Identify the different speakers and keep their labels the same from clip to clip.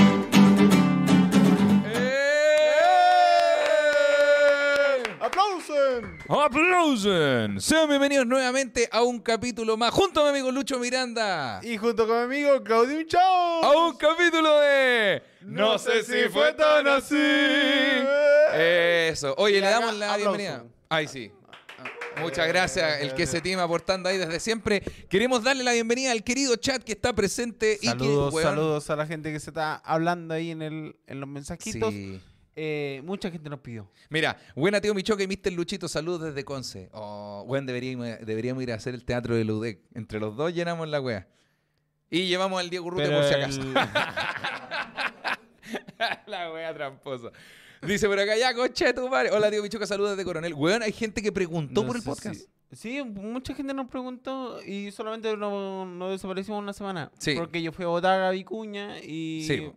Speaker 1: ¡Eh! Frozen. Sean bienvenidos nuevamente a un capítulo más junto a mi amigo Lucho Miranda.
Speaker 2: Y junto con mi amigo Claudio Chao.
Speaker 1: A un capítulo de No sé si fue tan así. ¡Eh! Eso. Oye,
Speaker 2: Y
Speaker 1: le
Speaker 2: acá,
Speaker 1: damos la
Speaker 2: aplauso.
Speaker 1: bienvenida. Ay, sí. Muchas gracias, el que se tima aportando ahí desde siempre. Queremos darle la bienvenida al querido chat que está presente
Speaker 2: Saludos,
Speaker 1: y que, weón,
Speaker 2: saludos a la gente que se está hablando ahí en, el, en los mensajitos.
Speaker 1: Sí.
Speaker 2: Eh, mucha gente nos pidió.
Speaker 1: Mira, buena tío Michoque y Mr. Luchito, saludos desde Conce. Oh, weón, deberíamos, deberíamos ir a hacer el teatro de Ludec. Entre los dos llenamos la wea. Y llevamos al Diego Urrutia por si acaso. la wea tramposa. Dice, pero acá ya, coche tu madre. Hola, tío Michoque, saludos desde Coronel. Weón, hay gente que preguntó
Speaker 2: No
Speaker 1: por el
Speaker 2: sé
Speaker 1: podcast.
Speaker 2: si- Sí, mucha gente nos preguntó y solamente no, no desaparecimos una semana.
Speaker 1: Sí.
Speaker 2: Porque yo fui a votar a Vicuña y
Speaker 1: Sí, po.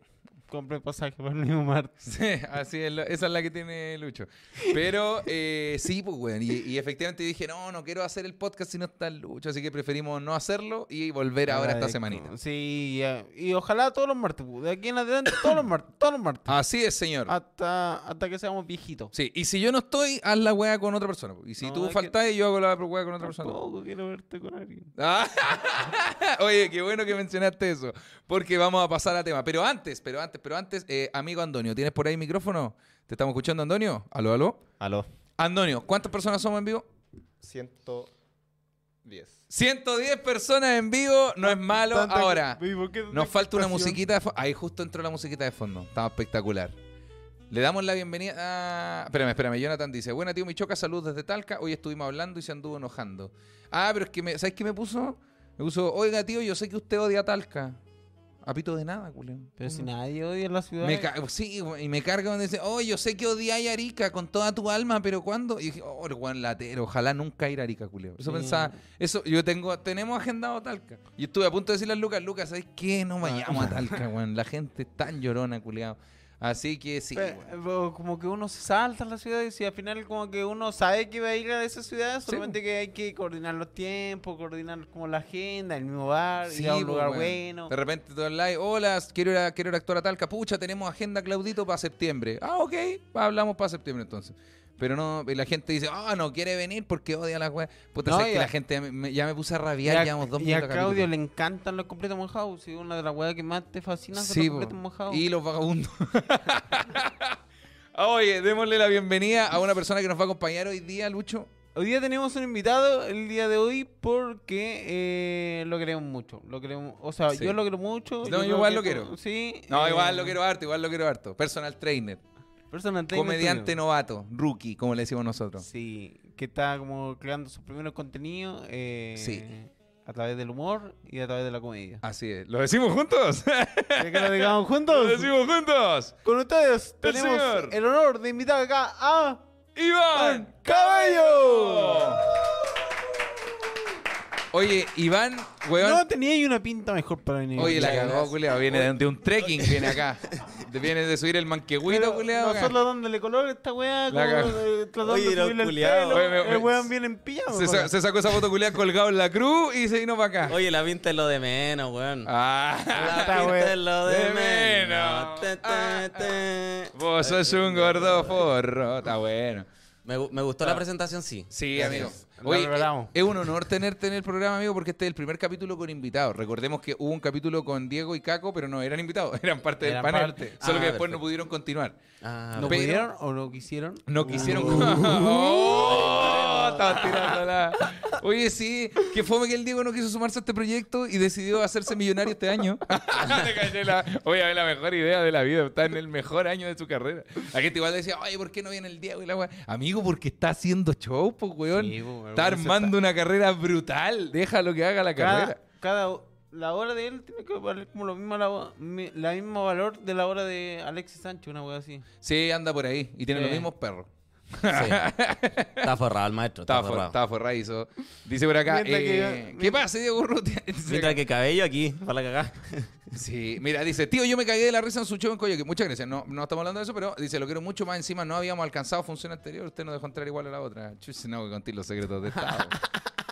Speaker 2: compré pasaje para el mismo martes.
Speaker 1: Sí, así es, la- esa es la que tiene Lucho. Pero eh, sí, pues, weón. Y, y efectivamente dije, no, no quiero hacer el podcast si no está el Lucho. Así que preferimos no hacerlo y volver ahora esta
Speaker 2: Agradezco.
Speaker 1: semanita.
Speaker 2: Sí, ya. y ojalá todos los martes. po. De aquí en adelante, todos los martes. Todos los martes.
Speaker 1: Así es, señor.
Speaker 2: Hasta, hasta que seamos viejitos.
Speaker 1: Sí, y si yo no estoy, haz la weá con otra persona. po. Y si
Speaker 2: No,
Speaker 1: tú
Speaker 2: es que-
Speaker 1: faltás, yo hago la weá con otra persona.
Speaker 2: Tampoco quiero verte con alguien.
Speaker 1: Ah, Oye, qué bueno que mencionaste eso, porque vamos a pasar a tema. Pero antes, pero antes, pero antes, eh, amigo Antonio, ¿tienes por ahí micrófono? ¿Te estamos escuchando, Antonio? ¿Aló, aló?
Speaker 3: Aló.
Speaker 1: Antonio, ¿cuántas personas somos en vivo?
Speaker 3: 110.
Speaker 1: 110 personas en vivo, no es malo.
Speaker 2: Tanta-
Speaker 1: Ahora,
Speaker 2: ¿Y por qué tanta
Speaker 1: nos falta una
Speaker 2: expectación?
Speaker 1: musiquita de fondo. Ahí justo entró la musiquita de fondo, estaba espectacular. Le damos la bienvenida a... Espérame, espérame, Jonathan dice, buena tío Michoca, salud desde Talca, hoy estuvimos hablando y se anduvo enojando. Ah, pero es que, me... ¿sabes qué me puso? Me puso, oiga tío, yo sé que usted odia Talca. Apito de nada, Mm. culio.
Speaker 2: Pero si nadie odia la ciudad. eh,
Speaker 1: Me ca- sí, y me carga cuando dice, oh, yo sé que odiáis a Arica con toda tu alma, pero ¿cuándo? Y dije, oh, el guan latero, ojalá nunca ir a Arica, culeo. Eso
Speaker 2: Sí.
Speaker 1: pensaba, eso, yo tengo, tenemos agendado Talca. Y estuve a punto de decirle a Lucas, Lucas, ¿sabes qué? No
Speaker 2: Ah.
Speaker 1: vayamos a Talca, weón. La gente es tan llorona, culeado. Así que sí,
Speaker 2: Pe-
Speaker 1: weón.
Speaker 2: pero como que uno se salta a la ciudad y si al final como que uno sabe que va a ir a esa ciudad,
Speaker 1: Sí,
Speaker 2: solamente que hay que coordinar los tiempos, coordinar como la agenda, el mismo bar,
Speaker 1: Sí,
Speaker 2: ir a un
Speaker 1: po,
Speaker 2: lugar
Speaker 1: weón.
Speaker 2: bueno.
Speaker 1: De repente todo el live, hola, quiero ir, a, quiero ir a actuar a Talca. Pucha, tenemos agenda, Claudito, para septiembre. Ah, ok, hablamos para septiembre entonces. Pero no, y la gente dice, ah, no quiere venir porque odia la wea. Puta,
Speaker 2: No,
Speaker 1: sabes
Speaker 2: y
Speaker 1: que
Speaker 2: a-
Speaker 1: la gente me- me- ya me puse a
Speaker 2: Y
Speaker 1: rabiar,
Speaker 2: a,
Speaker 1: llevamos dos
Speaker 2: y a
Speaker 1: minutos de
Speaker 2: Claudio
Speaker 1: capítulo.
Speaker 2: le encantan los completos mojados. Y una de las weas que más te fascina son
Speaker 1: Sí,
Speaker 2: los completos
Speaker 1: po.
Speaker 2: mojados.
Speaker 1: Y los vagabundos. Ah, Oye, démosle la bienvenida a una persona que nos va a acompañar hoy día, Lucho.
Speaker 2: Hoy día tenemos un invitado el día de hoy porque eh, lo queremos mucho. Lo queremos, o sea,
Speaker 1: Sí.
Speaker 2: yo lo quiero mucho.
Speaker 1: No,
Speaker 2: creo
Speaker 1: igual lo
Speaker 2: que-
Speaker 1: quiero.
Speaker 2: Sí.
Speaker 1: No,
Speaker 2: eh,
Speaker 1: igual lo quiero harto, igual lo quiero harto. Personal trainer,
Speaker 2: personal trainer
Speaker 1: comediante
Speaker 2: tuyo.
Speaker 1: novato, rookie, como le decimos nosotros.
Speaker 2: Sí, que está como creando sus primeros contenidos eh,
Speaker 1: Sí. Ah.
Speaker 2: a través del humor y a través de la comedia.
Speaker 1: Así es. ¿Lo decimos juntos?
Speaker 2: ¿Quieres que lo digamos
Speaker 1: ¡Lo
Speaker 2: juntos?
Speaker 1: decimos juntos!
Speaker 2: Con ustedes tenemos
Speaker 1: señor.
Speaker 2: el honor de invitar acá a...
Speaker 1: ¡Iván
Speaker 2: Cabello!
Speaker 1: Oye, Iván, weón.
Speaker 2: No tenía ahí una pinta mejor para venir.
Speaker 1: Oye, la
Speaker 2: Ya,
Speaker 1: cagó,
Speaker 2: gracias.
Speaker 1: culeado. Viene de, de un trekking, viene acá. De- Viene de subir el manquehuito,
Speaker 2: Pero
Speaker 1: culeado. acá.
Speaker 2: Nosotros dándole color a esta weá, como,
Speaker 1: La cagó.
Speaker 2: eh, tratando
Speaker 3: Oye,
Speaker 2: de
Speaker 3: los
Speaker 2: subirle el
Speaker 3: culiados.
Speaker 2: pelo.
Speaker 1: Oye, me-
Speaker 2: el
Speaker 1: me-
Speaker 2: weón viene en pijama.
Speaker 1: Se, sa-
Speaker 2: weón.
Speaker 1: se sacó esa foto culeada colgado en la cruz y se vino para acá.
Speaker 3: Oye, la pinta es lo de menos, weón.
Speaker 1: Ah,
Speaker 3: la
Speaker 2: está,
Speaker 3: pinta
Speaker 2: weón.
Speaker 3: es lo de,
Speaker 1: De menos.
Speaker 3: menos. Te, te,
Speaker 1: Ah,
Speaker 3: te.
Speaker 1: vos sos un gordo forro. Está bueno.
Speaker 3: Me, gu- me gustó la presentación, sí.
Speaker 1: Sí,
Speaker 3: Gracias.
Speaker 1: amigo.
Speaker 2: Lo
Speaker 1: Oye,
Speaker 2: logramos.
Speaker 1: eh, es un honor tenerte en el programa, amigo, porque este es el primer capítulo con invitados. Recordemos que hubo un capítulo con Diego y Caco, pero no eran invitados, eran parte
Speaker 2: Eran
Speaker 1: del panel.
Speaker 2: parte.
Speaker 1: Solo que después no
Speaker 3: Ah, perfecto.
Speaker 1: pudieron continuar.
Speaker 3: Ah,
Speaker 2: ¿No
Speaker 1: Pero-
Speaker 2: pudieron o no quisieron?
Speaker 1: No quisieron. ¡Oh! Estabas tirándola. Oye, sí, que fome que el Diego no quiso sumarse a este proyecto y decidió hacerse millonario este año. Te caché la- Oye, es la mejor idea de la vida. Está en el mejor año de su carrera. La gente igual decía, oye, ¿por qué no viene el Diego? Y la wea, Amigo, porque está haciendo show, pues, weón.
Speaker 2: Sí,
Speaker 1: está Ah.
Speaker 2: pues, weón, se
Speaker 1: armando
Speaker 2: está-
Speaker 1: una carrera brutal. Déjalo que haga la
Speaker 2: cada,
Speaker 1: carrera.
Speaker 2: cada la hora de él tiene que valer como lo mismo la, mi- la mismo valor de la hora de Alexis Sánchez, una wea así.
Speaker 1: Sí, anda por ahí. Y tiene
Speaker 2: Sí.
Speaker 1: los mismos perros.
Speaker 3: sí. Está forrado el maestro. Está,
Speaker 1: Estaba for-
Speaker 3: forrado.
Speaker 1: estaba forradizo. Dice por acá,
Speaker 2: Mientras que-
Speaker 1: eh, ¿qué pasa, Diego Urrutia?
Speaker 3: Mientras que cabello aquí, para la cagada.
Speaker 1: Sí, mira, dice, tío, yo me cagué de la risa en su show en Coyote. Muchas gracias. No, no estamos hablando de eso, pero dice, lo quiero mucho más. Encima no habíamos alcanzado función anterior. Usted nos dejó entrar igual a la otra. Chus, no, voy a contar los secretos de Estado.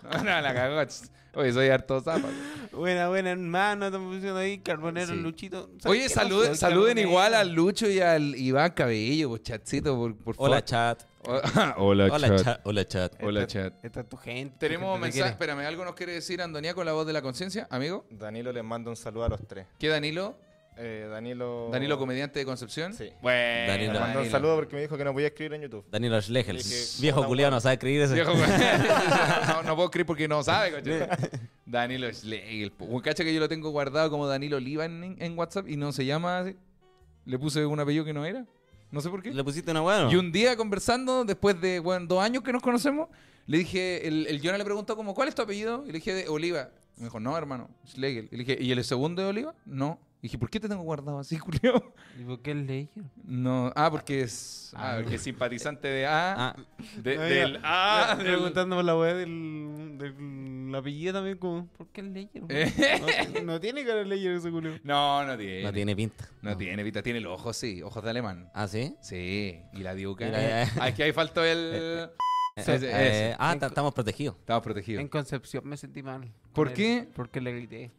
Speaker 1: No, no, la cagó. Ch. Oye, soy harto zapa.
Speaker 2: Buena, buena, hermano. Estamos diciendo ahí, Carbonero,
Speaker 3: Sí.
Speaker 2: Luchito. ¿Sabes
Speaker 1: Oye,
Speaker 2: qué? No
Speaker 1: saluden-
Speaker 2: soy
Speaker 1: saluden
Speaker 2: Carbonero.
Speaker 1: igual al Lucho y al Iván Cabello, pues, chatcito, por, por favor.
Speaker 3: Hola, chat.
Speaker 1: O- Hola,
Speaker 3: Hola, chat. Hola, chat.
Speaker 1: Hola,
Speaker 2: Esta-
Speaker 1: chat.
Speaker 2: Esta es tu gente.
Speaker 1: Tenemos
Speaker 2: gente te
Speaker 1: mensaje.
Speaker 2: quiere.
Speaker 1: Espérame, ¿algo nos quiere decir Andonía con la voz de la conciencia, amigo?
Speaker 4: Danilo les manda un saludo a los tres.
Speaker 1: ¿Qué Danilo?
Speaker 4: Eh, Danilo.
Speaker 1: Danilo, comediante de Concepción.
Speaker 4: Sí.
Speaker 1: Bueno,
Speaker 4: Le
Speaker 3: Oh. Danilo.
Speaker 4: mandó un saludo porque me dijo que no podía escribir en YouTube.
Speaker 3: Danilo Schlegel.
Speaker 4: Dije,
Speaker 3: Viejo
Speaker 4: hola,
Speaker 3: culiado,
Speaker 4: weón.
Speaker 3: no sabe escribir ese.
Speaker 1: Viejo, no, no puedo creer porque no sabe, coche. Danilo Schlegel. po. Un cacha que yo lo tengo guardado como Danilo Oliva en, en WhatsApp y no se llama así. Le puse un apellido que no era. No sé por qué.
Speaker 3: ¿Le pusiste una buena?
Speaker 1: Y un día conversando, después de bueno, dos años que nos conocemos, le dije, el, el Jonah le preguntó como, ¿cuál es tu apellido? Y le dije, de Oliva. Y me dijo, no, hermano, Schlegel. Y le dije, ¿y el segundo de Oliva? No. Y dije, ¿por qué te tengo guardado así, Julio?
Speaker 2: ¿Y por qué leí?
Speaker 1: No, ah, porque es, ah, porque es simpatizante de A,
Speaker 3: Ah,
Speaker 1: de-
Speaker 2: Ah,
Speaker 1: del
Speaker 2: ya.
Speaker 1: A, del-
Speaker 2: preguntando por la weá del, del apellido también, como, ¿por qué el Ledger?
Speaker 1: Eh.
Speaker 2: No, no tiene cara el Ledger ese culo.
Speaker 1: No, no tiene.
Speaker 3: no tiene pinta.
Speaker 1: No tiene, Vita, tiene los ojos, sí, ojos de alemán.
Speaker 3: ¿Ah, sí?
Speaker 1: Sí, y la diuca.
Speaker 3: Mira, eh.
Speaker 1: Aquí ahí faltó el... Ese,
Speaker 3: Eh,
Speaker 1: ese.
Speaker 3: eh, ah, ta- estamos protegidos.
Speaker 1: Estaba protegido.
Speaker 2: En Concepción me sentí mal. con
Speaker 1: ¿Por
Speaker 2: él,
Speaker 1: qué?
Speaker 2: Porque le grité.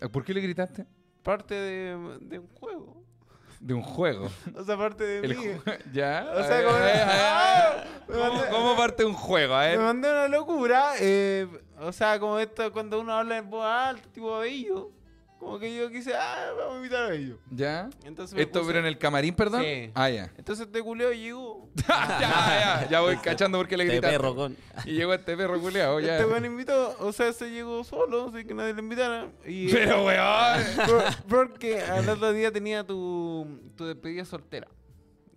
Speaker 1: Eh, ¿Por qué le gritaste?
Speaker 2: Parte de, de un juego.
Speaker 1: De un juego.
Speaker 2: O sea, parte de
Speaker 1: El
Speaker 2: mí.
Speaker 1: ju- ¿Ya?
Speaker 2: O sea,
Speaker 1: Ay,
Speaker 2: como-
Speaker 1: ay, ay, ay.
Speaker 2: Me
Speaker 1: ¿Cómo,
Speaker 2: mandé-
Speaker 1: cómo parte un juego? A
Speaker 2: Me
Speaker 1: ver.
Speaker 2: mandé una locura. eh, o sea, como esto, cuando uno habla en voz alta, tipo bello. Como que yo quise, ah, vamos a invitar a bello.
Speaker 1: ¿Ya?
Speaker 2: Entonces me
Speaker 1: ¿Esto
Speaker 2: puse-
Speaker 1: pero en el camarín, perdón?
Speaker 2: Sí.
Speaker 1: Ah, ya.
Speaker 2: Entonces este culeo llegó.
Speaker 1: ya, ya, ya voy cachando porque le
Speaker 3: Este
Speaker 1: gritaste.
Speaker 3: perro con.
Speaker 1: Y llegó este perro culeado, ya.
Speaker 2: Este weón invitó, o sea, se llegó solo, así que nadie le invitara. Y, eh,
Speaker 1: Pero, weón.
Speaker 2: Por- porque al otro día tenía tu, tu despedida soltera.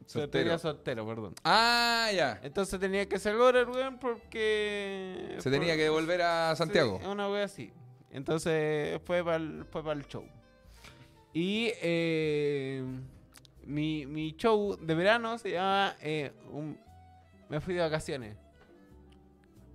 Speaker 1: Soltero.
Speaker 2: Despedida soltero, perdón.
Speaker 1: Ah, ya.
Speaker 2: Entonces tenía que ser ahora, weón, porque.
Speaker 1: Se tenía que devolver a Santiago.
Speaker 2: Sí, una wea así. Entonces fue para el, fue pa'l show. Y eh, mi, mi show de verano se llama eh, un- Me fui de vacaciones.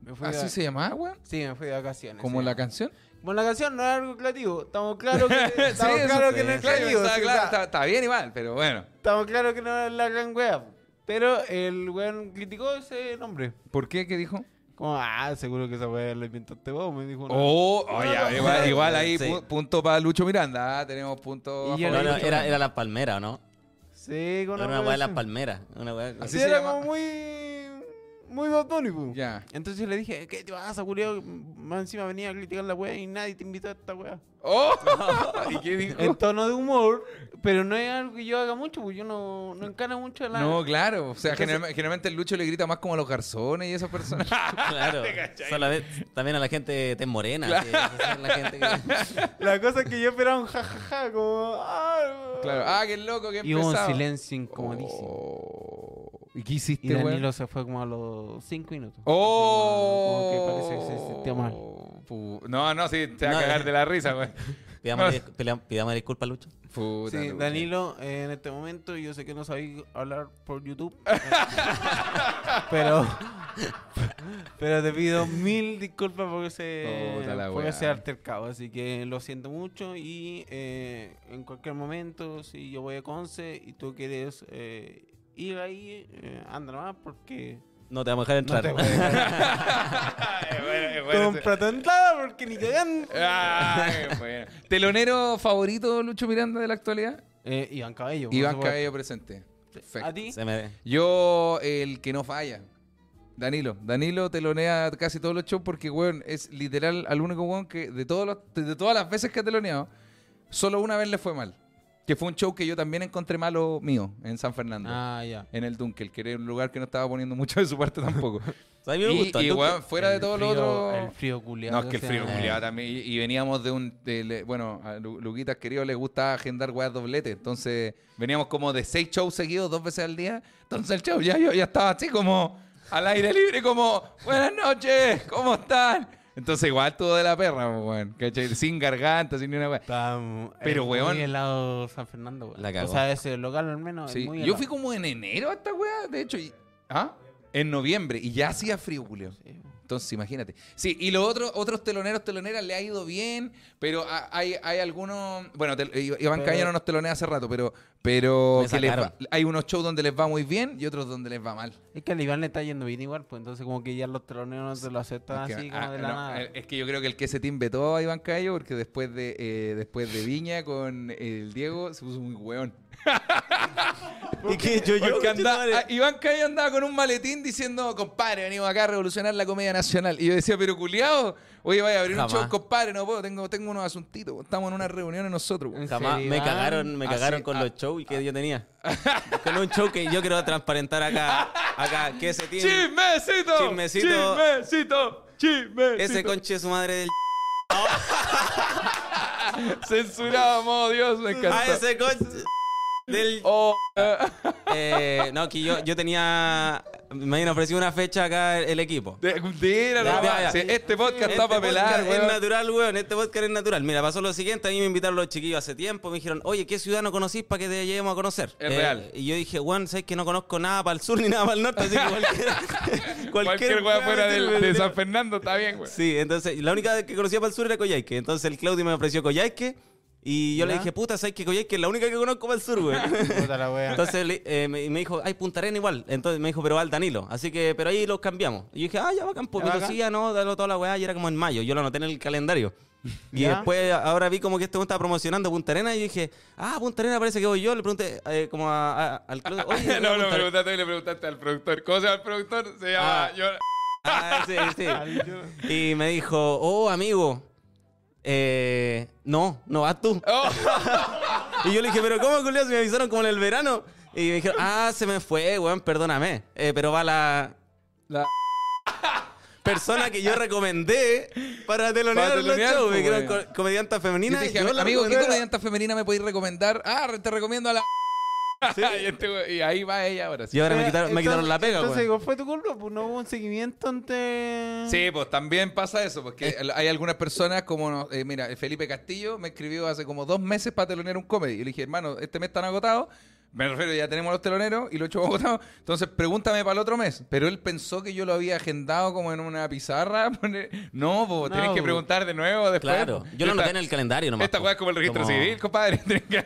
Speaker 2: Me fui de,
Speaker 1: ¿Así se llamaba, weón?
Speaker 2: Sí, me fui de vacaciones.
Speaker 1: Ah, Como
Speaker 2: Pues, se
Speaker 1: la
Speaker 2: llama.
Speaker 1: canción.
Speaker 2: Bueno, la canción no es algo creativo. Estamos claros que,
Speaker 1: Sí,
Speaker 2: estamos
Speaker 1: eso-
Speaker 2: claros que
Speaker 1: sí,
Speaker 2: no es
Speaker 1: claro,
Speaker 2: creativo.
Speaker 1: está
Speaker 2: sí,
Speaker 1: claro,
Speaker 2: está-
Speaker 1: está- está bien y mal, pero bueno.
Speaker 2: Estamos claros que no es la gran wea. Pero el weón criticó ese nombre.
Speaker 1: ¿Por qué? ¿Qué dijo?
Speaker 2: Como, ah, seguro que esa wea la inventaste vos, me dijo. una-
Speaker 1: Oh, oh, ya, igual, igual ahí
Speaker 3: Sí.
Speaker 1: pu- punto para Lucho Miranda. ah, tenemos punto.
Speaker 2: Y yo
Speaker 1: a
Speaker 3: No,
Speaker 1: favor
Speaker 2: le
Speaker 1: de
Speaker 3: no,
Speaker 1: Lucho
Speaker 3: era,
Speaker 1: Miranda.
Speaker 3: era la palmera, ¿o no?
Speaker 2: Sí, con
Speaker 3: Era una weá de las
Speaker 2: así.
Speaker 3: palmeras. Una weá.
Speaker 1: Así
Speaker 2: Sí,
Speaker 1: se
Speaker 2: era
Speaker 1: llama.
Speaker 2: como muy. Muy Bad Bunny, po.
Speaker 1: Ya.
Speaker 2: Entonces le dije, ¿qué te vas a culiao? Más encima venía a criticar la wea y nadie te invitó a esta wea.
Speaker 1: ¡Oh! ¿Y qué dijo?
Speaker 2: En tono de humor, pero no es algo que yo haga mucho, porque yo no, no encano mucho la.
Speaker 1: No, claro. O sea,
Speaker 2: Entonces-
Speaker 1: generalme- generalmente el Lucho le grita más como a los garzones y esas personas.
Speaker 3: Claro. Solamente- también a la gente de morena. sí, esa es la gente que-
Speaker 2: La cosa es que yo esperaba un jajaja, como. Ah,
Speaker 1: claro. Ah, qué loco, qué
Speaker 2: Y hubo
Speaker 1: empezado.
Speaker 2: un silencio incomodísimo.
Speaker 1: Oh. ¿Y qué
Speaker 2: Y
Speaker 1: hiciste,
Speaker 2: Danilo
Speaker 1: weón?
Speaker 2: se fue como a los 5 minutos.
Speaker 1: ¡Oh!
Speaker 2: Como que parece que se sintió mal.
Speaker 1: Pu- No, no, sí, te va a
Speaker 3: No,
Speaker 1: cagar
Speaker 3: eh.
Speaker 1: de la risa, güey.
Speaker 3: Pidamos, dis- pidam- pidamos disculpas, Lucho.
Speaker 1: Puta,
Speaker 2: Sí,
Speaker 1: Lucho.
Speaker 2: Danilo, eh, en este momento yo sé que no sabéis hablar por YouTube, eh, pero pero te pido mil disculpas por ese,
Speaker 1: Puta la
Speaker 2: por
Speaker 1: weá.
Speaker 2: ese altercado, así que lo siento mucho y eh, en cualquier momento si yo voy a Conce y tú quieres eh, ir ahí, eh, anda nomás porque
Speaker 3: No te vamos a dejar
Speaker 2: no
Speaker 3: entrar.
Speaker 2: te voy a dejar.
Speaker 1: Es bueno, es bueno.
Speaker 2: compra tu entrada porque ni cagando.
Speaker 1: Ah, es bueno. ¿Telonero favorito, Lucho Miranda, de la actualidad?
Speaker 2: Eh, Iván Cabello. por
Speaker 1: Iván
Speaker 2: supuesto.
Speaker 1: Cabello presente. Perfecto.
Speaker 2: ¿A ti?
Speaker 3: Se me-
Speaker 1: Yo, el que no falla. Danilo. Danilo telonea casi todos los shows porque, weón, es literal al único weón que de, todos los- de todas las veces que ha teloneado, solo una vez le fue mal. Que fue un show que yo también encontré malo mío en San Fernando.
Speaker 2: Ah, ya.
Speaker 1: En el Dunkel, que era un lugar que no estaba poniendo mucho de su parte tampoco.
Speaker 3: A mí me
Speaker 1: y, y,
Speaker 3: gustó. el look.
Speaker 1: weón, fuera de
Speaker 2: El
Speaker 1: todo lo
Speaker 2: frío-
Speaker 1: otro...
Speaker 2: El frío
Speaker 1: No,
Speaker 2: culiado.
Speaker 1: es que el frío
Speaker 2: eh.
Speaker 3: sea-
Speaker 1: culiado también. Y, y veníamos de un. de le- bueno, a Lu- Luquitas querido le gusta agendar weas doblete. Entonces, veníamos como de seis shows seguidos dos veces al día. Entonces, el show ya yo ya estaba así como al aire libre, como buenas noches, ¿cómo están? Entonces, igual todo de la perra, pues, weón. ¿cachai? Sin garganta, sin ni una wea.
Speaker 2: Estábamos-
Speaker 1: Pero,
Speaker 2: es muy
Speaker 1: weón.
Speaker 2: helado San Fernando, weón.
Speaker 3: La cagó.
Speaker 2: O sea, ese local al menos. es
Speaker 1: Sí,
Speaker 2: muy
Speaker 1: Yo
Speaker 2: helado.
Speaker 1: fui como en enero a esta wea, de hecho. y- ¿Ah? En noviembre. Y ya hacía frío, Julio.
Speaker 2: Sí, weón.
Speaker 1: Entonces, imagínate. Sí, y los otros, otros teloneros, teloneras, le ha ido bien, pero ha- hay, hay algunos. Bueno, tel- I- Iván
Speaker 4: Pero-
Speaker 1: Cañano nos telonea hace rato, pero, pero
Speaker 3: Me
Speaker 1: que les va-
Speaker 3: sacaron.
Speaker 1: hay unos shows donde les va muy bien y otros donde les va mal.
Speaker 2: Es que al Iván le está yendo bien igual, pues entonces como que ya los teloneros no te lo aceptan
Speaker 1: Es que,
Speaker 2: así como
Speaker 1: ah,
Speaker 2: de la
Speaker 1: no,
Speaker 2: nada.
Speaker 1: eh, Es que yo creo que el que se team vetó a Iván Cayo porque después de, eh, después de Viña con el Diego se puso muy weón.
Speaker 3: ¿Y qué? Yo, yo.
Speaker 1: Porque anda- ah, Iván Cayo andaba con un maletín diciendo, compadre, venimos acá a revolucionar la comedia nacional. Y yo decía, pero culiao, oye, vaya a abrir
Speaker 3: Jamás.
Speaker 1: un show, compadre, no puedo, tengo, tengo unos asuntitos, estamos en una reunión nosotros.
Speaker 2: ¿En
Speaker 3: Jamás
Speaker 2: serio,
Speaker 3: me
Speaker 2: Iván?
Speaker 3: cagaron, me
Speaker 1: Así,
Speaker 3: cagaron con
Speaker 1: ah,
Speaker 3: los shows que yo tenía. Con un show que yo quiero transparentar acá, acá, que ese team,
Speaker 1: ¡Chismecito!
Speaker 3: Chismecito.
Speaker 1: ¡Chismecito! ¡Chismecito!
Speaker 3: ese conche de su madre del...
Speaker 1: Censurado, modo Dios, me encanta.
Speaker 3: A Ah, ese conche del...
Speaker 1: Oh,
Speaker 3: Eh, no, que yo, yo tenía... Me habían ofrecido una fecha acá el equipo.
Speaker 1: de, tira
Speaker 3: Ya,
Speaker 1: nomás.
Speaker 3: ya, ya.
Speaker 1: Sí, Este podcast
Speaker 3: Este
Speaker 1: está para pelar,
Speaker 3: podcast Es
Speaker 1: weón.
Speaker 3: natural, weón. Este podcast es natural. Mira, pasó lo siguiente. A mí me invitaron los chiquillos hace tiempo. Me dijeron, oye, ¿qué ciudad no conocís para que te lleguemos a conocer? Eh,
Speaker 1: Es real.
Speaker 3: Y yo dije, weón, sabes que no conozco nada para el sur ni nada para el norte. Así que cualquier...
Speaker 1: Cualquier weón
Speaker 3: weón
Speaker 1: fuera
Speaker 3: me
Speaker 1: del-
Speaker 3: sirve,
Speaker 1: de
Speaker 3: me
Speaker 1: San
Speaker 3: sirve.
Speaker 1: Fernando está bien, weón.
Speaker 3: Sí, entonces la única que conocía para el sur era Coyhaique. Entonces el Claudio me ofreció Coyhaique. Y yo le
Speaker 2: ¿Ya?
Speaker 3: dije, puta, sabes que Coyhaique es la única que conozco para el sur, weón.
Speaker 2: Puta la wea.
Speaker 3: Entonces le- eh, me, me dijo, ay, Punta Arena igual. Entonces me dijo, pero va al Danilo. Así que, pero ahí los cambiamos. Y yo dije, ah, ya bacán, pues
Speaker 2: Ya
Speaker 3: me dijo,
Speaker 2: bacán.
Speaker 3: sí, ya no, dalo toda la weá. Y era como en mayo. Yo lo anoté en el calendario. Y
Speaker 2: Ya.
Speaker 3: después, ahora vi como que este weón estaba promocionando Punta Arena. Y yo dije, ah, Punta Arena parece que voy yo. Le pregunté eh, como a- a- al club, oye,
Speaker 1: No, no,
Speaker 3: Punta Arena.
Speaker 1: preguntaste, le preguntaste al productor. ¿Cómo se llama el productor? Se llama...
Speaker 3: Ah.
Speaker 1: yo-
Speaker 3: Ah, sí, sí.
Speaker 2: Ay, yo-
Speaker 3: Y me dijo, oh, amigo, eh, no, no vas tú.
Speaker 1: Oh.
Speaker 3: Y yo le dije, pero ¿cómo, culiao? Si me avisaron como en el verano. Y me dijeron, ah, se me fue, weón, perdóname. Eh, pero va la...
Speaker 1: La-
Speaker 3: Persona que yo recomendé para telonear
Speaker 1: Para
Speaker 3: los
Speaker 1: telonear,
Speaker 3: shows.
Speaker 1: pues,
Speaker 3: Me dijeron,
Speaker 1: weón.
Speaker 3: co- comedianta femenina.
Speaker 1: Yo te dije,
Speaker 3: yo la
Speaker 1: amigo, ¿qué
Speaker 3: recomendé".
Speaker 1: comedianta femenina me podéis recomendar? Ah, re- te recomiendo a la... y, este we- y ahí va ella ahora.
Speaker 3: Y
Speaker 1: Sí,
Speaker 3: ahora me quitaron, me quitaron la pega,
Speaker 2: Entonces,
Speaker 3: weón.
Speaker 2: ¿cuál fue tu culpa? Pues no hubo un seguimiento ante...
Speaker 1: Sí, pues también pasa eso,
Speaker 3: Eh.
Speaker 1: porque hay algunas personas como, no- eh, mira, Felipe Castillo me escribió hace como dos meses para telonear un comedy. Y le dije, hermano, este mes están agotados. Me refiero, ya tenemos los teloneros y los ocho agotados. Entonces, pregúntame para el otro mes. Pero él pensó que yo lo había agendado como en una pizarra. poner- No, pues,
Speaker 2: No,
Speaker 1: tenés que
Speaker 2: po.
Speaker 1: preguntar de nuevo después.
Speaker 3: Claro. Yo
Speaker 1: Esta-
Speaker 3: lo anoté en el calendario nomás.
Speaker 1: Esta
Speaker 3: pues.
Speaker 1: weá es como el registro
Speaker 3: Como-
Speaker 1: civil, compadre. Tenés que-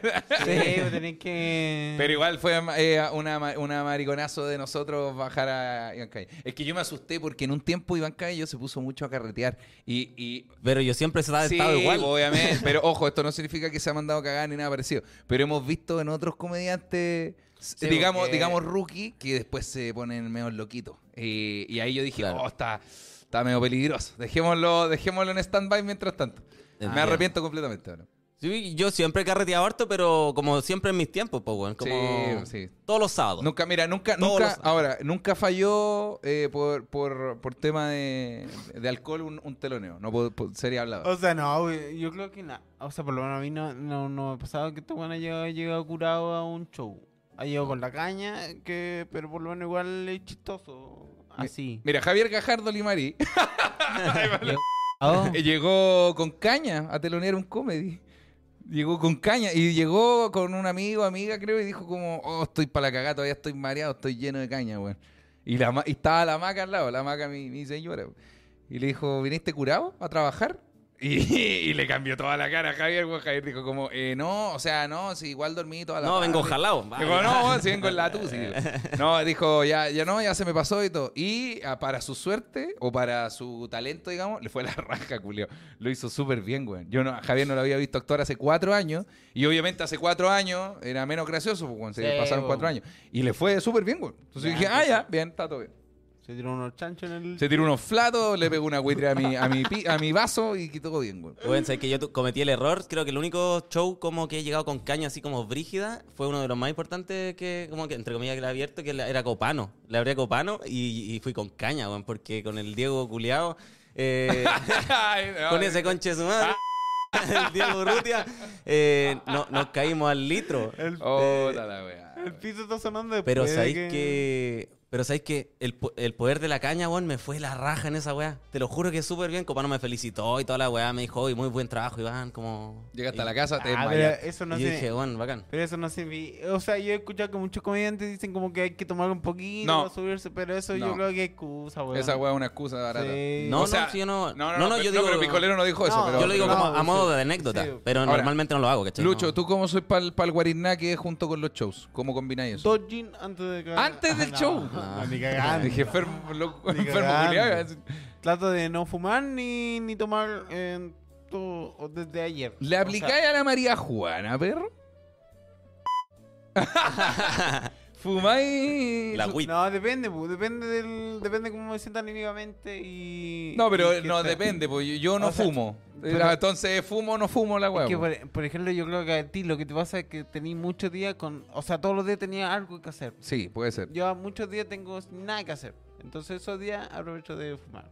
Speaker 2: Sí, pues tenés que...
Speaker 1: Pero igual fue eh, una, ma- una mariconazo de nosotros bajar a Iván Calle. Es que yo me asusté porque en un tiempo Iván Calle se puso mucho a carretear. Y, y
Speaker 3: Pero yo siempre estaba
Speaker 1: sí,
Speaker 3: estado igual.
Speaker 1: obviamente. Pero ojo, esto no significa que se ha mandado cagada ni nada parecido. Pero hemos visto en otros comediantes, eh, digamos,
Speaker 2: porque-
Speaker 1: digamos rookie, que después se ponen medio loquitos. Y, y ahí yo dije,
Speaker 3: Claro.
Speaker 1: oh, está, está medio peligroso. Dejémoslo, dejémoslo en stand-by mientras tanto. Me
Speaker 3: Entiendo.
Speaker 1: arrepiento completamente. ahora.
Speaker 3: Sí, yo siempre he carreteado harto, pero como siempre en mis tiempos, pues, weón. Como
Speaker 1: Sí, sí.
Speaker 3: todos los sábados.
Speaker 1: Nunca, mira, nunca,
Speaker 3: Todos
Speaker 1: nunca,
Speaker 3: los-
Speaker 1: ahora, nunca falló eh, por, por, por tema de, de alcohol un, un teloneo. No puedo- po- sería hablado.
Speaker 2: O sea, no, güey, yo creo que na- O sea, por lo menos a mí no, no, no me ha pasado que este weón haya llegado curado a un show. Ha llegado con la caña, que, pero por lo menos igual es chistoso. Así.
Speaker 1: Mira, Javier Gajardo Limari
Speaker 2: Ah,
Speaker 1: llegó con caña a telonear un comedy. Llegó con caña y llegó con un amigo, amiga, creo, y dijo como, oh, estoy para la cagada, todavía estoy mareado, estoy lleno de caña, weón. Y, la, ma- y estaba la maca al lado, la maca mi, mi señora. weón. Y le dijo, ¿viniste curado a trabajar? Y, y le cambió toda la cara a Javier, weón. Javier dijo como, eh, no, o sea, no, si igual dormí toda la
Speaker 3: No, vengo
Speaker 1: tarde".
Speaker 3: jalado.
Speaker 1: Dijo, no, weón, si vengo en la tusi. No, dijo, ya, ya no, ya se me pasó y todo. Y ah, para su suerte, o para su talento, digamos, le fue la raja, Julio. Lo hizo súper bien, güey. Yo no, a Javier no lo había visto actuar hace cuatro años. Y obviamente hace cuatro años era menos gracioso, pues, weón, se
Speaker 2: Sí,
Speaker 1: pasaron
Speaker 2: weón.
Speaker 1: cuatro años. Y le fue súper bien, güey. Entonces
Speaker 2: Ya,
Speaker 1: dije, ah,
Speaker 2: sí.
Speaker 1: ya, bien, está todo bien.
Speaker 2: se tiró unos chanchos en el.
Speaker 1: Se tiró unos flatos, le pegó una buitre a mi, a mi, pi- a mi vaso y todo bien, güey.
Speaker 3: Bueno, sé que yo tu- cometí el error. Creo que el único show como que he llegado con caña así como brígida fue uno de los más importantes que, como que, entre comillas, que le he abierto, que la- era Copano. Le abrí a Copano y, y fui con caña, weón, porque con el Diego Culeado, eh, con ese conche de su madre,
Speaker 1: Ah.
Speaker 3: el Diego Rutia, eh, nos caímos al litro.
Speaker 1: Oh, la, la weá.
Speaker 2: eh, El piso está sonando después.
Speaker 3: Pero
Speaker 2: de
Speaker 3: sabéis que... Pero sabéis que el, po- el poder de la caña, weón, me fue la raja en esa weá. Te lo juro que súper bien. Copano me felicitó y toda la weá. Me dijo, hoy muy buen trabajo, Iván. Como...
Speaker 1: Llegaste a la
Speaker 3: Y-
Speaker 1: casa, te
Speaker 2: Ah, pero
Speaker 1: desmayaste.
Speaker 2: eso no
Speaker 3: y yo
Speaker 2: se-
Speaker 1: "Oh".
Speaker 3: dije, weón, bacán.
Speaker 2: Pero eso no se... O sea, yo he escuchado que muchos comediantes dicen como que hay que tomar un poquito,
Speaker 1: No.
Speaker 2: subirse, pero eso yo
Speaker 1: No.
Speaker 2: creo que es excusa, weón.
Speaker 1: Esa weá es una excusa barata.
Speaker 2: Sí.
Speaker 3: No,
Speaker 1: O sea,
Speaker 3: no, sí, yo no.
Speaker 1: No, no, no,
Speaker 3: yo
Speaker 1: pero-
Speaker 3: digo.
Speaker 1: pero Picolero no dijo eso.
Speaker 2: No,
Speaker 1: pero-
Speaker 3: yo lo digo
Speaker 1: pero-
Speaker 3: como
Speaker 2: no,
Speaker 3: a modo
Speaker 2: sí.
Speaker 3: de anécdota,
Speaker 2: Sí.
Speaker 3: pero
Speaker 1: Ahora,
Speaker 3: normalmente no lo hago, ¿cachai?
Speaker 1: Lucho,
Speaker 3: No.
Speaker 1: ¿tú cómo soy para el guarinaque junto con los shows? ¿Cómo combináis eso?
Speaker 2: Dos jeans antes de que-
Speaker 1: Antes del show.
Speaker 2: no, ni cagando.
Speaker 1: Dije, enfermo, loco,
Speaker 2: Ni
Speaker 1: enfermo,
Speaker 2: cagando.
Speaker 1: culiao.
Speaker 2: Trato de no fumar ni, ni tomar en todo- o desde ayer.
Speaker 1: ¿Le
Speaker 2: O
Speaker 1: aplicáis
Speaker 2: sea,
Speaker 1: a la María Juana, perro? ¿Fumáis?
Speaker 3: La WIP.
Speaker 2: No, depende, pu, depende del, depende cómo me sienta anímicamente y...
Speaker 1: No, pero
Speaker 2: y que
Speaker 1: no,
Speaker 2: sea.
Speaker 1: depende, porque yo- yo no
Speaker 2: O sea,
Speaker 1: fumo.
Speaker 2: pero-
Speaker 1: Eh, Entonces, fumo o no fumo la
Speaker 2: Es que,
Speaker 1: hueá.
Speaker 2: por, por ejemplo, yo creo que a ti lo que te pasa es que tenés muchos días con... O sea, todos los días tenía algo que hacer.
Speaker 1: Sí, puede ser.
Speaker 2: Yo a muchos días tengo nada que hacer. Entonces esos días aprovecho de fumar.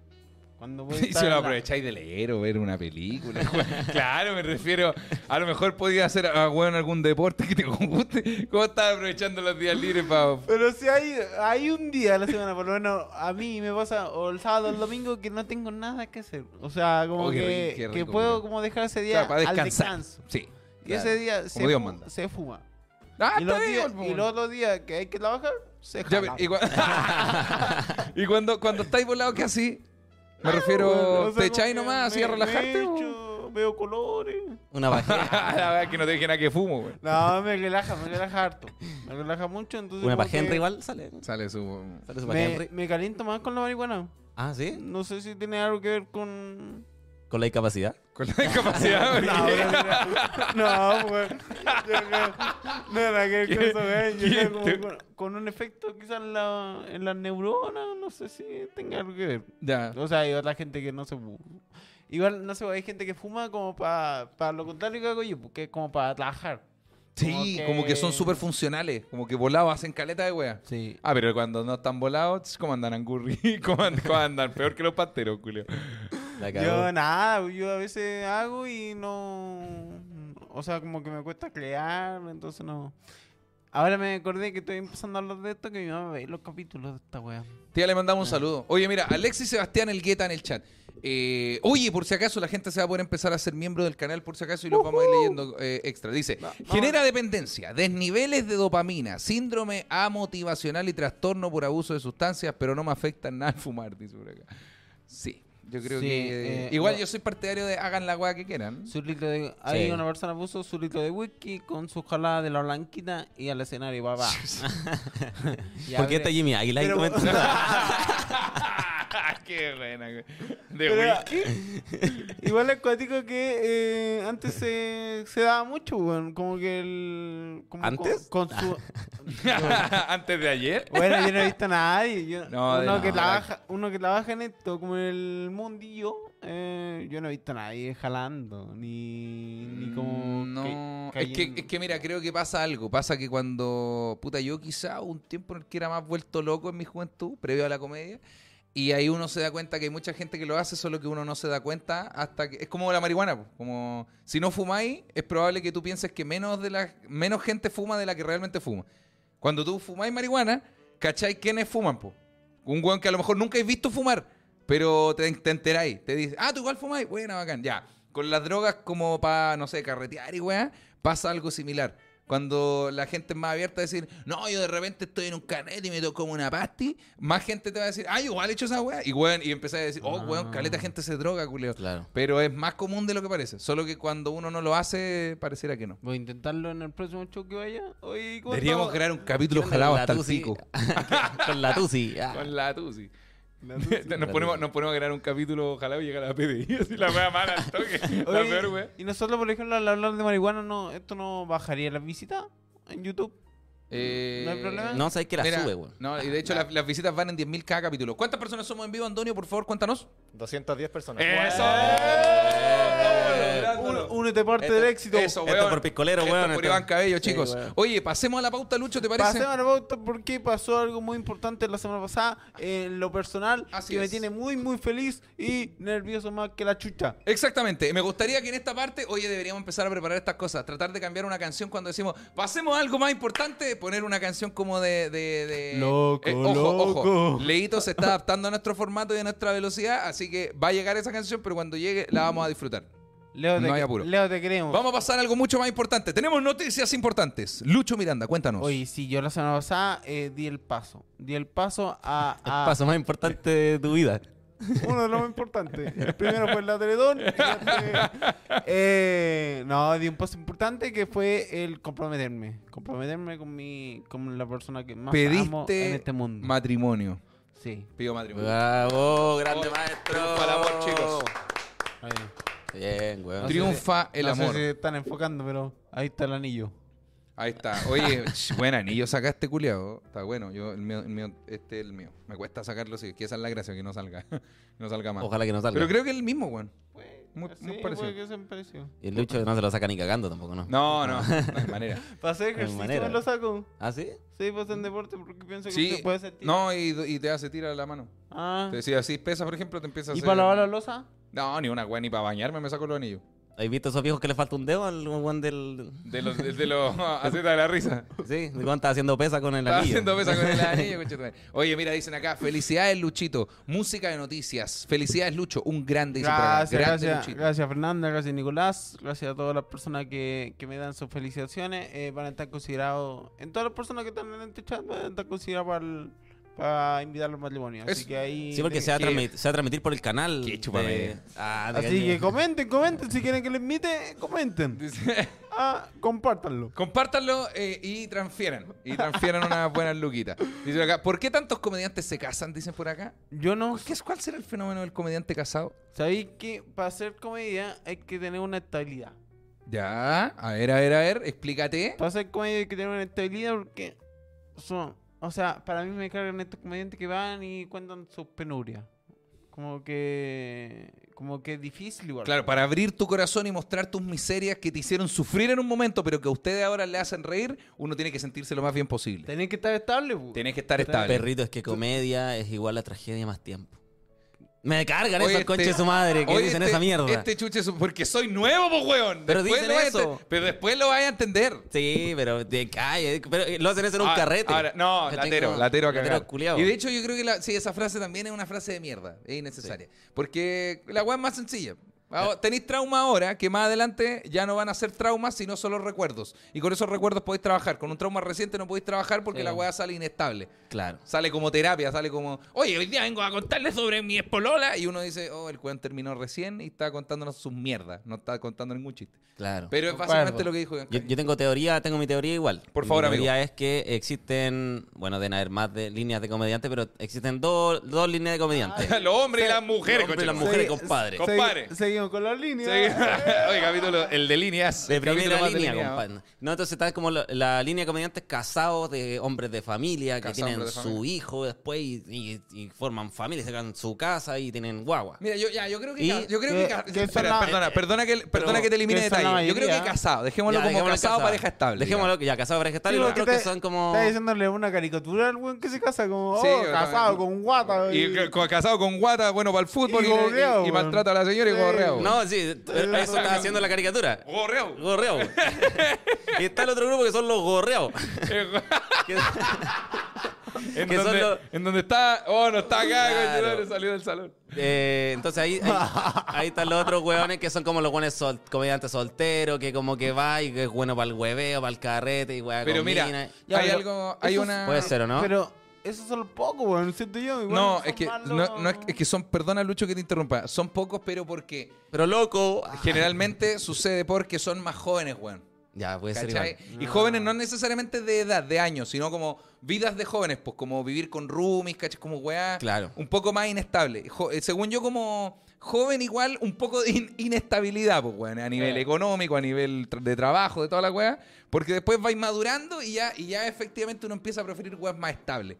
Speaker 2: Cuando voy a
Speaker 1: Y
Speaker 2: estar
Speaker 1: si
Speaker 2: en
Speaker 1: lo
Speaker 2: la-
Speaker 1: aprovecháis de leer o ver una película. weón. claro, me refiero. A lo mejor podías hacer ah, weón, algún deporte que te guste. ¿Cómo estás aprovechando los días libres para.?
Speaker 2: Pero si hay, hay un día a la semana, por lo menos a mí me pasa o el sábado o el domingo que no tengo nada que hacer. O sea, como
Speaker 1: Oh, qué
Speaker 2: que,
Speaker 1: ri- qué
Speaker 2: que
Speaker 1: rico,
Speaker 2: puedo
Speaker 1: mira.
Speaker 2: como dejar ese día
Speaker 1: Claro, para
Speaker 2: al
Speaker 1: descansar.
Speaker 2: descanso.
Speaker 1: Sí.
Speaker 2: Y
Speaker 1: claro.
Speaker 2: ese día se,
Speaker 1: Dios
Speaker 2: fu-
Speaker 1: manda.
Speaker 2: se fuma.
Speaker 1: Ah,
Speaker 2: y,
Speaker 1: está
Speaker 2: los días,
Speaker 1: bien,
Speaker 2: y
Speaker 1: weón.
Speaker 2: los otros días que hay que trabajar, se
Speaker 1: Ya,
Speaker 2: jala.
Speaker 1: y cua- y cuando, cuando estáis volados, ¿qué así?
Speaker 2: Ah,
Speaker 1: Me refiero,
Speaker 2: Bueno, o sea,
Speaker 1: te
Speaker 2: como
Speaker 1: echáis
Speaker 2: que
Speaker 1: nomás así a
Speaker 2: me-
Speaker 1: relajarte.
Speaker 2: me
Speaker 1: weón. Ah,
Speaker 2: echo, Veo colores.
Speaker 3: Una pajera.
Speaker 1: la verdad es que no te dije nada que fumo, güey.
Speaker 2: No, me relaja, me relaja harto. Me relaja mucho, entonces...
Speaker 3: Una
Speaker 2: como
Speaker 3: pajera
Speaker 2: que-
Speaker 3: igual sale.
Speaker 1: Sale su.
Speaker 3: Sale su
Speaker 2: Me,
Speaker 3: pajenry.
Speaker 2: me caliento más con la marihuana.
Speaker 3: Ah, ¿sí?
Speaker 2: No sé si tiene algo que ver con.
Speaker 3: Con la discapacidad.
Speaker 1: Con la discapacidad,
Speaker 2: No,
Speaker 1: güey.
Speaker 2: no, güey. Yo creo- No era que ver con eso, güey. Yo
Speaker 1: ¿Qué-
Speaker 2: creo como
Speaker 1: qué-
Speaker 2: con, con un efecto quizás en, la- en las neuronas. No sé si tenga algo que ver.
Speaker 1: Ya.
Speaker 2: O sea, hay otra gente que no se. fu- Igual, no sé, hay gente que fuma como para lo contrario que hago yo, pues, que es como para trabajar.
Speaker 1: Sí,
Speaker 2: Como
Speaker 1: como que son
Speaker 2: que-
Speaker 1: súper funcionales. Como que volados hacen caleta de wea.
Speaker 2: Sí.
Speaker 1: Ah, pero cuando no están volados, ¿cómo andan angurri? ¿Cómo, and- cómo andan? Peor que los pasteros, culio.
Speaker 3: La
Speaker 2: Yo
Speaker 3: cagó.
Speaker 2: nada, yo a veces hago y no. O sea, como que me cuesta crear, entonces no. Ahora me acordé que estoy empezando a hablar de esto, que mi mamá ve los capítulos de esta wea.
Speaker 1: Tía, le mandamos un saludo. Oye, mira, Alexis Sebastián Elgueta en el chat. Eh, oye, por si acaso, la gente se va a poder empezar a ser miembro del canal, por si acaso, y los vamos a ir leyendo eh, extra. Dice, genera dependencia, desniveles de dopamina, síndrome amotivacional y trastorno por abuso de sustancias, pero no me afecta en nada el fumar, dice por acá. Sí, yo creo
Speaker 2: Sí,
Speaker 1: que...
Speaker 2: eh,
Speaker 1: igual
Speaker 2: no.
Speaker 1: yo soy partidario de hagan la weá que quieran.
Speaker 2: Su litro de, ahí
Speaker 3: Sí.
Speaker 2: una persona puso su litro de whisky con su jalada de la blanquita y al escenario, papá. Ya,
Speaker 3: ¿Por
Speaker 2: pero-
Speaker 3: qué está Jimmy Águila ahí
Speaker 2: pero-
Speaker 3: comentando?
Speaker 1: Qué buena, güey. De
Speaker 2: Pero-
Speaker 1: whisky.
Speaker 2: Igual es cuático que eh, antes se, se daba mucho, weón. Como que el. como con-
Speaker 3: ¿Antes?
Speaker 2: Con, su.
Speaker 1: Antes de ayer.
Speaker 2: Bueno, yo no he visto a nadie. yo-
Speaker 1: No, de-
Speaker 2: uno, que
Speaker 1: no,
Speaker 2: trabaja, uno que trabaja en esto, como en el mundillo, eh, yo no he visto a nadie jalando, ni, ni como...
Speaker 1: Mm, No,
Speaker 2: que-
Speaker 1: es, que,
Speaker 2: cayendo.
Speaker 1: es que mira, creo que pasa algo. Pasa que cuando, puta, yo quizá hubo un tiempo en el que era más vuelto loco en mi juventud, previo a la comedia, y ahí uno se da cuenta que hay mucha gente que lo hace, solo que uno no se da cuenta hasta que... Es como la marihuana, po, como si no fumáis, es probable que tú pienses que menos, de la, menos gente fuma de la que realmente fuma. Cuando tú fumáis marihuana, ¿cacháis quiénes fuman, po? Un weón que a lo mejor nunca has visto fumar, pero te, te enteráis. Te dice, ah, tú igual fumáis. Bueno, bacán, ya. Con las drogas como para, no sé, carretear y weá, pasa algo similar. Cuando la gente es más abierta a decir, no, yo de repente estoy en un canete y me toco como una pasty, más gente te va a decir, ah, yo igual he hecho esa weá. Y weón, y empezás a decir, oh, weón, caleta gente se droga, culeo.
Speaker 3: Claro.
Speaker 1: Pero es más común de lo que parece. Solo que cuando uno no lo hace, pareciera que no.
Speaker 2: Voy a intentarlo en el próximo show que vaya. Oye, ¿cómo
Speaker 1: Deberíamos
Speaker 2: estamos?
Speaker 1: crear un capítulo
Speaker 3: Yo con
Speaker 1: jalado
Speaker 3: la
Speaker 1: hasta el
Speaker 3: Tusi.
Speaker 1: pico.
Speaker 3: Con la Tusi. ah.
Speaker 1: Con la Tusi. nos,
Speaker 3: la
Speaker 1: ponemos,
Speaker 3: Tusi.
Speaker 1: nos ponemos a crear un capítulo, ojalá y llega la PDI. Así la wea mala al toque. la
Speaker 2: Oye,
Speaker 1: peor wea.
Speaker 2: Y nosotros, por ejemplo, al hablar de marihuana, no, ¿esto no bajaría las visitas en YouTube?
Speaker 1: Eh,
Speaker 2: ¿No hay problema?
Speaker 3: No, sabes que la
Speaker 1: mira,
Speaker 3: sube, weón.
Speaker 1: No, y de hecho las, las visitas van en 10.000 cada capítulo. ¿Cuántas personas somos en vivo, Antonio? Por favor, cuéntanos.
Speaker 4: 210 personas.
Speaker 1: ¡Eso!
Speaker 4: Guau.
Speaker 2: Un- Únete parte del éxito.
Speaker 1: Ah, Eh, Eso,
Speaker 3: Esto
Speaker 1: weón.
Speaker 3: por piscolero,
Speaker 1: Esto
Speaker 3: weón,
Speaker 1: por
Speaker 3: esto.
Speaker 1: Iván Cabello, chicos.
Speaker 2: weón.
Speaker 1: Oye, pasemos a la pauta, Lucho, ¿te parece?
Speaker 2: Pasemos a la pauta porque pasó algo muy importante la semana pasada en lo personal
Speaker 1: Así
Speaker 2: que me
Speaker 1: es.
Speaker 2: tiene muy muy feliz y nervioso más que la chucha.
Speaker 1: Exactamente. Me gustaría que en esta parte, oye, deberíamos empezar a preparar estas cosas. Tratar de cambiar una canción cuando decimos, pasemos a algo más importante, poner una canción como de. de- de-
Speaker 2: Loco,
Speaker 1: ojo, ojo.
Speaker 2: loco.
Speaker 1: Leito se está adaptando a nuestro formato y a nuestra velocidad, así que va a llegar esa canción, pero cuando llegue la vamos a disfrutar.
Speaker 2: Leo te,
Speaker 1: No hay apuro.
Speaker 2: Leo te queremos.
Speaker 1: Vamos a pasar a algo mucho más importante. Tenemos noticias importantes. Lucho Miranda, cuéntanos.
Speaker 2: Oye, sí, yo la semana pasada eh, di el paso. Di el paso a, a-
Speaker 3: El paso más importante de tu vida.
Speaker 2: uno de los más importantes. El primero fue la Teletón. y después- eh, no, di un paso importante que fue el comprometerme. Comprometerme con mi con la persona que más amo
Speaker 1: Pediste
Speaker 2: en este mundo.
Speaker 1: matrimonio.
Speaker 2: sí.
Speaker 1: Pido matrimonio.
Speaker 3: Bravo, grande
Speaker 1: Oh,
Speaker 3: maestro.
Speaker 1: triunfa el amor, chicos.
Speaker 2: Ahí.
Speaker 3: Bien, weón.
Speaker 1: Tri- Triunfa el
Speaker 2: no sé
Speaker 1: amor.
Speaker 2: si están enfocando, pero ahí está el anillo.
Speaker 1: Ahí está. Oye, ch, buen anillo sacaste, culiado. Está bueno. Yo, el mío, el mío, este es el mío. Me cuesta sacarlo, sí. Que esa es la gracia, que no salga. que no salga mal.
Speaker 3: Ojalá que no salga.
Speaker 1: Pero creo que es el mismo, weón. Muy-
Speaker 2: Sí,
Speaker 1: muy parecido.
Speaker 2: puede que sea parecido.
Speaker 3: Y el Lucho no se lo saca ni cagando tampoco, ¿no?
Speaker 2: Ah.
Speaker 1: No, no, no hay manera.
Speaker 2: Para hacer
Speaker 3: Hay
Speaker 2: ejercicio
Speaker 3: manera.
Speaker 2: me lo saco.
Speaker 3: ¿Ah, sí?
Speaker 2: Sí, pues en deporte porque pienso que
Speaker 1: Sí,
Speaker 2: se puede sentir.
Speaker 1: no, y, y te hace tirar la mano.
Speaker 2: Ah.
Speaker 1: Te, si así pesa, por ejemplo, te empieza a
Speaker 2: ¿Y
Speaker 1: hacer-
Speaker 2: para lavar la losa?
Speaker 1: No, ni una weón, ni para bañarme me saco los anillos.
Speaker 3: ¿Has visto esos viejos que le falta un dedo al weón del.
Speaker 1: De los, de, de los acetas de la risa.
Speaker 3: Sí, el weón está haciendo pesa con el
Speaker 1: Estaba
Speaker 3: anillo.
Speaker 1: haciendo pesa con el anillo, conchetumare. Oye, mira, dicen acá, felicidades, Luchito. Música de noticias. Felicidades, Lucho. Un grande. dice por acá.
Speaker 2: Gracias,
Speaker 1: Grande,
Speaker 2: gracias,
Speaker 1: Luchito.
Speaker 2: gracias Fernanda, gracias Nicolás, gracias a todas las personas que, que me dan sus felicitaciones. eh, van a estar considerados, en todas las personas que están en este chat, van a estar consideradas para, el- para invitar los matrimonios. Así
Speaker 1: Es-
Speaker 2: que ahí.
Speaker 3: Sí, porque
Speaker 2: de-
Speaker 3: se va, a
Speaker 1: ¿Qué?
Speaker 3: transmitir, se va a transmitir por el canal.
Speaker 1: Qué chúpame.
Speaker 3: Ah, de
Speaker 2: Así que
Speaker 3: cañón.
Speaker 2: comenten, comenten. Si quieren que les invite, comenten.
Speaker 1: Dice-
Speaker 2: Ah, compártanlo.
Speaker 1: Compártanlo eh, y transfieran. Y transfieran unas buenas luquitas. Dicen acá, ¿por qué tantos comediantes se casan? Dicen por acá.
Speaker 2: Yo no.
Speaker 1: ¿Qué es, ¿Cuál será el fenómeno del comediante casado?
Speaker 2: Sabéis que para hacer comedia hay que tener una estabilidad.
Speaker 1: Ya, a ver, a ver, a ver, explícate.
Speaker 2: Para hacer comedia hay que tener una estabilidad porque son. O sea, para mí me cargan estos comediantes que van y cuentan sus penurias. Como que. Como que es difícil igual.
Speaker 1: Claro, para abrir tu corazón y mostrar tus miserias que te hicieron sufrir en un momento, pero que a ustedes ahora le hacen reír, uno tiene que sentirse lo más bien posible.
Speaker 2: Tenés que estar estable, pues. pu.
Speaker 1: Tienes que estar
Speaker 2: Tenés-
Speaker 1: estable.
Speaker 3: Perrito, es que comedia es igual a tragedia más tiempo. Me cargan
Speaker 1: Oye,
Speaker 3: esos
Speaker 1: este-
Speaker 3: conches de su madre que
Speaker 1: Oye,
Speaker 3: dicen
Speaker 1: este-
Speaker 3: esa mierda.
Speaker 1: Este chuche, su- porque soy nuevo, pues, weón.
Speaker 3: Pero
Speaker 1: Después
Speaker 3: dicen
Speaker 1: lo vaya a
Speaker 3: eso.
Speaker 1: ente- Pero después lo vaya a entender.
Speaker 3: Sí, pero de calle. Pero eh, lo hacen eso en un
Speaker 1: Ah,
Speaker 3: carrete.
Speaker 1: ahora- no,
Speaker 3: ¿Cachai?
Speaker 1: latero,
Speaker 3: Como-
Speaker 1: latero a
Speaker 3: latero
Speaker 1: cagar.
Speaker 3: culiao.
Speaker 1: y de hecho yo creo que la, sí, esa frase también es una frase de mierda, es innecesaria. Porque la weá es más sencilla. Ahora- Tenéis trauma ahora, que más adelante ya no van a ser traumas, sino solo recuerdos. Y con esos recuerdos podéis trabajar. Con un trauma reciente no podéis trabajar porque
Speaker 3: Sí.
Speaker 1: la weá sale inestable.
Speaker 3: Claro.
Speaker 1: Sale como terapia, sale como, oye, hoy día vengo a contarles sobre mi espolola. Y uno dice, oh, el weón terminó recién y está contándonos sus mierdas. No está contando ningún chiste.
Speaker 3: Claro.
Speaker 1: Pero es
Speaker 2: Concuerdo.
Speaker 1: básicamente lo que dijo Iván
Speaker 3: Yo,
Speaker 1: Calle.
Speaker 3: yo tengo teoría, tengo mi teoría igual.
Speaker 1: Por favor,
Speaker 3: mi
Speaker 1: amigo.
Speaker 3: teoría es que existen, bueno, deben haber más de líneas de comediantes, pero existen dos, dos líneas de comediantes.
Speaker 1: Los hombres y Ah, las mujeres,
Speaker 3: Los hombres y las
Speaker 1: coche.
Speaker 3: mujeres,
Speaker 2: Sí,
Speaker 3: compadre.
Speaker 1: sí. Compadre.
Speaker 2: seguimos con la línea.
Speaker 1: Sí. Oye, capítulo, el de líneas.
Speaker 3: De
Speaker 1: el capítulo
Speaker 3: primera
Speaker 1: más
Speaker 3: línea,
Speaker 1: delineado.
Speaker 3: compadre. No, entonces está como la, la línea de comediantes casados de hombres de familia que
Speaker 1: Casados,
Speaker 3: tienen
Speaker 1: hombres de
Speaker 3: su hijo después y, y- y forman familia, se quedan en su casa y tienen guagua.
Speaker 1: Mira, yo, ya, yo creo que.
Speaker 3: Y-
Speaker 1: ca- yo creo que,
Speaker 2: que-
Speaker 1: ca-
Speaker 2: que
Speaker 1: espera,
Speaker 2: son la-
Speaker 1: perdona, perdona, que, perdona
Speaker 2: pero
Speaker 1: que te elimine
Speaker 2: que son la
Speaker 1: detalles. Yo creo que
Speaker 2: mayoría.
Speaker 1: casado. Dejémoslo
Speaker 3: Ya,
Speaker 1: como
Speaker 3: dejémoslo
Speaker 1: casado,
Speaker 3: casado.
Speaker 1: pareja estable.
Speaker 3: Dejémoslo ya, casado, pareja estable. y los otros que son como.
Speaker 2: Está diciéndole una caricatura al weón que se casa como.
Speaker 1: Sí,
Speaker 2: oh,
Speaker 1: o sea,
Speaker 2: casado con guata.
Speaker 1: digamos. Y que- co- casado con guata, bueno para el fútbol
Speaker 2: Y
Speaker 1: y, y-
Speaker 2: gorreado,
Speaker 1: y
Speaker 2: weón.
Speaker 1: maltrata a la señora y
Speaker 2: Sí.
Speaker 1: gorreado.
Speaker 3: No, sí, pero eso está haciendo la caricatura.
Speaker 1: Gorreado.
Speaker 3: Gorreo. y está el otro grupo que son los gorreos. Que-
Speaker 1: en,
Speaker 3: Que son
Speaker 1: donde,
Speaker 3: los-
Speaker 1: en donde está. Oh, no está acá,
Speaker 3: Claro.
Speaker 1: coño, no, le salió del salón.
Speaker 3: Eh, entonces ahí, ahí, ahí están los otros hueones que son como los hueones sol- comediantes solteros, que como que va y que es bueno para el hueveo, para el carrete y hueá
Speaker 1: Pero
Speaker 3: con
Speaker 1: mira,
Speaker 3: mina.
Speaker 2: Ya,
Speaker 1: hay
Speaker 2: pero
Speaker 1: algo. Hay
Speaker 2: eso
Speaker 1: una.
Speaker 3: Puede ser, ¿o no?
Speaker 2: Pero eso es solo poco, weón. Siento yo. igual
Speaker 1: No,
Speaker 2: son
Speaker 1: es que,
Speaker 2: más
Speaker 1: no,
Speaker 2: los-
Speaker 1: no es, es que son. Perdona, Lucho, que te interrumpa. Son pocos, pero porque.
Speaker 3: Pero loco.
Speaker 1: Generalmente sucede porque son más jóvenes, weón.
Speaker 3: Ya, puede ser
Speaker 1: ¿Cachai?
Speaker 3: igual.
Speaker 1: Y
Speaker 2: Ah.
Speaker 1: jóvenes no necesariamente de edad, de años, sino como vidas de jóvenes, pues como vivir con roomies, ¿cachai? Como weá.
Speaker 3: Claro.
Speaker 1: Un poco más inestable. Jo- eh, según yo, como joven, igual un poco de in- inestabilidad, pues weón, a nivel
Speaker 3: Eh.
Speaker 1: económico, a nivel tra- de trabajo, de toda la weá. Porque después vais madurando y ya, y ya efectivamente uno empieza a preferir weas más estables.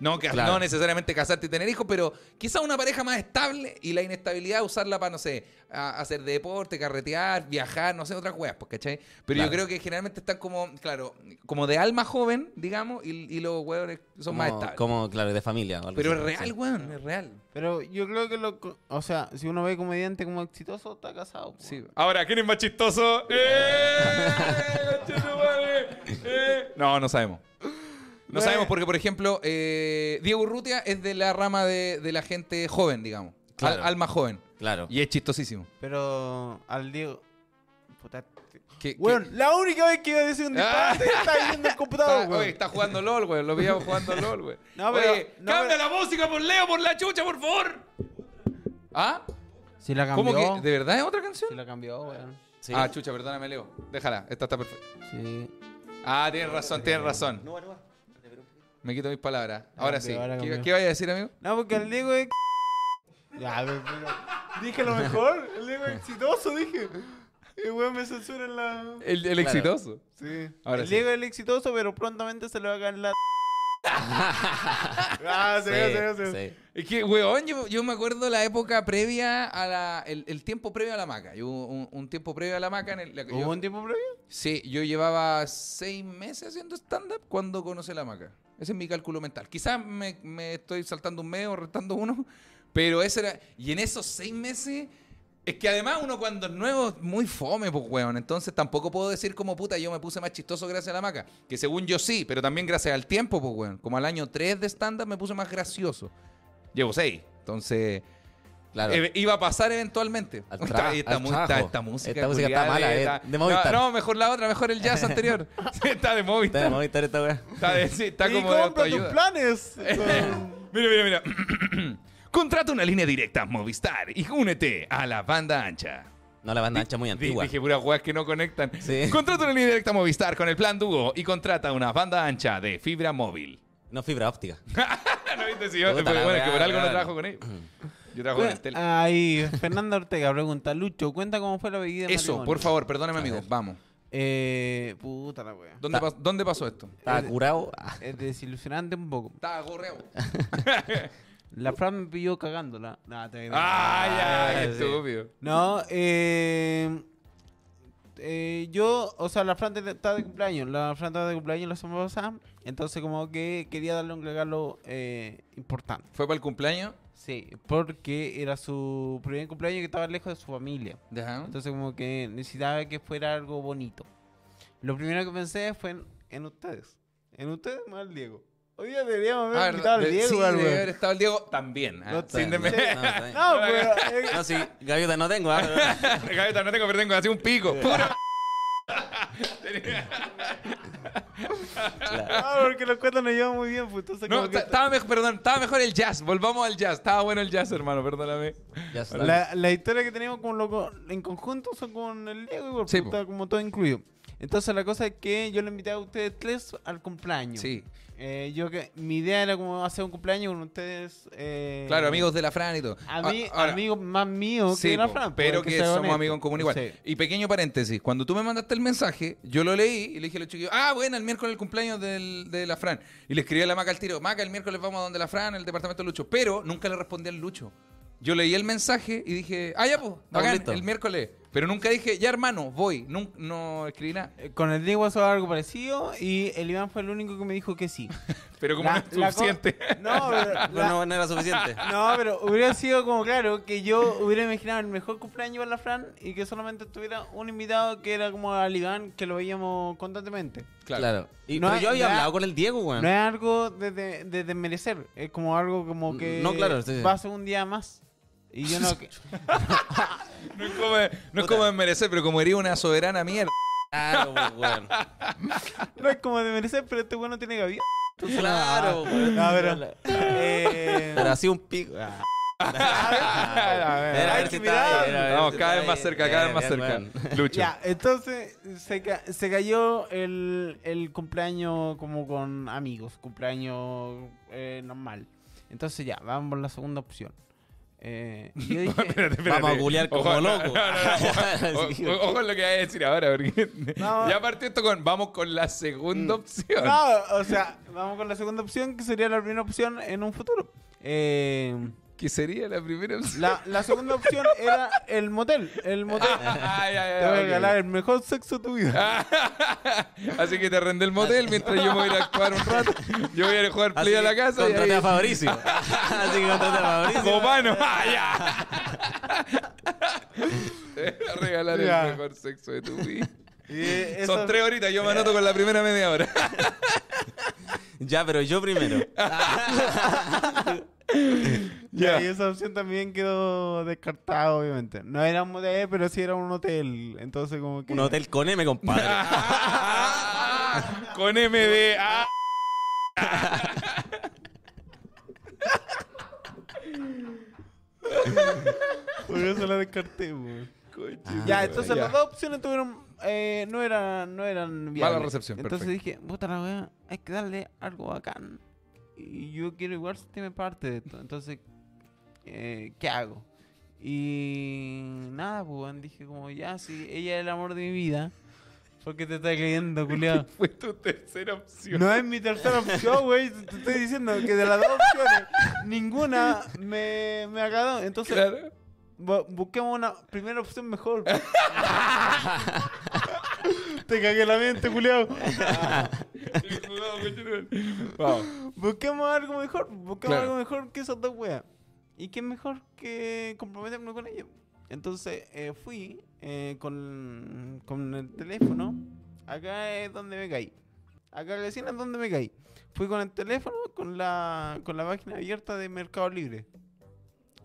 Speaker 1: No, que,
Speaker 3: Claro.
Speaker 1: no necesariamente casarte y tener hijos, pero quizá una pareja más estable y la inestabilidad usarla para, no sé, a- hacer deporte, carretear, viajar, no sé, otras weas, pues, ¿cachai? Pero yo
Speaker 3: Claro.
Speaker 1: creo que generalmente están como, claro, como de alma joven, digamos, y, y los hueones son más
Speaker 3: Como,
Speaker 1: estables.
Speaker 3: como, claro, de familia. o algo
Speaker 1: Pero
Speaker 3: así,
Speaker 1: es real,
Speaker 3: sí.
Speaker 1: weón, es real.
Speaker 2: Pero yo creo que lo. co- O sea, si uno ve comediante como exitoso, está casado. po.
Speaker 1: Sí.
Speaker 5: Ahora, ¿quién es más chistoso? ¡Eh! ¡Conchetumare! ¡Eh!
Speaker 1: No, no sabemos. No
Speaker 2: No
Speaker 1: sabemos
Speaker 2: es-
Speaker 1: porque, por ejemplo, eh, Diego Urrutia es de la rama de, de la gente joven, digamos.
Speaker 3: Claro.
Speaker 1: Al- alma joven.
Speaker 3: Claro.
Speaker 1: Y es chistosísimo.
Speaker 2: Pero al Diego. Puta.
Speaker 1: Que- que-
Speaker 2: Weón, la única vez que iba a decir un disparate está viendo el computador,
Speaker 1: Está, oye,
Speaker 2: weón.
Speaker 1: está jugando LOL, güey. Lo veíamos jugando LOL, güey.
Speaker 2: No, pero-
Speaker 1: Oye,
Speaker 2: no,
Speaker 1: cambia
Speaker 2: pero-
Speaker 1: la música por Leo, por la chucha, por favor. ¿Ah?
Speaker 2: Si la
Speaker 1: ¿Cómo
Speaker 2: cambió.
Speaker 1: que? ¿De verdad es otra canción?
Speaker 2: Si la cambió, weón.
Speaker 3: Sí.
Speaker 1: Ah, chucha, perdóname, Leo. Déjala, esta está perfecta.
Speaker 2: Sí.
Speaker 1: Ah, tienes razón, tienes razón. Me quito mis palabras. Ahora
Speaker 2: Cambió,
Speaker 1: sí.
Speaker 2: Ah, ahora
Speaker 1: ¿Qué,
Speaker 2: cambió.
Speaker 1: qué vaya a decir, amigo?
Speaker 2: No, porque el Diego es. Ya, pero. pero- Dije lo mejor. El Diego es exitoso, dije. Y weón me censura en la.
Speaker 1: El,
Speaker 3: Claro.
Speaker 1: exitoso.
Speaker 2: Sí.
Speaker 1: Ahora
Speaker 2: el
Speaker 1: sí.
Speaker 2: Diego es el exitoso, pero prontamente se le va a caer la. ah, se ve, se ve, se ve.
Speaker 3: sí.
Speaker 1: Es que, weón, yo, yo me acuerdo la época previa a la. El, el tiempo previo a la maca. Yo hubo un, un tiempo previo a la maca en el. la que
Speaker 2: ¿Hubo
Speaker 1: yo-
Speaker 2: un tiempo previo?
Speaker 1: Sí, yo llevaba seis meses haciendo stand-up cuando conocí la maca. Ese es mi cálculo mental. Quizás me, me estoy saltando un mes o restando uno, pero ese era... Y en esos seis meses... Es que además uno cuando es nuevo es muy fome, pues, weón. Entonces tampoco puedo decir como puta yo me puse más chistoso gracias a la maca. Que según yo sí, pero también gracias al tiempo, pues, weón. Como al año 3 de stand-up me puse más gracioso. Llevo seis. Entonces...
Speaker 3: Claro.
Speaker 1: Eh, iba a pasar eventualmente.
Speaker 3: Al
Speaker 1: Esta,
Speaker 3: tra-
Speaker 1: esta
Speaker 3: al
Speaker 1: mu-
Speaker 3: trabajo.
Speaker 1: esta- esta música.
Speaker 3: Esta música está
Speaker 1: culiada,
Speaker 3: mala,
Speaker 1: está-
Speaker 3: eh, de Movistar.
Speaker 1: No, no, mejor la otra, mejor el jazz anterior. Sí, está de
Speaker 3: Está de
Speaker 1: Movistar.
Speaker 3: moda esta weá.
Speaker 1: Está, de- sí, está
Speaker 2: y
Speaker 1: como de
Speaker 2: compra tus
Speaker 1: autoayuda.
Speaker 2: planes.
Speaker 1: Mira, mira, mira. Contrata una línea directa a Movistar y únete a la banda ancha.
Speaker 3: No, la banda ancha muy
Speaker 1: Di-
Speaker 3: antigua.
Speaker 1: Dije puras weas que no conectan.
Speaker 3: Sí.
Speaker 1: Contrata una línea directa a Movistar con el plan Dugo y contrata una banda ancha de fibra móvil. Ah,
Speaker 3: No, fibra óptica.
Speaker 1: ¿No viste si yo?
Speaker 3: Puta la
Speaker 1: bueno, es
Speaker 3: wea,
Speaker 1: que por algo no
Speaker 3: weón.
Speaker 1: trabajo con ellos. Yo trabajo con el tele.
Speaker 2: ah, Ay, Fernanda Ortega pregunta, Lucho, cuenta cómo fue la bebida. de
Speaker 1: Eso,
Speaker 2: matrimonio.
Speaker 1: por favor, perdóname, amigo.
Speaker 3: ver.
Speaker 1: Vamos.
Speaker 2: Eh, puta la wea.
Speaker 1: ¿Dónde, pas- ¿Dónde pasó esto?
Speaker 3: Estaba curado. Ah,
Speaker 2: Es desilusionante un poco.
Speaker 1: Estaba gorreo.
Speaker 2: La Fran me pilló cagándola. No, te
Speaker 1: Ay, ay,
Speaker 2: Ah,
Speaker 3: ay, sí.
Speaker 1: Ah, estúpido.
Speaker 2: No, eh, eh, yo, o sea, la Fran te- estaba de cumpleaños, la Fran estaba de cumpleaños la semana pasada, entonces como que quería darle un regalo eh, importante.
Speaker 1: Fue para el cumpleaños.
Speaker 2: Sí, porque era su primer cumpleaños que estaba lejos de su familia.
Speaker 1: Ajá.
Speaker 2: Entonces como que necesitaba que fuera algo bonito. Lo primero que pensé fue en, en ustedes. En ustedes más al Diego. Hoy día deberíamos haber
Speaker 1: Ah,
Speaker 2: invitado al
Speaker 1: de-
Speaker 2: Diego,
Speaker 1: sí,
Speaker 2: al
Speaker 1: debe
Speaker 2: weón.
Speaker 1: haber estado el Diego también. ah,
Speaker 2: No
Speaker 1: sin
Speaker 3: está bien,
Speaker 1: de-
Speaker 3: no, está bien.
Speaker 2: No, pero... eh,
Speaker 3: No, sí, gaviota no tengo. ah, pero-
Speaker 1: Cabeza, no tengo, pero tengo así un pico. Pura-
Speaker 3: Claro.
Speaker 2: Ah, porque los cuatro nos llevan muy bien, pues entonces
Speaker 1: No,
Speaker 2: como que-
Speaker 1: ta- estaba mejor, perdón, estaba mejor el jazz. Volvamos al jazz. Estaba bueno el jazz, hermano, perdóname.
Speaker 3: Ya está.
Speaker 2: La, la historia que tenemos con loco en conjunto son con el Diego y por
Speaker 1: Sí, pues.
Speaker 2: puta, como todo incluido. Entonces la cosa es que yo le invité a ustedes tres al cumpleaños.
Speaker 1: Sí.
Speaker 2: Eh, yo que mi idea era como hacer un cumpleaños con ustedes. eh,
Speaker 1: Claro, amigos de la Fran y todo.
Speaker 2: a mí-
Speaker 1: Ah, ahora-
Speaker 2: amigos más míos
Speaker 1: Sí,
Speaker 2: que la
Speaker 1: po,
Speaker 2: Fran. pues,
Speaker 1: pero
Speaker 2: hay
Speaker 1: que,
Speaker 2: ser
Speaker 1: somos
Speaker 2: honesto.
Speaker 1: amigos en común igual.
Speaker 2: Sí.
Speaker 1: Y pequeño paréntesis, cuando tú me mandaste el mensaje, yo lo leí y le dije a los chiquillos, ah, bueno, el miércoles el cumpleaños del- de la Fran. Y le escribí a la Maca al tiro, Maca, el miércoles vamos a donde la Fran, el departamento de Lucho. Pero nunca le respondí al Lucho. Yo leí el mensaje y dije, ah, ya, pues, bacán,
Speaker 3: listo.
Speaker 1: el miércoles. Pero nunca dije, ya, hermano, voy. Nun- no escribí nada.
Speaker 2: Eh, Con el Diego pasó algo parecido y el Iván fue el único que me dijo que sí.
Speaker 1: Pero como
Speaker 2: La-
Speaker 1: no
Speaker 2: la
Speaker 1: es
Speaker 2: co-
Speaker 1: suficiente.
Speaker 2: No, pero
Speaker 3: Pero
Speaker 2: la-
Speaker 3: no, no era suficiente.
Speaker 2: No, pero hubiera sido como claro que yo hubiera imaginado el mejor cumpleaños para la Fran y que solamente tuviera un invitado que era como al Iván, que lo veíamos constantemente.
Speaker 1: Claro.
Speaker 3: Claro. Y,
Speaker 2: No
Speaker 3: pero
Speaker 2: es-
Speaker 3: yo había
Speaker 2: no es-
Speaker 3: hablado con el Diego, weón.
Speaker 2: No es algo de, de, de desmerecer, es como algo como que
Speaker 3: No, claro, sí, sí.
Speaker 2: va a ser un día más. Y yo no... que-
Speaker 1: No es como, no es
Speaker 3: Puta.
Speaker 1: como desmerecer, pero como hería una soberana mierda.
Speaker 3: Claro, pues, weón.
Speaker 2: no es como desmerecer, pero este bueno tiene gavión.
Speaker 3: Claro, pues, weón.
Speaker 2: No, pero... eh,
Speaker 3: Pero así un pico. Ah.
Speaker 2: hay
Speaker 3: ver
Speaker 2: que
Speaker 3: si está
Speaker 2: mirar.
Speaker 3: bien, a ver si
Speaker 1: Vamos,
Speaker 3: está
Speaker 1: cada vez más
Speaker 3: bien.
Speaker 1: cerca, cada vez más
Speaker 3: Bien,
Speaker 1: cerca.
Speaker 3: bien,
Speaker 1: Lucho.
Speaker 2: Ya, entonces se, ca- se cayó el, el cumpleaños como con amigos, cumpleaños eh, normal. Entonces ya, vamos por la segunda opción. Eh, y yo dije,
Speaker 1: Espérate, espérate.
Speaker 3: Vamos a googlear como
Speaker 1: Ojo,
Speaker 3: loco.
Speaker 1: no, no, no.
Speaker 3: Sí.
Speaker 1: O- o- Ojo en lo que vas a decir ahora, porque
Speaker 2: No. Mm.
Speaker 1: ya partió esto con vamos con la segunda opción.
Speaker 2: no, o sea, vamos con la segunda opción, que sería la primera opción en un futuro. Eh,
Speaker 1: Que sería la primera opción.
Speaker 2: la, la segunda opción era el motel. El motel.
Speaker 1: Ay, ay,
Speaker 2: Te
Speaker 1: ay,
Speaker 2: voy a
Speaker 1: Ah, ok. Ah,
Speaker 2: regalar el mejor sexo de tu vida.
Speaker 1: Así que te arrendé el motel mientras yo voy a ir a actuar un rato. Yo voy a ir a jugar play
Speaker 3: que
Speaker 1: a la casa. Y
Speaker 3: Contraté a
Speaker 1: ahí...
Speaker 3: Fabricio. Así que contraté a Fabricio.
Speaker 1: ¡Copano! ¡Ah, ya! Te voy a regalar
Speaker 2: Ya.
Speaker 1: el mejor sexo de tu vida.
Speaker 2: Y, eh, eso-
Speaker 1: Son tres horitas, yo me anoto con la primera media hora.
Speaker 3: Ya, pero yo primero.
Speaker 1: Ya.
Speaker 2: Y esa opción también quedó descartada, obviamente. No era un motel, pero sí era un hotel. Entonces, como que.
Speaker 3: Un hotel con M, compadre.
Speaker 1: Con MD. ah.
Speaker 2: Por eso la descarté, güey. Ah, ya, entonces
Speaker 1: ya.
Speaker 2: las dos opciones tuvieron. eh, no eran. No eran viables.
Speaker 1: recepción,
Speaker 2: Entonces dije, puta la weá, hay que darle algo bacán. Y yo quiero igual sentirme parte de esto. Entonces, eh, ¿qué hago? Y nada, pues, weón, dije como, ya, si ella es el amor de mi vida. ¿Por qué te estás creyendo, culiao?
Speaker 1: Fue tu tercera opción.
Speaker 2: No es mi tercera opción, güey. Te estoy diciendo que de las dos opciones, ninguna me, me agradó. Entonces,
Speaker 1: Claro.
Speaker 2: bu- busquemos una primera opción mejor. Te cagué la mente, culiao.
Speaker 1: Vamos.
Speaker 2: Busquemos algo mejor. Busquemos
Speaker 1: Claro.
Speaker 2: algo mejor que esas dos weas. ¿Y qué mejor que comprometerme con ellos? Entonces eh, fui eh, con, con el teléfono. Acá es donde me caí. Acá recién es donde me caí. Fui con el teléfono, con la, con la página abierta de Mercado Libre.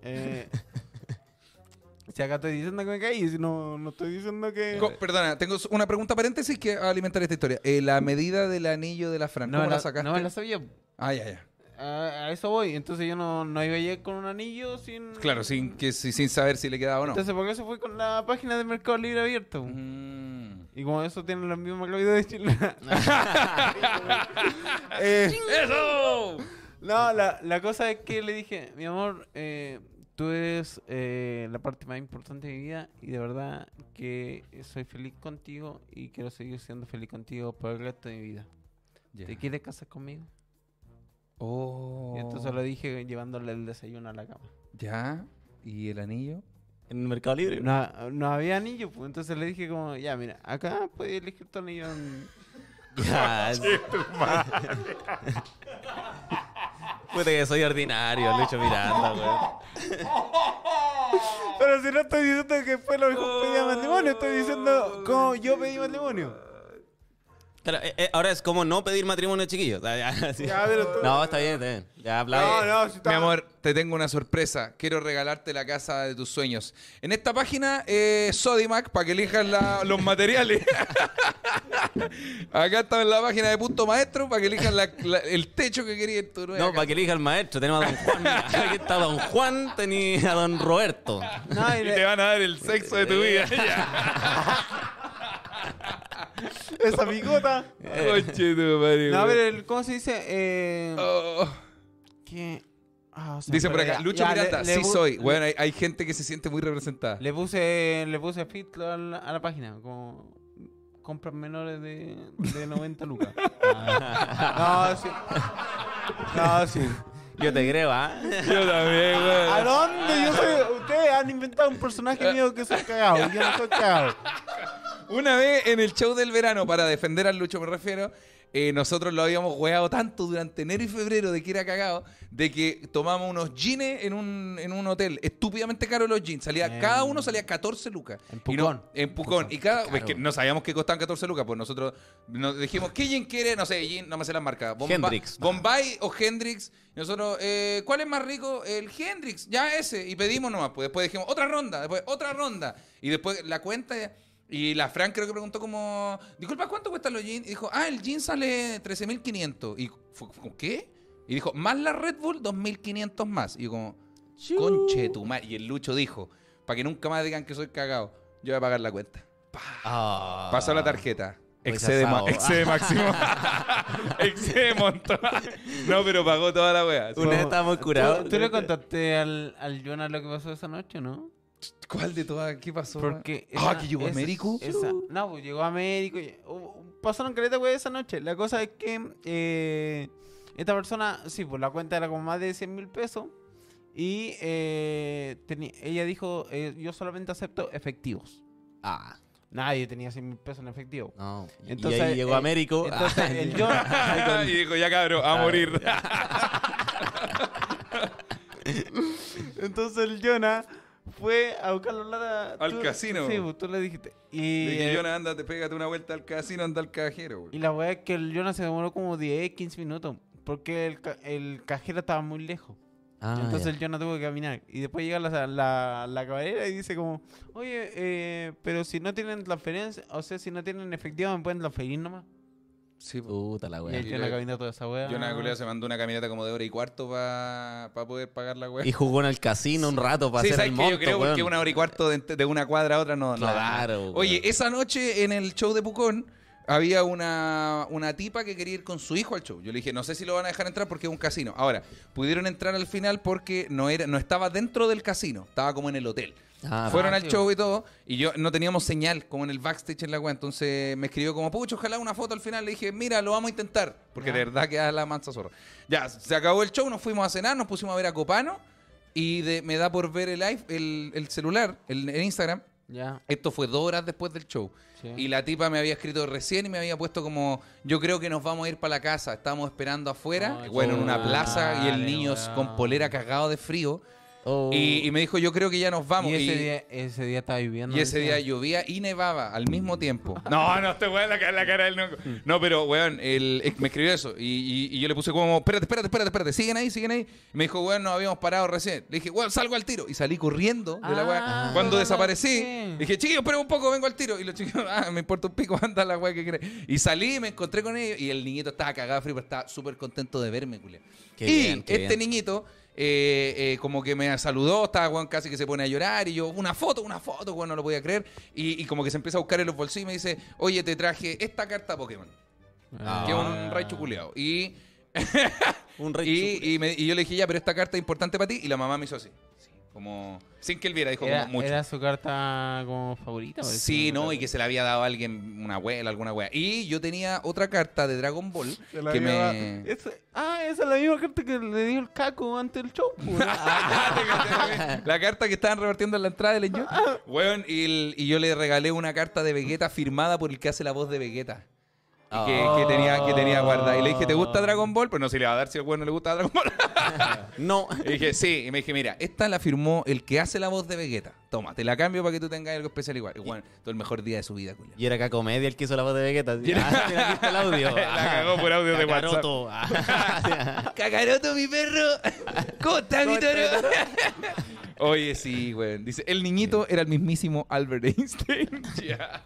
Speaker 2: Eh, si acá estoy diciendo que me caí, si no, no estoy diciendo que...
Speaker 1: Eh, Co- Perdona, tengo una pregunta paréntesis que va a alimentar esta historia. Eh, la medida del anillo de la Fran, ¿cómo
Speaker 2: me
Speaker 1: la,
Speaker 2: la-
Speaker 1: sacaste?
Speaker 2: no me la sabía.
Speaker 1: Ah, ya, ya.
Speaker 2: A, a eso voy. Entonces yo no, no iba a llegar con un anillo sin...
Speaker 1: Claro, sin, que, si- sin saber si le quedaba o no.
Speaker 2: Entonces, ¿por qué se fue con la página de Mercado Libre abierto?
Speaker 1: Mm.
Speaker 2: Y como eso tienen los mismos clavitos de Chile. Eh,
Speaker 1: ¡Eso!
Speaker 2: no, la, la cosa es que le dije, mi amor, eh, tú eres eh, la parte más importante de mi vida y de verdad que soy feliz contigo y quiero seguir siendo feliz contigo por el resto de mi vida.
Speaker 1: Ya.
Speaker 2: ¿Te quieres casar conmigo?
Speaker 1: Oh.
Speaker 2: Y entonces lo dije llevándole el desayuno a la cama.
Speaker 1: ¿Ya? ¿Y el anillo?
Speaker 3: En Mercado Libre.
Speaker 2: No, no había anillo, pues entonces le dije como, ya, mira, acá puedes elegir tu anillo. en-
Speaker 3: Ya. Puta que soy ordinario, Lucho Miranda, weón.
Speaker 2: Pero si no estoy diciendo que fue lo mejor
Speaker 1: Oh.
Speaker 2: pedía matrimonio, estoy diciendo cómo yo pedí matrimonio.
Speaker 3: Claro, eh, eh, ahora es como no pedir matrimonio, chiquillos. Ah, ya, sí.
Speaker 2: Ya, pero tú-
Speaker 3: No, está bien, está bien. Ya
Speaker 2: No,
Speaker 3: hablamos.
Speaker 2: no, si
Speaker 1: Mi
Speaker 2: estaba-
Speaker 1: amor, te tengo una sorpresa. Quiero regalarte la casa de tus sueños. En esta página, eh, Sodimac, para que elijas la- los materiales. Acá está en la página de Punto Maestro, para que elijas la- la- el techo que querías en tu nueva
Speaker 3: No, para que elija al maestro. Tenemos a don Juan. mira. Aquí está don Juan, tenía a don Roberto.
Speaker 2: No, y
Speaker 1: Y
Speaker 2: le-
Speaker 1: te van a dar el sexo de tu vida. Ya.
Speaker 2: esa picota.
Speaker 1: Conche tu madre,
Speaker 2: No,
Speaker 1: weón.
Speaker 2: pero el- ¿cómo se dice? Eh,
Speaker 1: Oh.
Speaker 2: que- ah, o sea,
Speaker 1: Dicen por
Speaker 2: pero
Speaker 1: acá,
Speaker 2: ya-
Speaker 1: Lucho
Speaker 2: ya, le-
Speaker 1: Miranda,
Speaker 2: le
Speaker 1: sí
Speaker 2: pu-
Speaker 1: soy. Bueno, hay, hay gente que se siente muy representada.
Speaker 2: Le puse, le puse fit a la, a la página, como compras menores de, de 90 lucas. no, sí. No, sí.
Speaker 3: Yo te creo, ¿ah?
Speaker 1: Yo también, weón.
Speaker 2: ¿A dónde? Yo soy. Ustedes han inventado un personaje mío que soy cagado. Yo no soy cagado.
Speaker 1: Una vez en el show del verano, para defender al Lucho me refiero, eh, nosotros lo habíamos hueado tanto durante enero y febrero de que era cagado, de que tomamos unos jeans en un, en un hotel. Estúpidamente caro los jeans. Salía,
Speaker 2: En-
Speaker 1: cada uno salía 14 lucas.
Speaker 2: Eh. en
Speaker 1: Y no-
Speaker 2: Pucón.
Speaker 1: en Pucón. Y cada es que no sabíamos que costaban 14 lucas, pues nosotros nos dijimos, ¿qué jean quiere? No sé, jean, no me sé las marcas. Bomba-
Speaker 3: Hendrix.
Speaker 1: Bombay o Hendrix. Y nosotros, eh, ¿cuál es más rico? El Hendrix, ya ese. Y pedimos nomás, pues después dijimos, otra ronda, después otra ronda. Y después la cuenta. Y la Fran creo que preguntó como, disculpa, ¿cuánto cuestan los jeans? Y dijo, ah, el jean sale 13.500. Y fue como, ¿qué? Y dijo, más la Red Bull, 2.500 más. Y yo como, conche tu madre. Y el Lucho dijo, para que nunca más digan que soy cagado, yo voy a pagar la cuenta.
Speaker 3: Ah.
Speaker 1: Pasó la tarjeta.
Speaker 3: Pues
Speaker 1: Excede, ma-
Speaker 3: asado.
Speaker 1: excede máximo. excede montón. No, pero pagó toda la wea.
Speaker 3: Una vez estábamos curados.
Speaker 2: ¿Tú, tú le contaste al, al Jonas lo que pasó esa noche, no?
Speaker 1: ¿Cuál de todas? ¿Qué pasó?
Speaker 2: Porque.
Speaker 1: Ah,
Speaker 2: esa-
Speaker 1: que llegó
Speaker 2: esa-
Speaker 1: Américo.
Speaker 2: esa- no, pues llegó Américo. y- hubo- Pasaron caleta, güey, esa noche. La cosa es que. eh, esta persona, sí, pues la cuenta era como más de 100 mil pesos. Y eh, teni- ella dijo: eh, Yo solamente acepto efectivos.
Speaker 3: Ah,
Speaker 2: Nadie tenía 100 mil pesos en efectivo.
Speaker 3: no. Y-
Speaker 2: Entonces,
Speaker 3: y ahí llegó
Speaker 2: eh,
Speaker 3: Américo. Ah,
Speaker 2: Entonces, el Jonas.
Speaker 1: wea? y dijo, ya cabrón, a morir.
Speaker 2: Entonces el Jonah fue a buscar la plata
Speaker 1: Al
Speaker 2: tú-
Speaker 1: casino.
Speaker 2: Sí, pues, tú le dijiste. Y,
Speaker 1: Y que
Speaker 2: eh,
Speaker 1: Jonah, anda, te pégate una vuelta al casino, anda al cajero.
Speaker 2: y
Speaker 1: güey.
Speaker 2: la weá es que el Jonah se demoró como 10, 15 minutos. Porque el, ca- el cajero estaba muy lejos.
Speaker 3: Ah,
Speaker 2: Entonces
Speaker 3: ya.
Speaker 2: el Jonah tuvo que caminar. Y después llega la, la, la camarera y dice como, oye, eh, pero si no tienen transferencia, o sea, si no tienen efectivo, me pueden transferir nomás.
Speaker 1: Sí, po.
Speaker 3: Puta la
Speaker 2: y
Speaker 3: wea.
Speaker 2: el
Speaker 1: y
Speaker 2: Jonah
Speaker 1: le-
Speaker 2: camina toda esa weá.
Speaker 1: Jonah Culeo se mandó una caminata como de hora y cuarto para poder pagar la wea.
Speaker 3: Y jugó en el casino un rato para
Speaker 1: sí,
Speaker 3: hacer
Speaker 1: ¿sabes
Speaker 3: el
Speaker 1: qué?
Speaker 3: monto,
Speaker 1: Yo creo
Speaker 3: weón.
Speaker 1: porque una hora y cuarto de, de una cuadra a otra no. no da.
Speaker 3: Claro, weón.
Speaker 1: Oye, esa noche en el show de Pucón había una, una tipa que quería ir con su hijo al show. Yo le dije, no sé si lo van a dejar entrar porque es un casino. Ahora, pudieron entrar al final porque no, era, no estaba dentro del casino, estaba como en el hotel.
Speaker 3: Ah,
Speaker 1: Fueron
Speaker 2: ah,
Speaker 1: al
Speaker 2: sí,
Speaker 1: show y todo, y yo no teníamos señal, como en el backstage en la web. Entonces me escribió como, pucho, ojalá una foto al final. Le dije, mira, lo vamos a intentar, porque
Speaker 2: Ya.
Speaker 1: de verdad queda la mansa zorra. Ya, se acabó el show, nos fuimos a cenar, nos pusimos a ver a Copano, y de- me da por ver el, live, el, el celular, el, el Instagram.
Speaker 2: Ya.
Speaker 1: Esto fue dos horas después del show.
Speaker 2: Sí.
Speaker 1: Y la tipa me había escrito recién y me había puesto como, yo creo que nos vamos a ir para la casa, estamos esperando afuera,
Speaker 2: Ay,
Speaker 1: bueno, en una
Speaker 2: chuta,
Speaker 1: plaza y el
Speaker 2: madre,
Speaker 1: niño
Speaker 2: weón.
Speaker 1: con polera cagado de frío.
Speaker 3: Oh.
Speaker 1: Y, y me dijo, yo creo que ya nos vamos.
Speaker 2: y ese,
Speaker 1: Y-
Speaker 2: día, ese día estaba viviendo.
Speaker 1: y ese día llovía y nevaba al mismo tiempo. No,
Speaker 5: No, no, este weón la, ca- la cara del no.
Speaker 1: no pero, weón, el- eh, me escribió eso. Y, y- y yo le puse como, espérate, espérate, espérate, espérate. Siguen ahí, siguen ahí. Y me dijo, weón, nos habíamos parado recién. Le dije, weón, salgo al tiro. Y salí corriendo de la weá.
Speaker 2: Ah,
Speaker 1: Cuando
Speaker 2: no,
Speaker 1: desaparecí,
Speaker 2: sí.
Speaker 1: dije, chiquillos, esperen un poco, vengo al tiro. Y los chiquillos, ah, me importa un pico, anda la weá que crees. Y salí, me encontré con ellos. Y el niñito estaba cagado de frío, pero estaba súper contento de verme, culia.
Speaker 3: Qué
Speaker 1: y
Speaker 3: bien, qué
Speaker 1: este
Speaker 3: bien.
Speaker 1: niñito eh, eh, como que me saludó, estaba weón, casi que se pone a llorar y yo, una foto, una foto, weón, no lo podía creer. Y, y como que se empieza a buscar en los bolsillos y me dice, oye, te traje esta carta Pokémon,
Speaker 3: Ah.
Speaker 1: que es un Raichu culiao. Y,
Speaker 3: un rey chulo.
Speaker 1: y, y me- y yo le dije, ya, pero esta carta es importante para ti. Y la mamá me hizo así, sí, como sin que él viera, dijo
Speaker 2: Era,
Speaker 1: como mucho.
Speaker 2: era su carta como favorita. parece,
Speaker 1: Sí,
Speaker 2: me
Speaker 1: no, y
Speaker 2: acuerdo.
Speaker 1: que se la había dado a alguien, una abuela, alguna wea. Y yo tenía otra carta de Dragon Ball
Speaker 4: Se la
Speaker 1: que
Speaker 4: había dado-
Speaker 1: me...
Speaker 2: Esa- ah, esa es la misma carta que le dijo el Caco antes del show. pues.
Speaker 1: la carta que estaban repartiendo en la entrada del yo. Weón, y, el- y yo le regalé una carta de Vegeta firmada por el que hace la voz de Vegeta. Y que,
Speaker 5: Oh.
Speaker 1: que tenía, que tenía guardada. Y le dije, ¿te gusta Dragon Ball? Pues no sé si le va a dar si el weón no le gusta Dragon Ball.
Speaker 3: No.
Speaker 1: y dije, sí. Y me dije, mira, esta la firmó el que hace la voz de Vegeta. Toma, te la cambio para que tú tengas algo especial igual. Y bueno, todo el mejor día de su vida, culiao.
Speaker 3: Y era acá comedia el que hizo la voz de Vegeta. así, Ah, mira, aquí está el audio. Ah.
Speaker 5: La cagó por audio de WhatsApp.
Speaker 3: Cacaroto. Ah.
Speaker 1: Cacaroto, mi perro. ¿Cómo estás, mi toro? Oye, sí, weón. Dice, el niñito era el mismísimo Albert Einstein. Ya.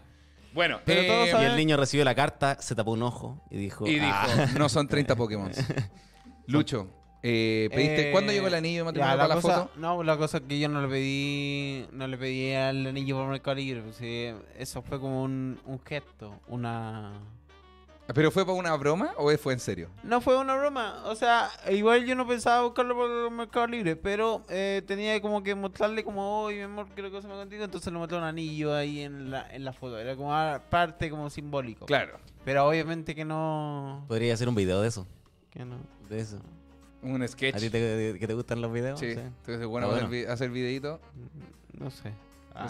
Speaker 1: Bueno,
Speaker 2: Pero
Speaker 1: eh,
Speaker 2: todos
Speaker 3: Y el niño recibió la carta, se tapó un ojo y dijo.
Speaker 1: Y dijo,
Speaker 3: "Ah".
Speaker 1: no son 30 Pokémon. Lucho, eh, pediste,
Speaker 2: Eh,
Speaker 1: ¿cuándo llegó el anillo de matrimonio
Speaker 2: ya,
Speaker 1: para la
Speaker 2: cosa-
Speaker 1: foto?
Speaker 2: No, la cosa es que yo no le pedí, no le pedí al anillo por Mercado Libre. pues, sí, eso fue como un, un gesto, una...
Speaker 1: ¿Pero fue para una broma o fue en serio?
Speaker 2: No fue una broma, o sea, igual yo no pensaba buscarlo por Mercado Libre, pero eh, tenía como que mostrarle como, hoy mi amor, quiero que se me contigo, entonces le mostré un anillo ahí en la, en la foto, era como ah, parte como simbólico.
Speaker 1: Claro. Pues
Speaker 2: Pero obviamente que no...
Speaker 3: Podría hacer un video de eso.
Speaker 2: Que no.
Speaker 3: De eso.
Speaker 1: Un
Speaker 3: ¿A ti
Speaker 1: sketch.
Speaker 3: te, que te gustan los videos?
Speaker 1: Sí,
Speaker 3: Sí.
Speaker 1: entonces bueno,
Speaker 3: Ah,
Speaker 1: va a hacer
Speaker 3: bueno.
Speaker 1: vi- hacer videito.
Speaker 2: No sé. Ah.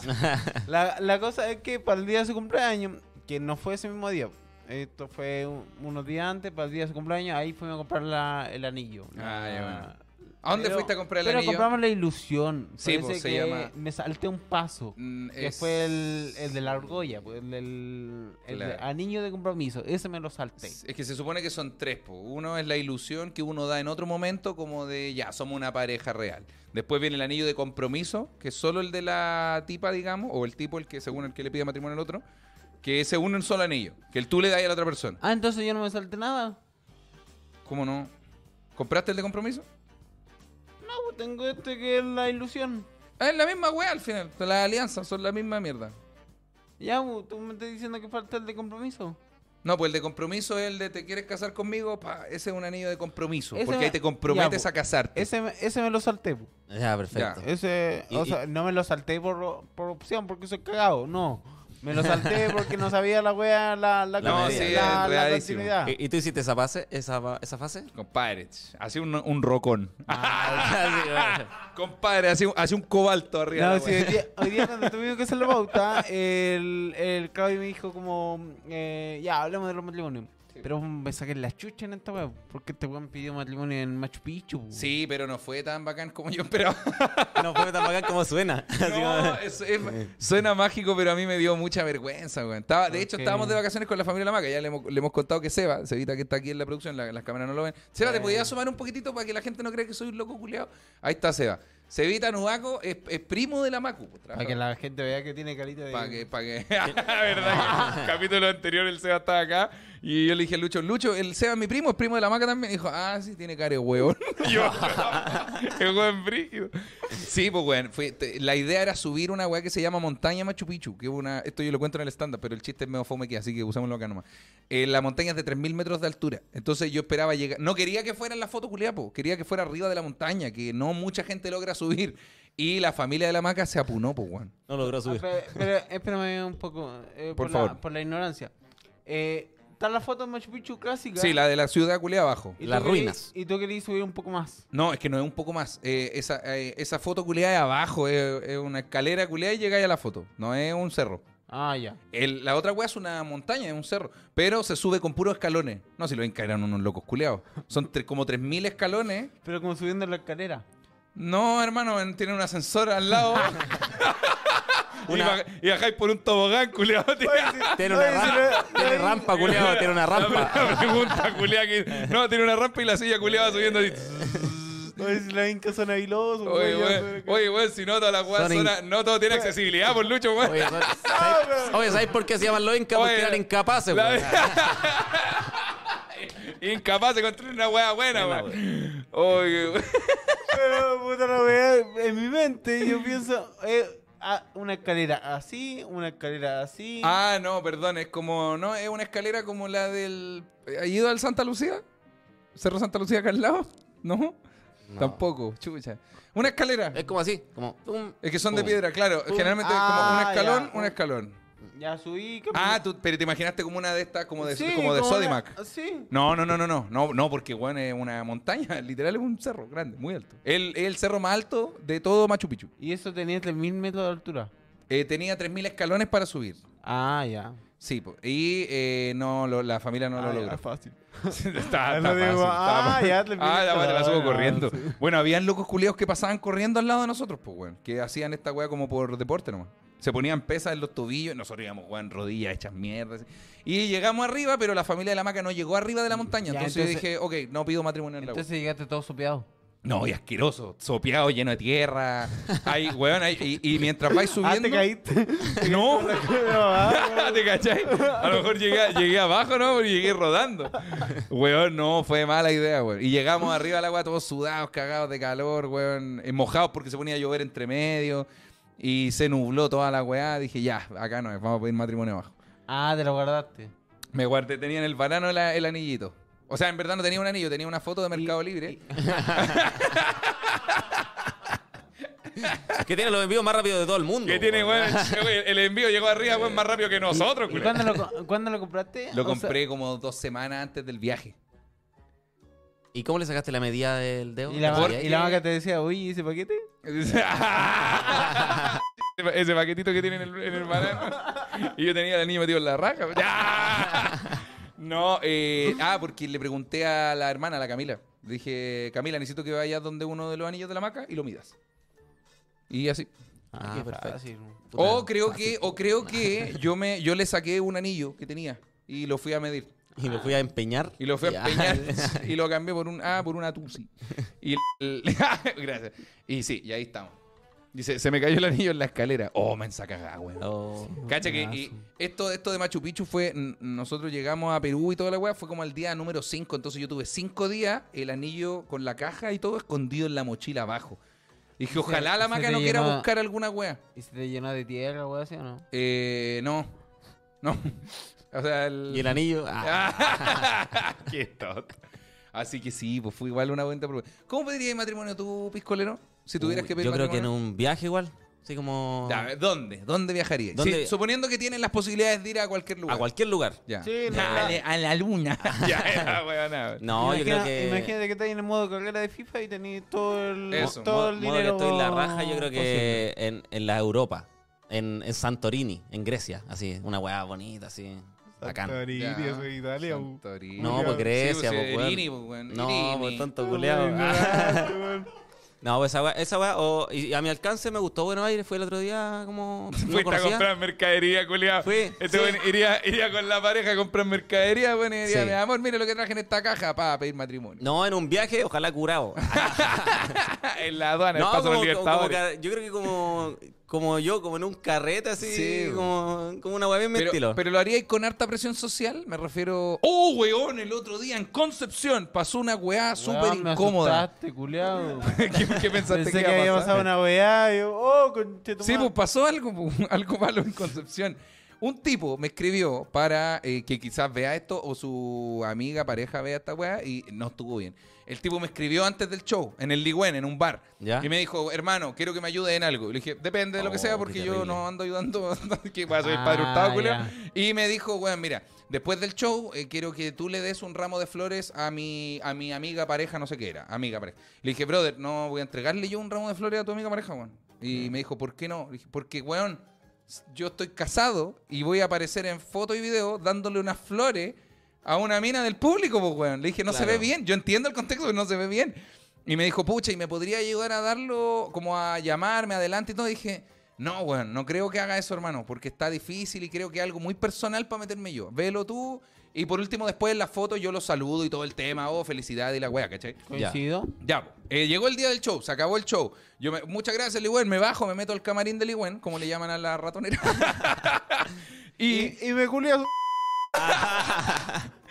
Speaker 2: La, la cosa es que para el día de su cumpleaños, que no fue ese mismo día, esto fue un- unos días antes, para el día de su cumpleaños, ahí fuimos a comprar la- el anillo.
Speaker 1: Ah, ya, bueno.
Speaker 2: La-
Speaker 1: ¿A dónde
Speaker 2: pero-
Speaker 1: fuiste a comprar el
Speaker 2: pero
Speaker 1: anillo?
Speaker 2: compramos la ilusión.
Speaker 1: Sí,
Speaker 2: Sí,
Speaker 1: pues, se
Speaker 2: que
Speaker 1: llama-
Speaker 2: Me salté un paso.
Speaker 1: Mm,
Speaker 2: Que
Speaker 1: es-
Speaker 2: fue el, el de la argolla, pues, el del el de-
Speaker 1: Claro.
Speaker 2: anillo de compromiso. Ese me lo salté.
Speaker 1: Es que se supone que son tres. po. Uno es la ilusión que uno da en otro momento como de ya, somos una pareja real. Después viene el anillo de compromiso, que es solo el de la tipa, digamos, o el tipo el que según el que le pide matrimonio al otro, que ese uno en un solo anillo, que el tú le das a la otra persona.
Speaker 2: Ah, entonces yo no me salté nada.
Speaker 1: ¿Cómo no? ¿Compraste el de compromiso?
Speaker 2: No, pues, tengo este que es la ilusión.
Speaker 1: Ah, es la misma weá al final. Las alianzas son la misma mierda.
Speaker 2: Ya, pues, tú me estás diciendo que falta el de compromiso.
Speaker 1: No, pues el de compromiso es el de te quieres casar conmigo, pa, ese es un anillo de compromiso,
Speaker 2: Ese
Speaker 1: porque
Speaker 2: me-
Speaker 1: ahí te comprometes
Speaker 2: ya,
Speaker 1: a casarte.
Speaker 2: Ese, me- ese me lo salté. pues. po.
Speaker 3: Ya, perfecto.
Speaker 2: Ese,
Speaker 3: Y-
Speaker 2: o
Speaker 3: y-
Speaker 2: sea, no me lo salté por, por opción, porque soy cagado. No. Me lo salté porque no sabía la wea, la, la,
Speaker 3: La
Speaker 2: la- la-
Speaker 3: media. Sí,
Speaker 2: la
Speaker 1: enredadísimo.
Speaker 2: continuidad.
Speaker 3: ¿Y, y tú hiciste esa fase? ¿Esa, fa- esa fase?
Speaker 1: Compadre, ch, así un, un rocón.
Speaker 3: Ah, Sí, bueno.
Speaker 1: Compadre, así, un- así un cobalto arriba.
Speaker 2: No,
Speaker 1: la
Speaker 2: sí,
Speaker 1: wea.
Speaker 2: hoy, día, hoy día cuando tuvimos que hacer la pauta, el, el Claudio me dijo como, eh, ya, hablamos de los matrimonios. Pero me saqué la chucha en esta wea, porque este weón pidió matrimonio en Machu Picchu. po.
Speaker 1: Sí, pero no fue tan bacán como yo esperaba.
Speaker 3: No fue tan bacán como suena. Así
Speaker 1: No,
Speaker 3: como-
Speaker 1: es- es- suena mágico, pero a mí me dio mucha vergüenza, güey. Estaba- de hecho,
Speaker 2: Ok.
Speaker 1: estábamos de vacaciones con la familia La Maca. Ya le hemos, le hemos contado que Seba, Sebita que está aquí en la producción, la- las cámaras no lo ven. Seba,
Speaker 2: Eh.
Speaker 1: ¿te podías asomar un poquitito para que la gente no crea que soy un loco culiado? Ahí está Seba. Sebita Nubaco es, es primo de La Macu. pues,
Speaker 2: Para
Speaker 1: trabaja-
Speaker 2: que la gente vea que tiene carita de...
Speaker 1: Pa' que, pa' que. verdad que el capítulo anterior el Seba estaba acá y yo le dije a Lucho, Lucho, el Seba es mi primo, es primo de la maca también. Y dijo, ah, sí, tiene cara de huevón. Y yo, es hueón brígido. Sí, pues weón, fue- te- la idea era subir una weá que se llama Montaña Machu Picchu, que es una, esto yo lo cuento en el stand pero el chiste es medio fome que así que usémoslo acá nomás. Eh, la montaña es de 3.000 metros de altura, entonces yo esperaba llegar, no quería que fuera en la foto culiapo, quería que fuera arriba de la montaña, que no mucha gente logra subir. Y la familia de la maca se apunó, pues weón.
Speaker 3: No logró
Speaker 2: Ah,
Speaker 3: subir.
Speaker 2: pero, pero espérame un poco, eh, por,
Speaker 1: Por favor.
Speaker 2: La, por la ignorancia. Eh, ¿Está la foto de Machu Picchu clásica?
Speaker 1: Sí, la de la ciudad culea abajo.
Speaker 2: Y tú
Speaker 3: Las
Speaker 2: querí-
Speaker 3: ruinas.
Speaker 2: Y tú querías subir un poco más.
Speaker 1: No, es que no es un poco más. Eh, esa, eh, esa foto culeada de abajo es, es una escalera culeada y llegáis a la foto. No es un cerro.
Speaker 2: Ah, ya.
Speaker 1: El- la otra wea es una montaña, es un cerro. Pero se sube con puros escalones. No, si lo ven caerán unos locos culeados. Son tre- como 3.000 escalones.
Speaker 2: Pero como subiendo la escalera.
Speaker 1: No, hermano, en- tienen un ascensor al lado. Y
Speaker 3: Una-
Speaker 1: baja- Y bajáis por un tobogán, culeado.
Speaker 3: Tiene una rampa, tiene rampa, culiao, tiene una rampa.
Speaker 1: La pregunta, culeada, que... No, tiene una rampa y la silla culeada va subiendo así.
Speaker 2: No es la Inca son ailosos.
Speaker 1: Oye, weón, oye, weón, si no toda la weá
Speaker 3: Son in-
Speaker 1: suena- no todo tiene accesibilidad, por Lucho, weón.
Speaker 3: Oye, ¿sabes- ¿sabes, oye, ¿sabes por qué se llaman los incas? Porque
Speaker 1: Oye,
Speaker 3: eran incapaces,
Speaker 1: la-
Speaker 3: weón.
Speaker 1: Incapaz de construir una weá buena,
Speaker 3: Buena,
Speaker 1: weón. Oye, weón.
Speaker 2: Pero, puta la wea, en mi mente yo pienso, eh, ah, una escalera así, una escalera así.
Speaker 1: Ah, no, perdón, es como, no, es una escalera como la del. ¿Ha ido al Santa Lucía? ¿Cerro Santa Lucía acá al lado? No,
Speaker 3: No.
Speaker 1: tampoco, chucha. Una escalera.
Speaker 3: Es como así, como... pum,
Speaker 1: Es que son de
Speaker 3: pum.
Speaker 1: piedra, claro. Generalmente es como un
Speaker 2: Uh, Ah,
Speaker 1: escalón,
Speaker 2: ya.
Speaker 1: un escalón.
Speaker 2: Ya subí. ¿qué
Speaker 1: Ah,
Speaker 2: pasa?
Speaker 1: tú, pero te imaginaste como una de estas, como de,
Speaker 2: Sí,
Speaker 1: como de
Speaker 2: como
Speaker 1: Sodimac.
Speaker 2: la- Sí.
Speaker 1: No, no, no, no, no, no, no, porque bueno, es una montaña, literal es un cerro grande, muy alto. El, el cerro más alto de todo Machu Picchu.
Speaker 2: Y eso tenía 3.000 metros de altura.
Speaker 1: Eh, tenía 3.000 escalones para subir.
Speaker 2: Ah, ya.
Speaker 1: Sí, po. y eh, no, lo- la familia no
Speaker 2: Ah,
Speaker 1: lo
Speaker 2: ya,
Speaker 1: logró.
Speaker 2: fácil.
Speaker 1: está, está
Speaker 2: Ah, lo
Speaker 1: fácil,
Speaker 2: digo,
Speaker 1: está
Speaker 2: ah,
Speaker 1: fácil.
Speaker 2: ya, 3.000
Speaker 1: Ah, la, la subo
Speaker 2: escalones,
Speaker 1: corriendo.
Speaker 2: sí.
Speaker 1: Bueno, habían locos culiados que pasaban corriendo al lado de nosotros, pues, weón. Que hacían esta weá como por deporte nomás. Se ponían pesas en los tobillos, nosotros íbamos, weón, rodillas hechas mierdas. Y llegamos arriba, pero la familia de la maca no llegó arriba de la montaña.
Speaker 2: Ya,
Speaker 1: entonces,
Speaker 2: entonces-
Speaker 1: yo dije, ok, no pido matrimonio en la
Speaker 2: Entonces llegaste todo sopeado.
Speaker 1: No, y asqueroso, sopeado, lleno de tierra. Hay, weón, hay- y, y mientras vais subiendo.
Speaker 2: Ah, te caíste.
Speaker 1: No,
Speaker 2: Ah,
Speaker 1: ¿te cachai? A lo mejor llegué, llegué abajo, ¿no? Y llegué rodando. Weón, no, fue mala idea, weón. Y llegamos arriba al agua todos sudados, cagados de calor, weón. eh, Mojados porque se ponía a llover entre medio. Y se nubló toda la weá. Dije, ya, acá no es, vamos a pedir matrimonio abajo.
Speaker 2: Ah, te lo guardaste.
Speaker 1: Me guardé, tenía en el banano la- el anillito. O sea, en verdad no tenía un anillo, tenía una foto de Mercado Libre.
Speaker 3: Que tiene los envíos más rápidos de todo el mundo.
Speaker 1: Que tiene,
Speaker 3: weón.
Speaker 1: weón, el- el envío llegó arriba, weón, más rápido que nosotros,
Speaker 2: ¿Y
Speaker 1: culo.
Speaker 2: cuándo lo, co- cuándo lo compraste?
Speaker 1: Lo
Speaker 2: O sea,
Speaker 1: compré como dos semanas antes del viaje.
Speaker 3: ¿Y cómo le sacaste la medida del dedo?
Speaker 2: y, la, ma-
Speaker 1: ¿Por
Speaker 3: ¿Sabías?
Speaker 2: y la maca te decía, oye, ¿y ese paquete?
Speaker 1: Ese- Ese paquetito que tiene en el, en el banano. Y yo tenía al niño metido en la raja. ¡Ah! No, eh, ah, porque le pregunté a la hermana, a la Camila. Le Dije, Camila, necesito que vayas donde uno de los anillos de la maca y lo midas. Y así.
Speaker 3: Ah,
Speaker 2: Qué
Speaker 3: perfecto.
Speaker 2: fácil.
Speaker 3: Puta,
Speaker 1: O Oh, creo
Speaker 3: fácil.
Speaker 1: que, o creo que yo me, yo le saqué un anillo que tenía y lo fui a medir.
Speaker 3: Y me fui a empeñar.
Speaker 1: Y lo fui
Speaker 3: Ya.
Speaker 1: a empeñar y lo cambié por un ah, por una Tusi. Y el- gracias. Y sí, y ahí estamos. Dice, se me cayó el anillo en la escalera. Oh, me cagada, weón.
Speaker 3: Oh.
Speaker 1: Cacha que y esto, esto de Machu Picchu fue. n- Nosotros llegamos a Perú y toda la weá, fue como al día número 5. Entonces yo tuve 5 días el anillo con la caja y todo escondido en la mochila abajo. Dije, ojalá la
Speaker 2: se
Speaker 1: maca
Speaker 2: te
Speaker 1: no quiera
Speaker 2: llenó-
Speaker 1: buscar alguna weá.
Speaker 2: ¿Y se te llenó de tierra o algo así o no?
Speaker 1: Eh, no. No. O sea, el...
Speaker 3: Y el anillo. ah.
Speaker 1: Qué tonto. Así que sí, pues fue igual una buena pregunta. ¿Cómo pedirías matrimonio tú, piscolero? Si tuvieras
Speaker 3: Uy,
Speaker 1: que pedir
Speaker 3: Uh, Yo creo que en
Speaker 1: matrimonio.
Speaker 3: un viaje igual. Así como.
Speaker 1: Ya, a ver, ¿Dónde? ¿Dónde viajarías?
Speaker 3: ¿Dónde
Speaker 1: Sí,
Speaker 3: vi-
Speaker 1: suponiendo que tienes las posibilidades de ir a cualquier lugar.
Speaker 3: A cualquier lugar.
Speaker 1: Ya.
Speaker 2: Sí, no,
Speaker 1: Ya,
Speaker 2: la-
Speaker 1: a la- a la luna. ya, ya, weona.
Speaker 3: No, yo creo
Speaker 2: Imagina-
Speaker 3: que.
Speaker 2: Imagínate que estás en el modo carrera de FIFA y tenés todo el,
Speaker 1: Eso,
Speaker 2: todo
Speaker 3: modo-
Speaker 2: el
Speaker 3: modo que
Speaker 2: dinero.
Speaker 3: estoy en la raja, yo creo
Speaker 2: posible.
Speaker 3: que en, en la Europa. En, en Santorini, en Grecia. Así, una weá bonita, así. Bacán.
Speaker 4: Santorini,
Speaker 1: Ya.
Speaker 4: eso es Italia. bu.
Speaker 1: Santorini.
Speaker 3: No,
Speaker 4: Julia.
Speaker 3: pues Grecia,
Speaker 1: uh. Sí, pues,
Speaker 3: pues, weón.
Speaker 1: Irini, pues, weón,
Speaker 3: No,
Speaker 1: Irini.
Speaker 3: pues tonto
Speaker 4: Ay,
Speaker 3: culeado.
Speaker 4: no, ay, weón.
Speaker 3: No, pues esa weá, esa weá, o- y y a mi alcance me gustó Buenos Aires, fue el otro día como... No
Speaker 1: Fuiste a
Speaker 3: conocía.
Speaker 1: comprar mercadería, culiado.
Speaker 3: Fui,
Speaker 1: Este
Speaker 3: sí.
Speaker 1: weón iría, iría con la pareja a comprar mercadería, bueno, y diría,
Speaker 3: Sí.
Speaker 1: mi amor, mire lo que traje en esta caja para pedir matrimonio.
Speaker 3: No, en un viaje, ojalá curado.
Speaker 1: en la aduana, el
Speaker 3: No,
Speaker 1: paso
Speaker 3: como,
Speaker 1: de los
Speaker 3: como- como
Speaker 1: libertadores.
Speaker 3: ca- yo creo que como, como yo, como en un carrete así,
Speaker 1: Sí, pues.
Speaker 3: como, como una weá bien mi
Speaker 1: Pero,
Speaker 3: estilo.
Speaker 1: pero lo haríais con harta presión social, me refiero. ¡Oh, weón! El otro día en Concepción pasó una weá súper
Speaker 2: Weón, me
Speaker 1: incómoda.
Speaker 2: asustaste, culiao.
Speaker 1: ¿Qué, qué pensaste
Speaker 2: Pensé
Speaker 1: que,
Speaker 2: que había
Speaker 1: iba a pasar?
Speaker 2: pasado una weá. y Yo, oh, conchetumare.
Speaker 1: Sí, pues pasó algo, pues, algo malo en Concepción. Un tipo me escribió para eh, que quizás vea esto o su amiga, pareja vea esta weá y no estuvo bien. El tipo me escribió antes del show, en el Ligüen, en un bar.
Speaker 3: Ya.
Speaker 1: Y me dijo, hermano, quiero que me ayude en algo. Y le dije, depende de lo que
Speaker 3: Oh,
Speaker 1: sea,
Speaker 3: qué
Speaker 1: porque yo
Speaker 3: terrible.
Speaker 1: no ando ayudando. que pasa? Soy el
Speaker 2: Ah,
Speaker 1: padre Hurtado, culiao.
Speaker 2: ya.
Speaker 1: Y me dijo, weón, mira, después del show eh, quiero que tú le des un ramo de flores a mi, a mi amiga pareja, no sé qué era, amiga pareja. Le dije, brother, no voy a entregarle yo un ramo de flores a tu amiga pareja, weón. Y me dijo, ¿por qué no? Le dije, porque, weón, s- yo estoy casado y voy a aparecer en foto y video dándole unas flores a una mina del público, pues, weón. Le dije, no se
Speaker 3: Claro.
Speaker 1: ve bien, yo entiendo el contexto, pero no se ve bien. Y me dijo, pucha, ¿y me podría ayudar a darlo, como a llamarme adelante y todo? Y dije, no, weón, no creo que haga eso, hermano, porque está difícil y creo que es algo muy personal para meterme yo. Velo tú. Y por último, después en la foto, yo lo saludo y todo el tema, oh, felicidad y la weá, ¿cachai?
Speaker 2: Coincido.
Speaker 1: Ya, po. Eh, llegó el día del show, se acabó el show. Yo me- muchas gracias, Ligüen, me bajo, me meto al camarín de Ligüen, como le llaman a la ratonera. y
Speaker 2: Y, y me culé a su...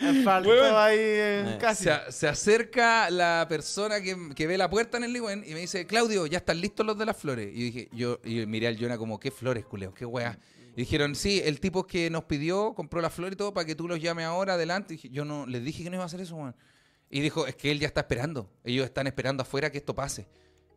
Speaker 2: Me Faltó
Speaker 1: Weón.
Speaker 2: ahí eh,
Speaker 3: Eh,
Speaker 2: casi.
Speaker 1: se, se acerca la persona que, que ve la puerta en el Ligüen y me dice, Claudio, ya están listos los de las flores. Y dije, yo y miré al Jonah como, ¿qué flores, culeo? ¿Qué weá? Y dijeron, sí, el tipo que nos pidió, compró la flor y todo para que tú los llames ahora, adelante. Y dije, yo no, les dije que no iba a hacer eso, weón. Y dijo, es que él ya está esperando. Ellos están esperando afuera que esto pase.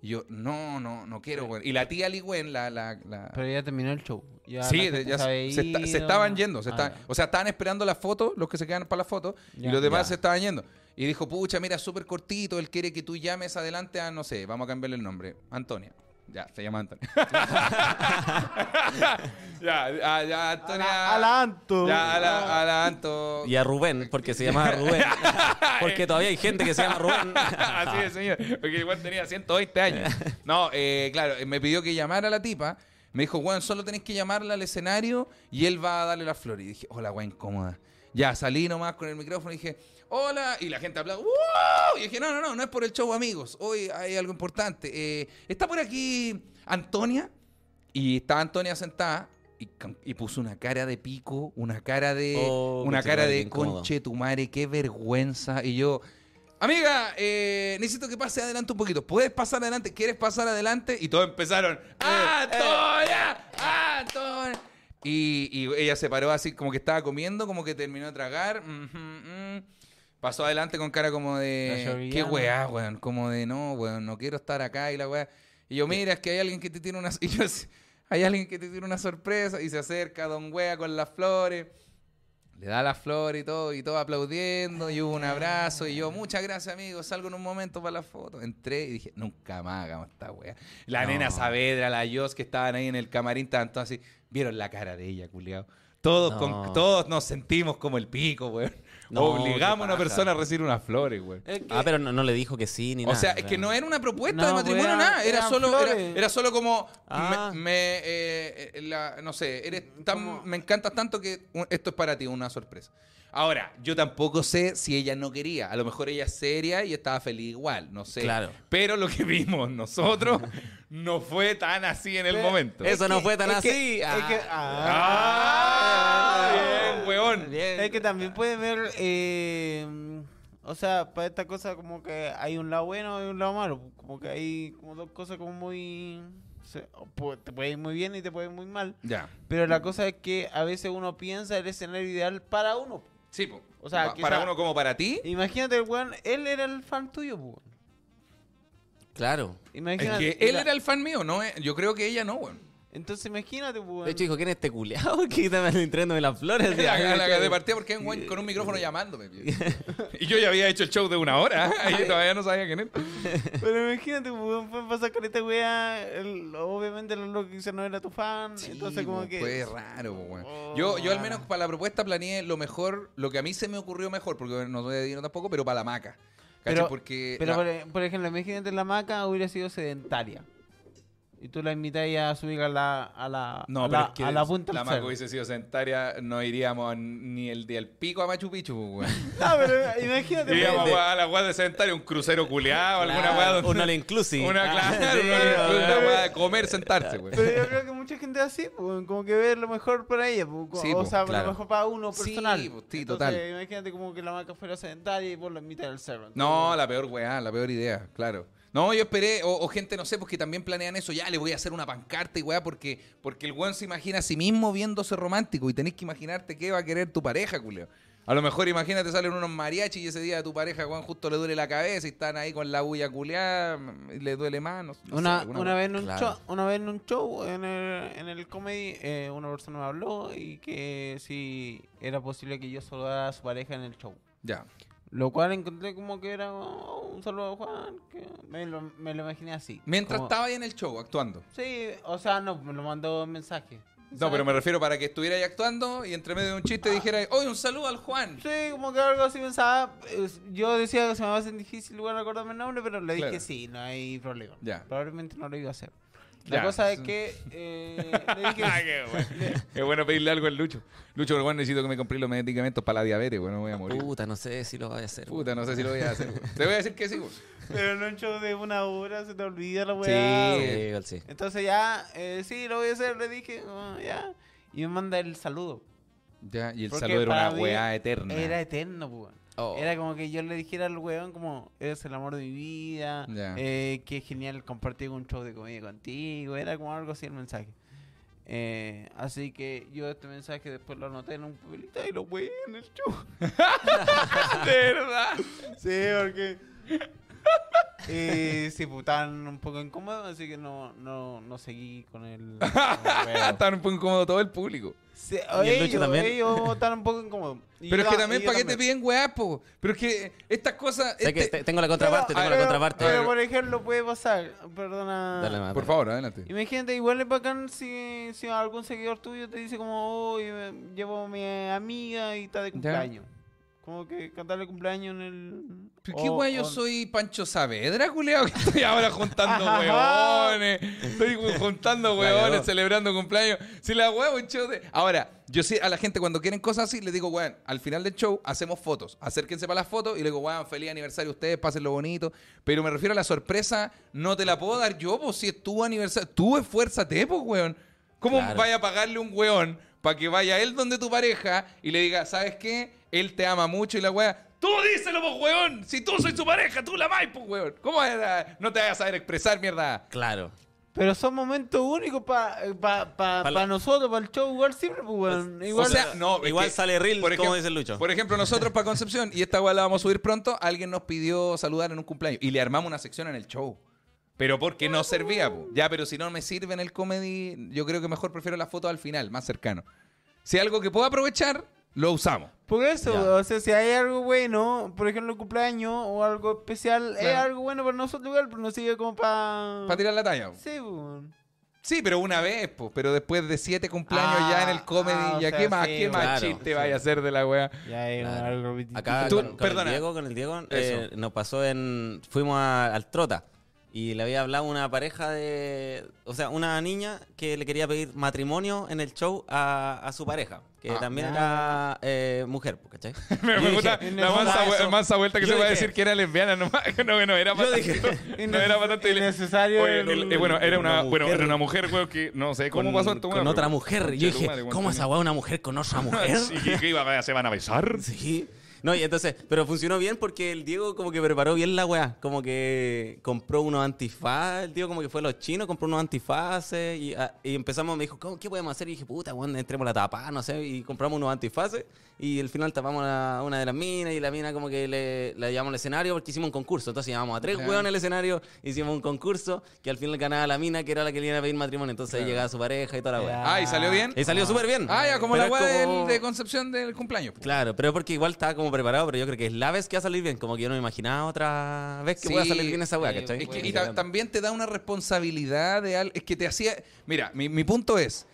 Speaker 1: Y yo, no, no, no quiero, weón. Y la tía Ligüen, la... la, la-
Speaker 2: Pero ya terminó el show. Ya la
Speaker 1: Sí,
Speaker 2: gente
Speaker 1: ya se,
Speaker 2: había
Speaker 1: se esta-
Speaker 2: ido.
Speaker 1: se estaban yendo. Se
Speaker 2: Ah,
Speaker 1: estaban-
Speaker 2: ya.
Speaker 1: o sea, estaban esperando la foto, los que se quedan para la foto, y
Speaker 2: Ya.
Speaker 1: los demás
Speaker 3: Ya.
Speaker 1: se estaban yendo. Y dijo, pucha, mira, súper cortito, él quiere que tú llames adelante a, no sé, vamos a cambiarle el nombre, Antonia. Ya, se llama Antonia. ya, ya, ya,
Speaker 2: A
Speaker 1: Antonia.
Speaker 2: la, a la Anto. Ah.
Speaker 1: Ya, a la, a la Anto.
Speaker 3: Y a Rubén, porque se llama Rubén. porque todavía hay gente que se llama Rubén.
Speaker 1: Así es, señor. Porque igual tenía 120 años. No, eh, claro, eh, me pidió que llamara a la tipa. Me dijo, weón, solo tenés que llamarla al escenario y él va a darle la flor. Y dije, hola, weón, incómoda. Ya salí nomás con el micrófono y dije, hola. Y la gente hablaba, ¡wow! Y dije, no, no, no, no es por el show, amigos. Hoy hay algo importante. Eh, Está por aquí Antonia. Y estaba Antonia sentada y, cam- y puso una cara de pico, una cara de.
Speaker 3: Oh,
Speaker 1: una
Speaker 3: conche
Speaker 1: cara
Speaker 3: tu madre,
Speaker 1: de
Speaker 3: qué incómodo.
Speaker 1: conche tu madre, qué vergüenza. Y yo. Amiga, eh, necesito que pase adelante un poquito. ¿Puedes pasar adelante? ¿Quieres pasar adelante? Y todos empezaron.
Speaker 3: Eh,
Speaker 1: ¡Antonia! ¡Antonia! Y, y ella se paró así, como que estaba comiendo, como que terminó de tragar. ujú, mm. Pasó adelante con cara como
Speaker 2: La
Speaker 1: de.
Speaker 2: llovía,
Speaker 1: ¿Qué
Speaker 2: ¿no?
Speaker 1: weá, weón? Como de no, weón, no quiero estar acá y la weá. Y yo, mira, es que hay alguien que te tiene una. Y yo, así, hay alguien que te tiene una sorpresa. Y se acerca Don Wea con las flores. Le da las flores y todo, y todo aplaudiendo, y hubo un abrazo, y yo, muchas gracias, amigo, salgo en un momento para la foto. Entré y dije, nunca más hagamos esta wea. La
Speaker 3: No.
Speaker 1: nena Saavedra, la Jos, que estaban ahí en el camarín, estaban todos así, vieron la cara de ella, culiao. Todos,
Speaker 3: No.
Speaker 1: con- todos nos sentimos como el pico, weón.
Speaker 3: No,
Speaker 1: Obligamos a
Speaker 3: qué
Speaker 1: una
Speaker 2: Ah,
Speaker 3: paja.
Speaker 1: persona a recibir unas flores, weón.
Speaker 2: Es que-
Speaker 3: ah, pero no, no le dijo que sí ni
Speaker 1: O
Speaker 3: nada.
Speaker 1: sea, es que no era una propuesta
Speaker 2: No,
Speaker 1: de matrimonio,
Speaker 2: eran-
Speaker 1: nada. Era
Speaker 2: eran
Speaker 1: solo, era,
Speaker 2: flores.
Speaker 1: era solo como,
Speaker 3: Ah.
Speaker 1: me, me, eh, eh, la- no sé, eres tan,
Speaker 2: Mm, Como-
Speaker 1: me encantas tanto que un- esto es para ti, una sorpresa. Ahora, yo tampoco sé si ella no quería. A lo mejor ella es seria y estaba feliz igual, no sé.
Speaker 3: Claro.
Speaker 1: Pero lo que vimos nosotros no fue tan así en el
Speaker 2: Pero-
Speaker 1: momento.
Speaker 3: Eso no fue tan
Speaker 2: es
Speaker 3: así.
Speaker 2: que- es
Speaker 3: Ah.
Speaker 2: que- ah.
Speaker 1: ¡Ah! Bien, weón.
Speaker 3: Bien.
Speaker 2: Es que también puede ver, eh, o sea, para esta cosa como que hay un lado bueno y un lado malo, como que hay como dos cosas como muy... se- o pu- te puede ir muy bien y te puede ir muy mal.
Speaker 1: Ya.
Speaker 2: Pero la cosa es que a veces uno piensa el escenario ideal para uno.
Speaker 1: Sí, po.
Speaker 2: O sea,
Speaker 1: Pa-
Speaker 2: quizá-
Speaker 1: para uno como para ti.
Speaker 2: Imagínate, el weón, él era el fan tuyo, po, weón.
Speaker 3: Claro.
Speaker 1: Es
Speaker 2: Imagínate.
Speaker 1: que él
Speaker 2: la-
Speaker 1: era el fan mío, ¿no? Eh, Yo creo que ella no, weón.
Speaker 2: Entonces imagínate, po, weón.
Speaker 3: De hecho, dijo, ¿quién es este culeado? Quítame el entreno de las flores.
Speaker 1: La, la- la- de
Speaker 3: Claro.
Speaker 1: partida porque hay un weón con un micrófono llamándome. tío. Y yo ya había hecho el show de una hora y todavía no sabía quién era.
Speaker 2: Pero imagínate, po, weón, fue pasar con esta weá. el- Obviamente, lo loco que hizo no era tu fan. entonces,
Speaker 1: Sí, pues,
Speaker 2: como
Speaker 1: po,
Speaker 2: que.
Speaker 1: Fue raro, po, weón.
Speaker 2: Oh,
Speaker 1: yo, yo al
Speaker 2: raro.
Speaker 1: menos para la propuesta planeé lo mejor, lo que a mí se me ocurrió mejor, porque no soy de dinero tampoco, pero para la maca. ¿Cachai?
Speaker 2: Pero-
Speaker 1: porque
Speaker 2: Pero
Speaker 1: la-
Speaker 2: por, e- por ejemplo, imagínate la maca hubiera sido sedentaria. Y tú la invitáis a subir a la, a la,
Speaker 1: no,
Speaker 2: a
Speaker 1: pero
Speaker 2: la,
Speaker 1: es que
Speaker 2: a la punta
Speaker 1: la
Speaker 2: del
Speaker 1: maca
Speaker 2: cerro.
Speaker 1: hubiese sido sentaria, no iríamos ni el día del pico a Machu Picchu, po, weón.
Speaker 2: Ah, pero imagínentaria
Speaker 1: iríamos a, a la weá de sentaria, un crucero culeado, alguna weá donde...
Speaker 3: Un all inclusive. Ah,
Speaker 1: Una, claro,
Speaker 3: sí,
Speaker 1: una- una weá de comer, sentarse, weón.
Speaker 2: Pero yo creo que mucha gente es así, pues, como que ver lo mejor para ella, pues, co-
Speaker 1: Sí,
Speaker 2: o
Speaker 1: pues,
Speaker 2: sea,
Speaker 3: claro.
Speaker 2: lo mejor para uno
Speaker 1: Sí,
Speaker 2: personal.
Speaker 1: pues, sí,
Speaker 2: Entonces,
Speaker 1: total.
Speaker 2: Imagínate como que la maca fuera sedentaria y por la mitad del cerro.
Speaker 1: No, la peor weá, la peor idea, claro. No, yo esperé, o, o gente, no sé, pues que también planean eso, ya le voy a hacer una pancarta y weá, porque, porque el weón se imagina a sí mismo viéndose romántico y tenés que imaginarte qué va a querer tu pareja, culeo. A lo mejor imagínate, salen unos mariachis y ese día a tu pareja, weón, justo le duele la cabeza y están ahí con la bulla culeada, y le duele más, no, no
Speaker 2: Una,
Speaker 1: sé, alguna
Speaker 2: una,
Speaker 1: weá.
Speaker 2: vez en un
Speaker 3: Claro.
Speaker 2: show, una vez en un show, en el, en el comedy, eh, una persona me habló y que si era posible que yo saludara a su pareja en el show.
Speaker 1: Ya.
Speaker 2: Lo cual encontré como que era oh, un saludo a Juan, que me lo, me lo imaginé así.
Speaker 1: Mientras
Speaker 2: como-
Speaker 1: estaba ahí en el show, actuando.
Speaker 2: Sí, o sea, no, me lo mandó un mensaje.
Speaker 1: No, pero me refiero para que estuviera ahí actuando y entre medio de un chiste dijera, hoy un saludo al Juan!
Speaker 2: Sí, como que algo así pensaba. es- Yo decía que se me va a hacer difícil igual recordarme el nombre, pero le
Speaker 1: Claro.
Speaker 2: dije sí, no hay problema.
Speaker 1: Ya.
Speaker 2: Probablemente no lo iba a hacer. La
Speaker 1: Ya.
Speaker 2: cosa es que eh, le dije...
Speaker 5: Ah, qué bueno.
Speaker 1: Es bueno pedirle algo al Lucho. Lucho, pero bueno, necesito que me compré los medicamentos para la diabetes, bueno, voy a morir. Puta,
Speaker 3: Puta, no sé si lo voy a hacer.
Speaker 1: no sé si lo voy a hacer. güey. Te voy a decir que sí, güey.
Speaker 2: Pero en un show de una hora se te olvida la
Speaker 3: Sí,
Speaker 2: weá.
Speaker 3: sí, igual sí.
Speaker 2: Entonces ya, eh, sí, lo voy a hacer, le dije, ah, ya. Y me manda el saludo.
Speaker 1: Ya, y el
Speaker 2: Porque
Speaker 1: saludo era una
Speaker 2: para mí
Speaker 1: weá eterna.
Speaker 2: Era eterno, pues. weón.
Speaker 3: Oh.
Speaker 2: Era como que yo le dijera al weón como, eres el amor de mi vida,
Speaker 1: Ya.
Speaker 2: eh, qué genial compartir un show de comedia contigo, era como algo así el mensaje. Eh, así que yo este mensaje después lo anoté en un papelito y lo puse en el show.
Speaker 5: De verdad.
Speaker 2: Sí, porque... Eh, sí, pues, estaban un poco incómodos, así que no, no, no seguí con el... con el
Speaker 1: Ah,
Speaker 2: huevo.
Speaker 1: Estaba un poco incómodo todo el público.
Speaker 2: Sí,
Speaker 3: Y el Lucho
Speaker 2: ellos,
Speaker 3: también.
Speaker 2: ellos estaban un poco incómodos. Y
Speaker 1: Pero
Speaker 2: yo
Speaker 1: es que
Speaker 2: ta-
Speaker 1: también,
Speaker 2: y yo
Speaker 1: ¿para qué te piden weá, po? Pero es que estas cosas.
Speaker 3: Sé que
Speaker 1: este-
Speaker 3: te- tengo la contraparte,
Speaker 2: Pero-
Speaker 3: tengo la
Speaker 2: pero-
Speaker 3: contraparte.
Speaker 2: Pero, por ejemplo, puede pasar. Perdona.
Speaker 3: Dale, más,
Speaker 1: Por
Speaker 3: dale.
Speaker 1: favor, adelante.
Speaker 2: Imagínate, igual es bacán si, si algún seguidor tuyo te dice como, hoy llevo a mi amiga y está de cumpleaños. Como que cantarle cumpleaños en el...
Speaker 1: ¿Pero qué
Speaker 2: o-
Speaker 1: weá? Yo
Speaker 2: o-
Speaker 1: soy Pancho Saavedra, culeado. que Estoy ahora juntando
Speaker 2: Ajá.
Speaker 1: weones. Estoy juntando
Speaker 3: La
Speaker 1: weones,
Speaker 3: cagó.
Speaker 1: celebrando cumpleaños. Si la weá, un show de. Ahora, yo sí, a la gente cuando quieren cosas así, les digo, weón, al final del show hacemos fotos. Acérquense para las fotos y le digo, weón, feliz aniversario a ustedes, pásenlo bonito. Pero me refiero a la sorpresa, no te la puedo dar yo, pues si es tu aniversario. Tú esfuérzate, pues, weón. ¿Cómo
Speaker 3: Claro.
Speaker 1: vaya a pagarle un weón para que vaya él donde tu pareja y le diga, ¿sabes qué? Él te ama mucho y la weá. Tú díselo, pues, weón. Si tú soy su pareja, tú la amáis, pues, weón. ¿Cómo vas a- no te vas a saber expresar, mierda?
Speaker 3: Claro.
Speaker 2: Pero son momentos únicos para pa, pa-
Speaker 3: Pa la-
Speaker 2: pa nosotros, para el show, igual siempre. pues, weón. Igual
Speaker 1: o sea, no, es
Speaker 3: igual
Speaker 1: que,
Speaker 3: sale reel,
Speaker 1: por
Speaker 3: como
Speaker 1: ejem-
Speaker 3: dice el Lucho.
Speaker 1: Por ejemplo, nosotros para Concepción, y esta weá la vamos a subir pronto, alguien nos pidió saludar en un cumpleaños y le armamos una sección en el show. Pero porque no servía, po. ya, pero si no me sirve en el comedy, yo creo que mejor prefiero la foto al final, más cercano. Si hay algo que puedo aprovechar, lo usamos.
Speaker 2: Por eso,
Speaker 3: Ya.
Speaker 2: o sea, si hay algo bueno, por ejemplo, un cumpleaños o algo especial, es
Speaker 1: Claro.
Speaker 2: algo bueno para nosotros igual, pero no sirve como para...
Speaker 1: Para tirar la talla. po.
Speaker 2: Sí, pues, weón.
Speaker 1: Sí, pero una vez, pues. Pero después de siete cumpleaños
Speaker 2: Ah,
Speaker 1: ya en el comedy,
Speaker 2: ah, o
Speaker 1: ya
Speaker 2: sea,
Speaker 1: qué más,
Speaker 2: sí,
Speaker 1: qué más
Speaker 3: claro,
Speaker 1: chiste
Speaker 3: sí.
Speaker 1: vaya a hacer de la wea.
Speaker 2: Ya es
Speaker 3: Claro.
Speaker 2: algo
Speaker 3: Acá
Speaker 1: Tú-
Speaker 3: con, con
Speaker 1: perdona.
Speaker 3: el Diego, con el Diego eh, nos pasó en. Fuimos a- al Trota y le había hablado una pareja de. O sea, una niña que le quería pedir matrimonio en el show a, a su pareja, que
Speaker 1: Ah.
Speaker 3: también era eh, mujer, pues, ¿cachai?
Speaker 1: Me, me
Speaker 3: Yo dije,
Speaker 1: gusta
Speaker 2: en
Speaker 1: la
Speaker 2: el-
Speaker 1: mansa,
Speaker 3: ah,
Speaker 1: vue-
Speaker 3: eso.
Speaker 1: mansa vuelta que
Speaker 3: Yo
Speaker 1: se va a
Speaker 3: dije-
Speaker 1: decir que era lesbiana nomás. que No, que no era para
Speaker 3: dije-
Speaker 1: No era para tanto.
Speaker 2: innecesario
Speaker 1: Oye,
Speaker 2: el-
Speaker 1: el- eh, bueno, era una,
Speaker 3: una
Speaker 1: bueno,
Speaker 3: mujer.
Speaker 1: era una mujer, weón, que no sé cómo pasó en tu Ah,
Speaker 3: con otra mujer. Yo dije, ¿cómo esa
Speaker 1: agua?
Speaker 3: weá una mujer con otra mujer?
Speaker 1: ¿Y qué, qué iba a- se van a besar?
Speaker 3: Sí. No, y entonces, pero funcionó bien porque el Diego como que preparó bien la weá. Como que compró unos antifaces. El Diego como que fue a los chinos, compró unos antifaces. Y, ah, y empezamos, me dijo, ¿cómo- ¿qué podemos hacer? Y dije, puta, weón, entremos a la tapa, no sé. Y compramos unos antifaces. Y al final tapamos la- una de las minas. Y la mina como que le, la llevamos al escenario porque hicimos un concurso. Entonces llevamos a tres
Speaker 1: Ya.
Speaker 3: weones en el escenario. Hicimos un concurso que al final ganaba la mina, que era la que le iba a pedir matrimonio. Entonces ahí llegaba su pareja y toda la weá.
Speaker 1: Ah, ¿y salió bien?
Speaker 3: Y salió súper bien.
Speaker 1: Ah, ya, como la
Speaker 3: Pero es
Speaker 1: weá
Speaker 3: como-
Speaker 1: del- de concepción del cumpleaños. po.
Speaker 3: Claro, pero es porque igual estaba como preparado, pero yo creo que es la vez que va a salir bien. Como que yo no me imaginaba otra vez que
Speaker 1: Sí,
Speaker 3: pueda salir bien esa weá,
Speaker 1: eh,
Speaker 3: ¿cachai?
Speaker 1: es que- y ta- también te da una responsabilidad de al- Es que te hacía. Mira, mi, mi punto es.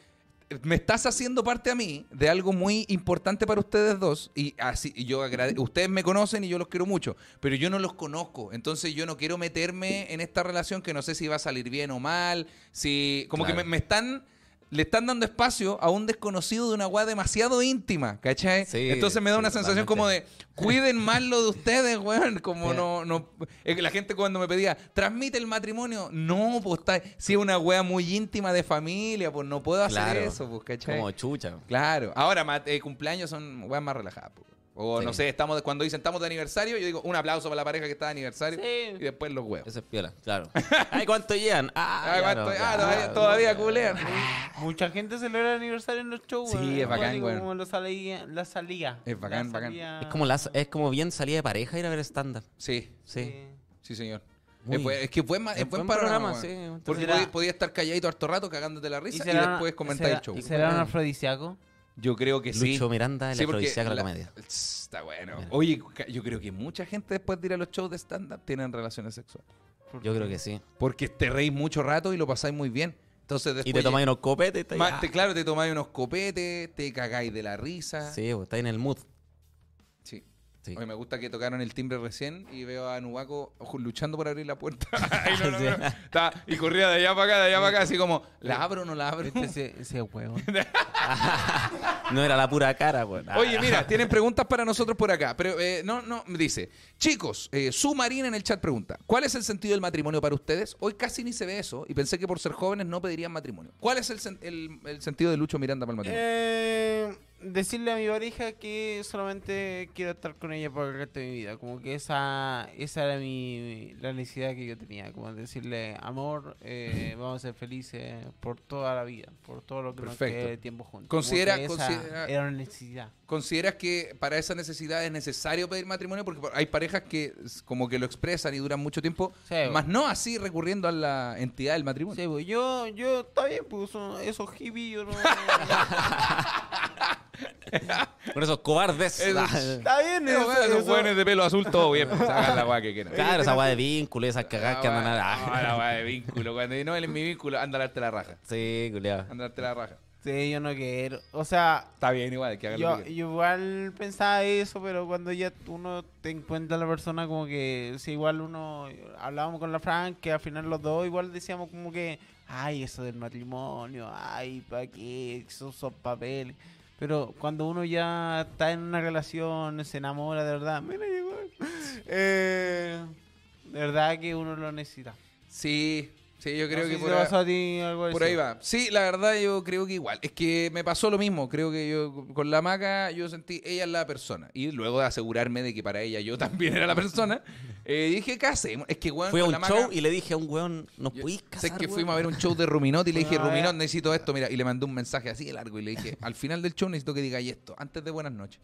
Speaker 1: Me estás haciendo parte a mí de algo muy importante para ustedes dos. Y así y yo agrade- Ustedes me conocen y yo los quiero mucho. Pero yo no los conozco. Entonces yo no quiero meterme en esta relación que no sé si va a salir bien o mal. Si. Como que
Speaker 3: Claro.
Speaker 1: me, me están. Le están dando espacio a un desconocido de una weá demasiado íntima, ¿cachai?
Speaker 3: Sí,
Speaker 1: Entonces me da
Speaker 3: sí,
Speaker 1: una sensación como de
Speaker 3: totalmente.
Speaker 1: cuiden más lo de ustedes, weón. Como
Speaker 3: Ya.
Speaker 1: no, no. es que la gente cuando me pedía, transmite el matrimonio. No, pues está. Si es una wea muy íntima de familia, pues no puedo hacer
Speaker 3: Claro.
Speaker 1: eso, pues, ¿cachai?
Speaker 3: Como chucha.
Speaker 1: Claro. Ahora, ma- eh, cumpleaños son weas más relajadas, pues. O
Speaker 3: Sí.
Speaker 1: no sé, estamos de- cuando dicen estamos de aniversario, yo digo un aplauso para la pareja que está de aniversario
Speaker 2: Sí.
Speaker 1: y después los huevos.
Speaker 3: Eso es piola, claro. Ay, ¿cuánto llegan? Ah,
Speaker 1: Ah,
Speaker 3: ya
Speaker 1: cuánto-
Speaker 3: no, ya.
Speaker 1: ah, todavía, todavía culean.
Speaker 2: Mucha gente celebra el aniversario en los shows.
Speaker 1: Sí,
Speaker 2: weón.
Speaker 1: es bacán,
Speaker 2: Digo,
Speaker 1: weón.
Speaker 2: Como la salía. La salía
Speaker 1: Es bacán,
Speaker 2: La
Speaker 1: bacán.
Speaker 2: salía-
Speaker 3: Es como, la, es como bien salida de pareja ir a ver estándar.
Speaker 1: Sí,
Speaker 3: Sí.
Speaker 1: sí, señor.
Speaker 3: Muy
Speaker 1: Es, bu- es que buen, ma- es
Speaker 3: Es
Speaker 1: buen
Speaker 3: buen
Speaker 1: panorama,
Speaker 3: programa,
Speaker 1: weón.
Speaker 3: sí. Entonces
Speaker 1: Porque
Speaker 2: era-
Speaker 1: podí- podía, estar calladito harto rato cagándote la risa y,
Speaker 2: será-
Speaker 1: después comentar
Speaker 2: será-
Speaker 1: el show.
Speaker 2: ¿Será un afrodisíaco?
Speaker 1: Yo creo que sí.
Speaker 3: Lucho Miranda, el
Speaker 1: Sí, porque
Speaker 3: afrodisíaco de la comedia.
Speaker 1: Está bueno. Oye, ca- yo creo que mucha gente después de ir a los shows de stand-up tienen relaciones sexuales.
Speaker 3: Yo creo que sí.
Speaker 1: Porque te reís mucho rato y lo pasáis muy bien. Entonces después...
Speaker 3: Y te tomáis unos copetes y estáis-
Speaker 1: Ma-
Speaker 3: ah.
Speaker 1: te- claro, te tomáis unos copetes, te cagáis de la risa.
Speaker 3: Sí, pues, estáis en el mood.
Speaker 1: Sí.
Speaker 3: Sí.
Speaker 1: Oye, me gusta que tocaron el timbre recién y veo a Nubaco ojo, luchando por abrir la puerta.
Speaker 5: Ay, no, no,
Speaker 3: Sí.
Speaker 5: no. Está- y corría de allá para acá, de allá para acá, así como.
Speaker 1: ¿La abro o no la abro?
Speaker 2: Este, ese, ese huevón.
Speaker 3: No era la pura cara, pues. Ah.
Speaker 1: Oye, mira, tienen preguntas para nosotros por acá. Pero eh, no, no, me dice. Chicos, eh, su Marina en el chat pregunta: ¿Cuál es el sentido del matrimonio para ustedes? Hoy casi ni se ve eso y pensé que por ser jóvenes no pedirían matrimonio. ¿Cuál es el, sen- el- el sentido de Lucho Miranda para el matrimonio?
Speaker 2: Eh, decirle a mi pareja que solamente quiero estar con ella por el resto de mi vida. Como que esa, esa era mi, la necesidad que yo tenía. Como decirle, amor, eh, vamos a ser felices por toda la vida, por todo lo que
Speaker 1: Perfecto.
Speaker 2: nos quede de tiempo juntos. Como
Speaker 1: Considera-
Speaker 2: que esa
Speaker 1: considera-
Speaker 2: Era una necesidad.
Speaker 1: ¿Consideras que para esa necesidad es necesario pedir matrimonio? Porque hay parejas que s- como que lo expresan y duran mucho tiempo,
Speaker 2: Sí,
Speaker 1: más no así recurriendo a la entidad del matrimonio.
Speaker 2: Sí, pues, yo, yo, está bien, pues, son- esos hippies, yo no...
Speaker 3: Por esos cobardes. Ah,
Speaker 1: Esos-
Speaker 2: está bien,
Speaker 1: Pero,
Speaker 2: eso-
Speaker 1: bueno, los
Speaker 2: eso-
Speaker 1: hueones de pelo azul, todo bien. pues, hagan la weá que quieran.
Speaker 3: Claro, esa weá de vínculo, esas cagadas que andan
Speaker 1: Ah,
Speaker 3: a...
Speaker 1: la weá de vínculo. Cuando no, él es mi vínculo, anda a darte la raja.
Speaker 3: Sí, culiao.
Speaker 1: Anda a darte la raja.
Speaker 2: Sí, yo no quiero. O sea,
Speaker 1: Está bien, igual, que haga lo
Speaker 2: Yo,
Speaker 1: que quiera.
Speaker 2: yo igual pensaba eso, pero cuando ya uno te encuentra a la persona, como que, si igual uno, hablábamos con la Fran, que al final los dos igual decíamos como que, ay, eso del matrimonio, ay, ¿para qué? Esos son papeles. Pero cuando uno ya está en una relación, se enamora de verdad, mira, llegó. Eh, de verdad que uno lo necesita.
Speaker 1: Sí, sí, yo creo
Speaker 2: No sé
Speaker 1: que
Speaker 2: si
Speaker 1: por,
Speaker 2: te
Speaker 1: ahí-
Speaker 2: pasó a ti algo
Speaker 1: por ahí va. Sí, la verdad yo creo que igual. Es que me pasó lo mismo. Creo que yo con la maca yo sentí, ella es la persona. Y luego de asegurarme de que para ella yo también era la persona, eh, dije, ¿qué hacemos? Es que, weón,
Speaker 3: Fui a
Speaker 1: con
Speaker 3: un
Speaker 1: la Maca-
Speaker 3: show y le dije a un weón, ¿nos
Speaker 1: Yo-
Speaker 3: podís
Speaker 1: sé
Speaker 3: casar,
Speaker 1: que
Speaker 3: weón?
Speaker 1: fuimos a ver un show de Ruminot y le dije,
Speaker 2: Bueno, a ver.
Speaker 1: Ruminot, necesito esto, mira, y le mandé un mensaje así de largo y le dije, al final del show necesito que digáis esto, antes de buenas noches.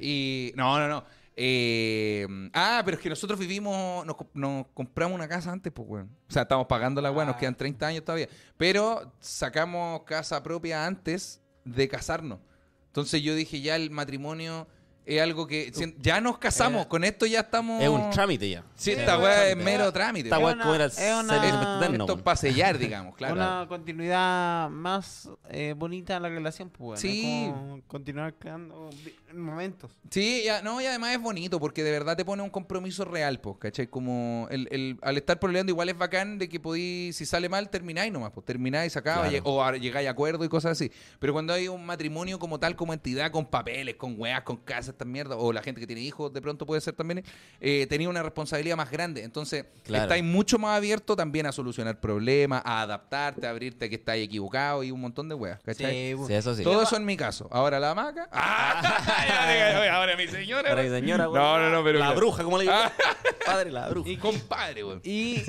Speaker 1: Y no, no, no. Eh, ah, pero es que nosotros vivimos, nos, comp- nos compramos una casa antes, pues, weón. O sea, estamos pagando la weón, nos
Speaker 2: Ah.
Speaker 1: quedan 30 años todavía. Pero sacamos casa propia antes de casarnos. Entonces yo dije, ya el matrimonio es algo que... si- Ya nos casamos,
Speaker 2: Eh,
Speaker 1: con esto ya estamos...
Speaker 3: Es un trámite ya.
Speaker 1: Sí,
Speaker 2: es
Speaker 1: esta
Speaker 2: un
Speaker 1: weá es
Speaker 2: trámite.
Speaker 1: mero trámite.
Speaker 3: Esta
Speaker 1: weón.
Speaker 3: weá
Speaker 2: una-
Speaker 3: como era el
Speaker 2: es una-
Speaker 3: ser eterno,
Speaker 1: Ah, Esto es
Speaker 3: weón.
Speaker 1: para sellar, digamos, claro.
Speaker 2: una continuidad más eh, bonita a la relación, pues bueno,
Speaker 1: Sí.
Speaker 2: como continuar creando vi- momentos.
Speaker 1: Sí, ya, no, y además es bonito porque de verdad te pone un compromiso real, pues, ¿cachai? Como el, el- al estar peleando igual es bacán de que podís, si sale mal, termináis nomás, pues termináis, sacáis,
Speaker 3: Claro.
Speaker 1: lle- o a- llegáis a acuerdo y cosas así. Pero cuando hay un matrimonio como tal, como entidad, con papeles, con weas, con casas, hacer estas mierdas, o la gente que tiene hijos de pronto puede ser también, eh, tenía una responsabilidad más grande. Entonces,
Speaker 3: Claro.
Speaker 1: estáis mucho más abierto también a solucionar problemas, a adaptarte, a abrirte que estáis equivocado y un montón de weas, ¿cachai?
Speaker 2: Sí, bu-
Speaker 3: Sí, eso sí.
Speaker 1: Todo eso en mi caso. Ahora la hamaca.
Speaker 5: Ah, Ahora, ahora mi señora.
Speaker 3: Para mi señora,
Speaker 5: No,
Speaker 3: weón.
Speaker 5: no, no, pero
Speaker 3: La
Speaker 5: mira.
Speaker 3: bruja, ¿cómo le digo?
Speaker 1: Ah.
Speaker 3: Padre, la bruja.
Speaker 2: Y-
Speaker 1: Compadre, weón.
Speaker 2: Y,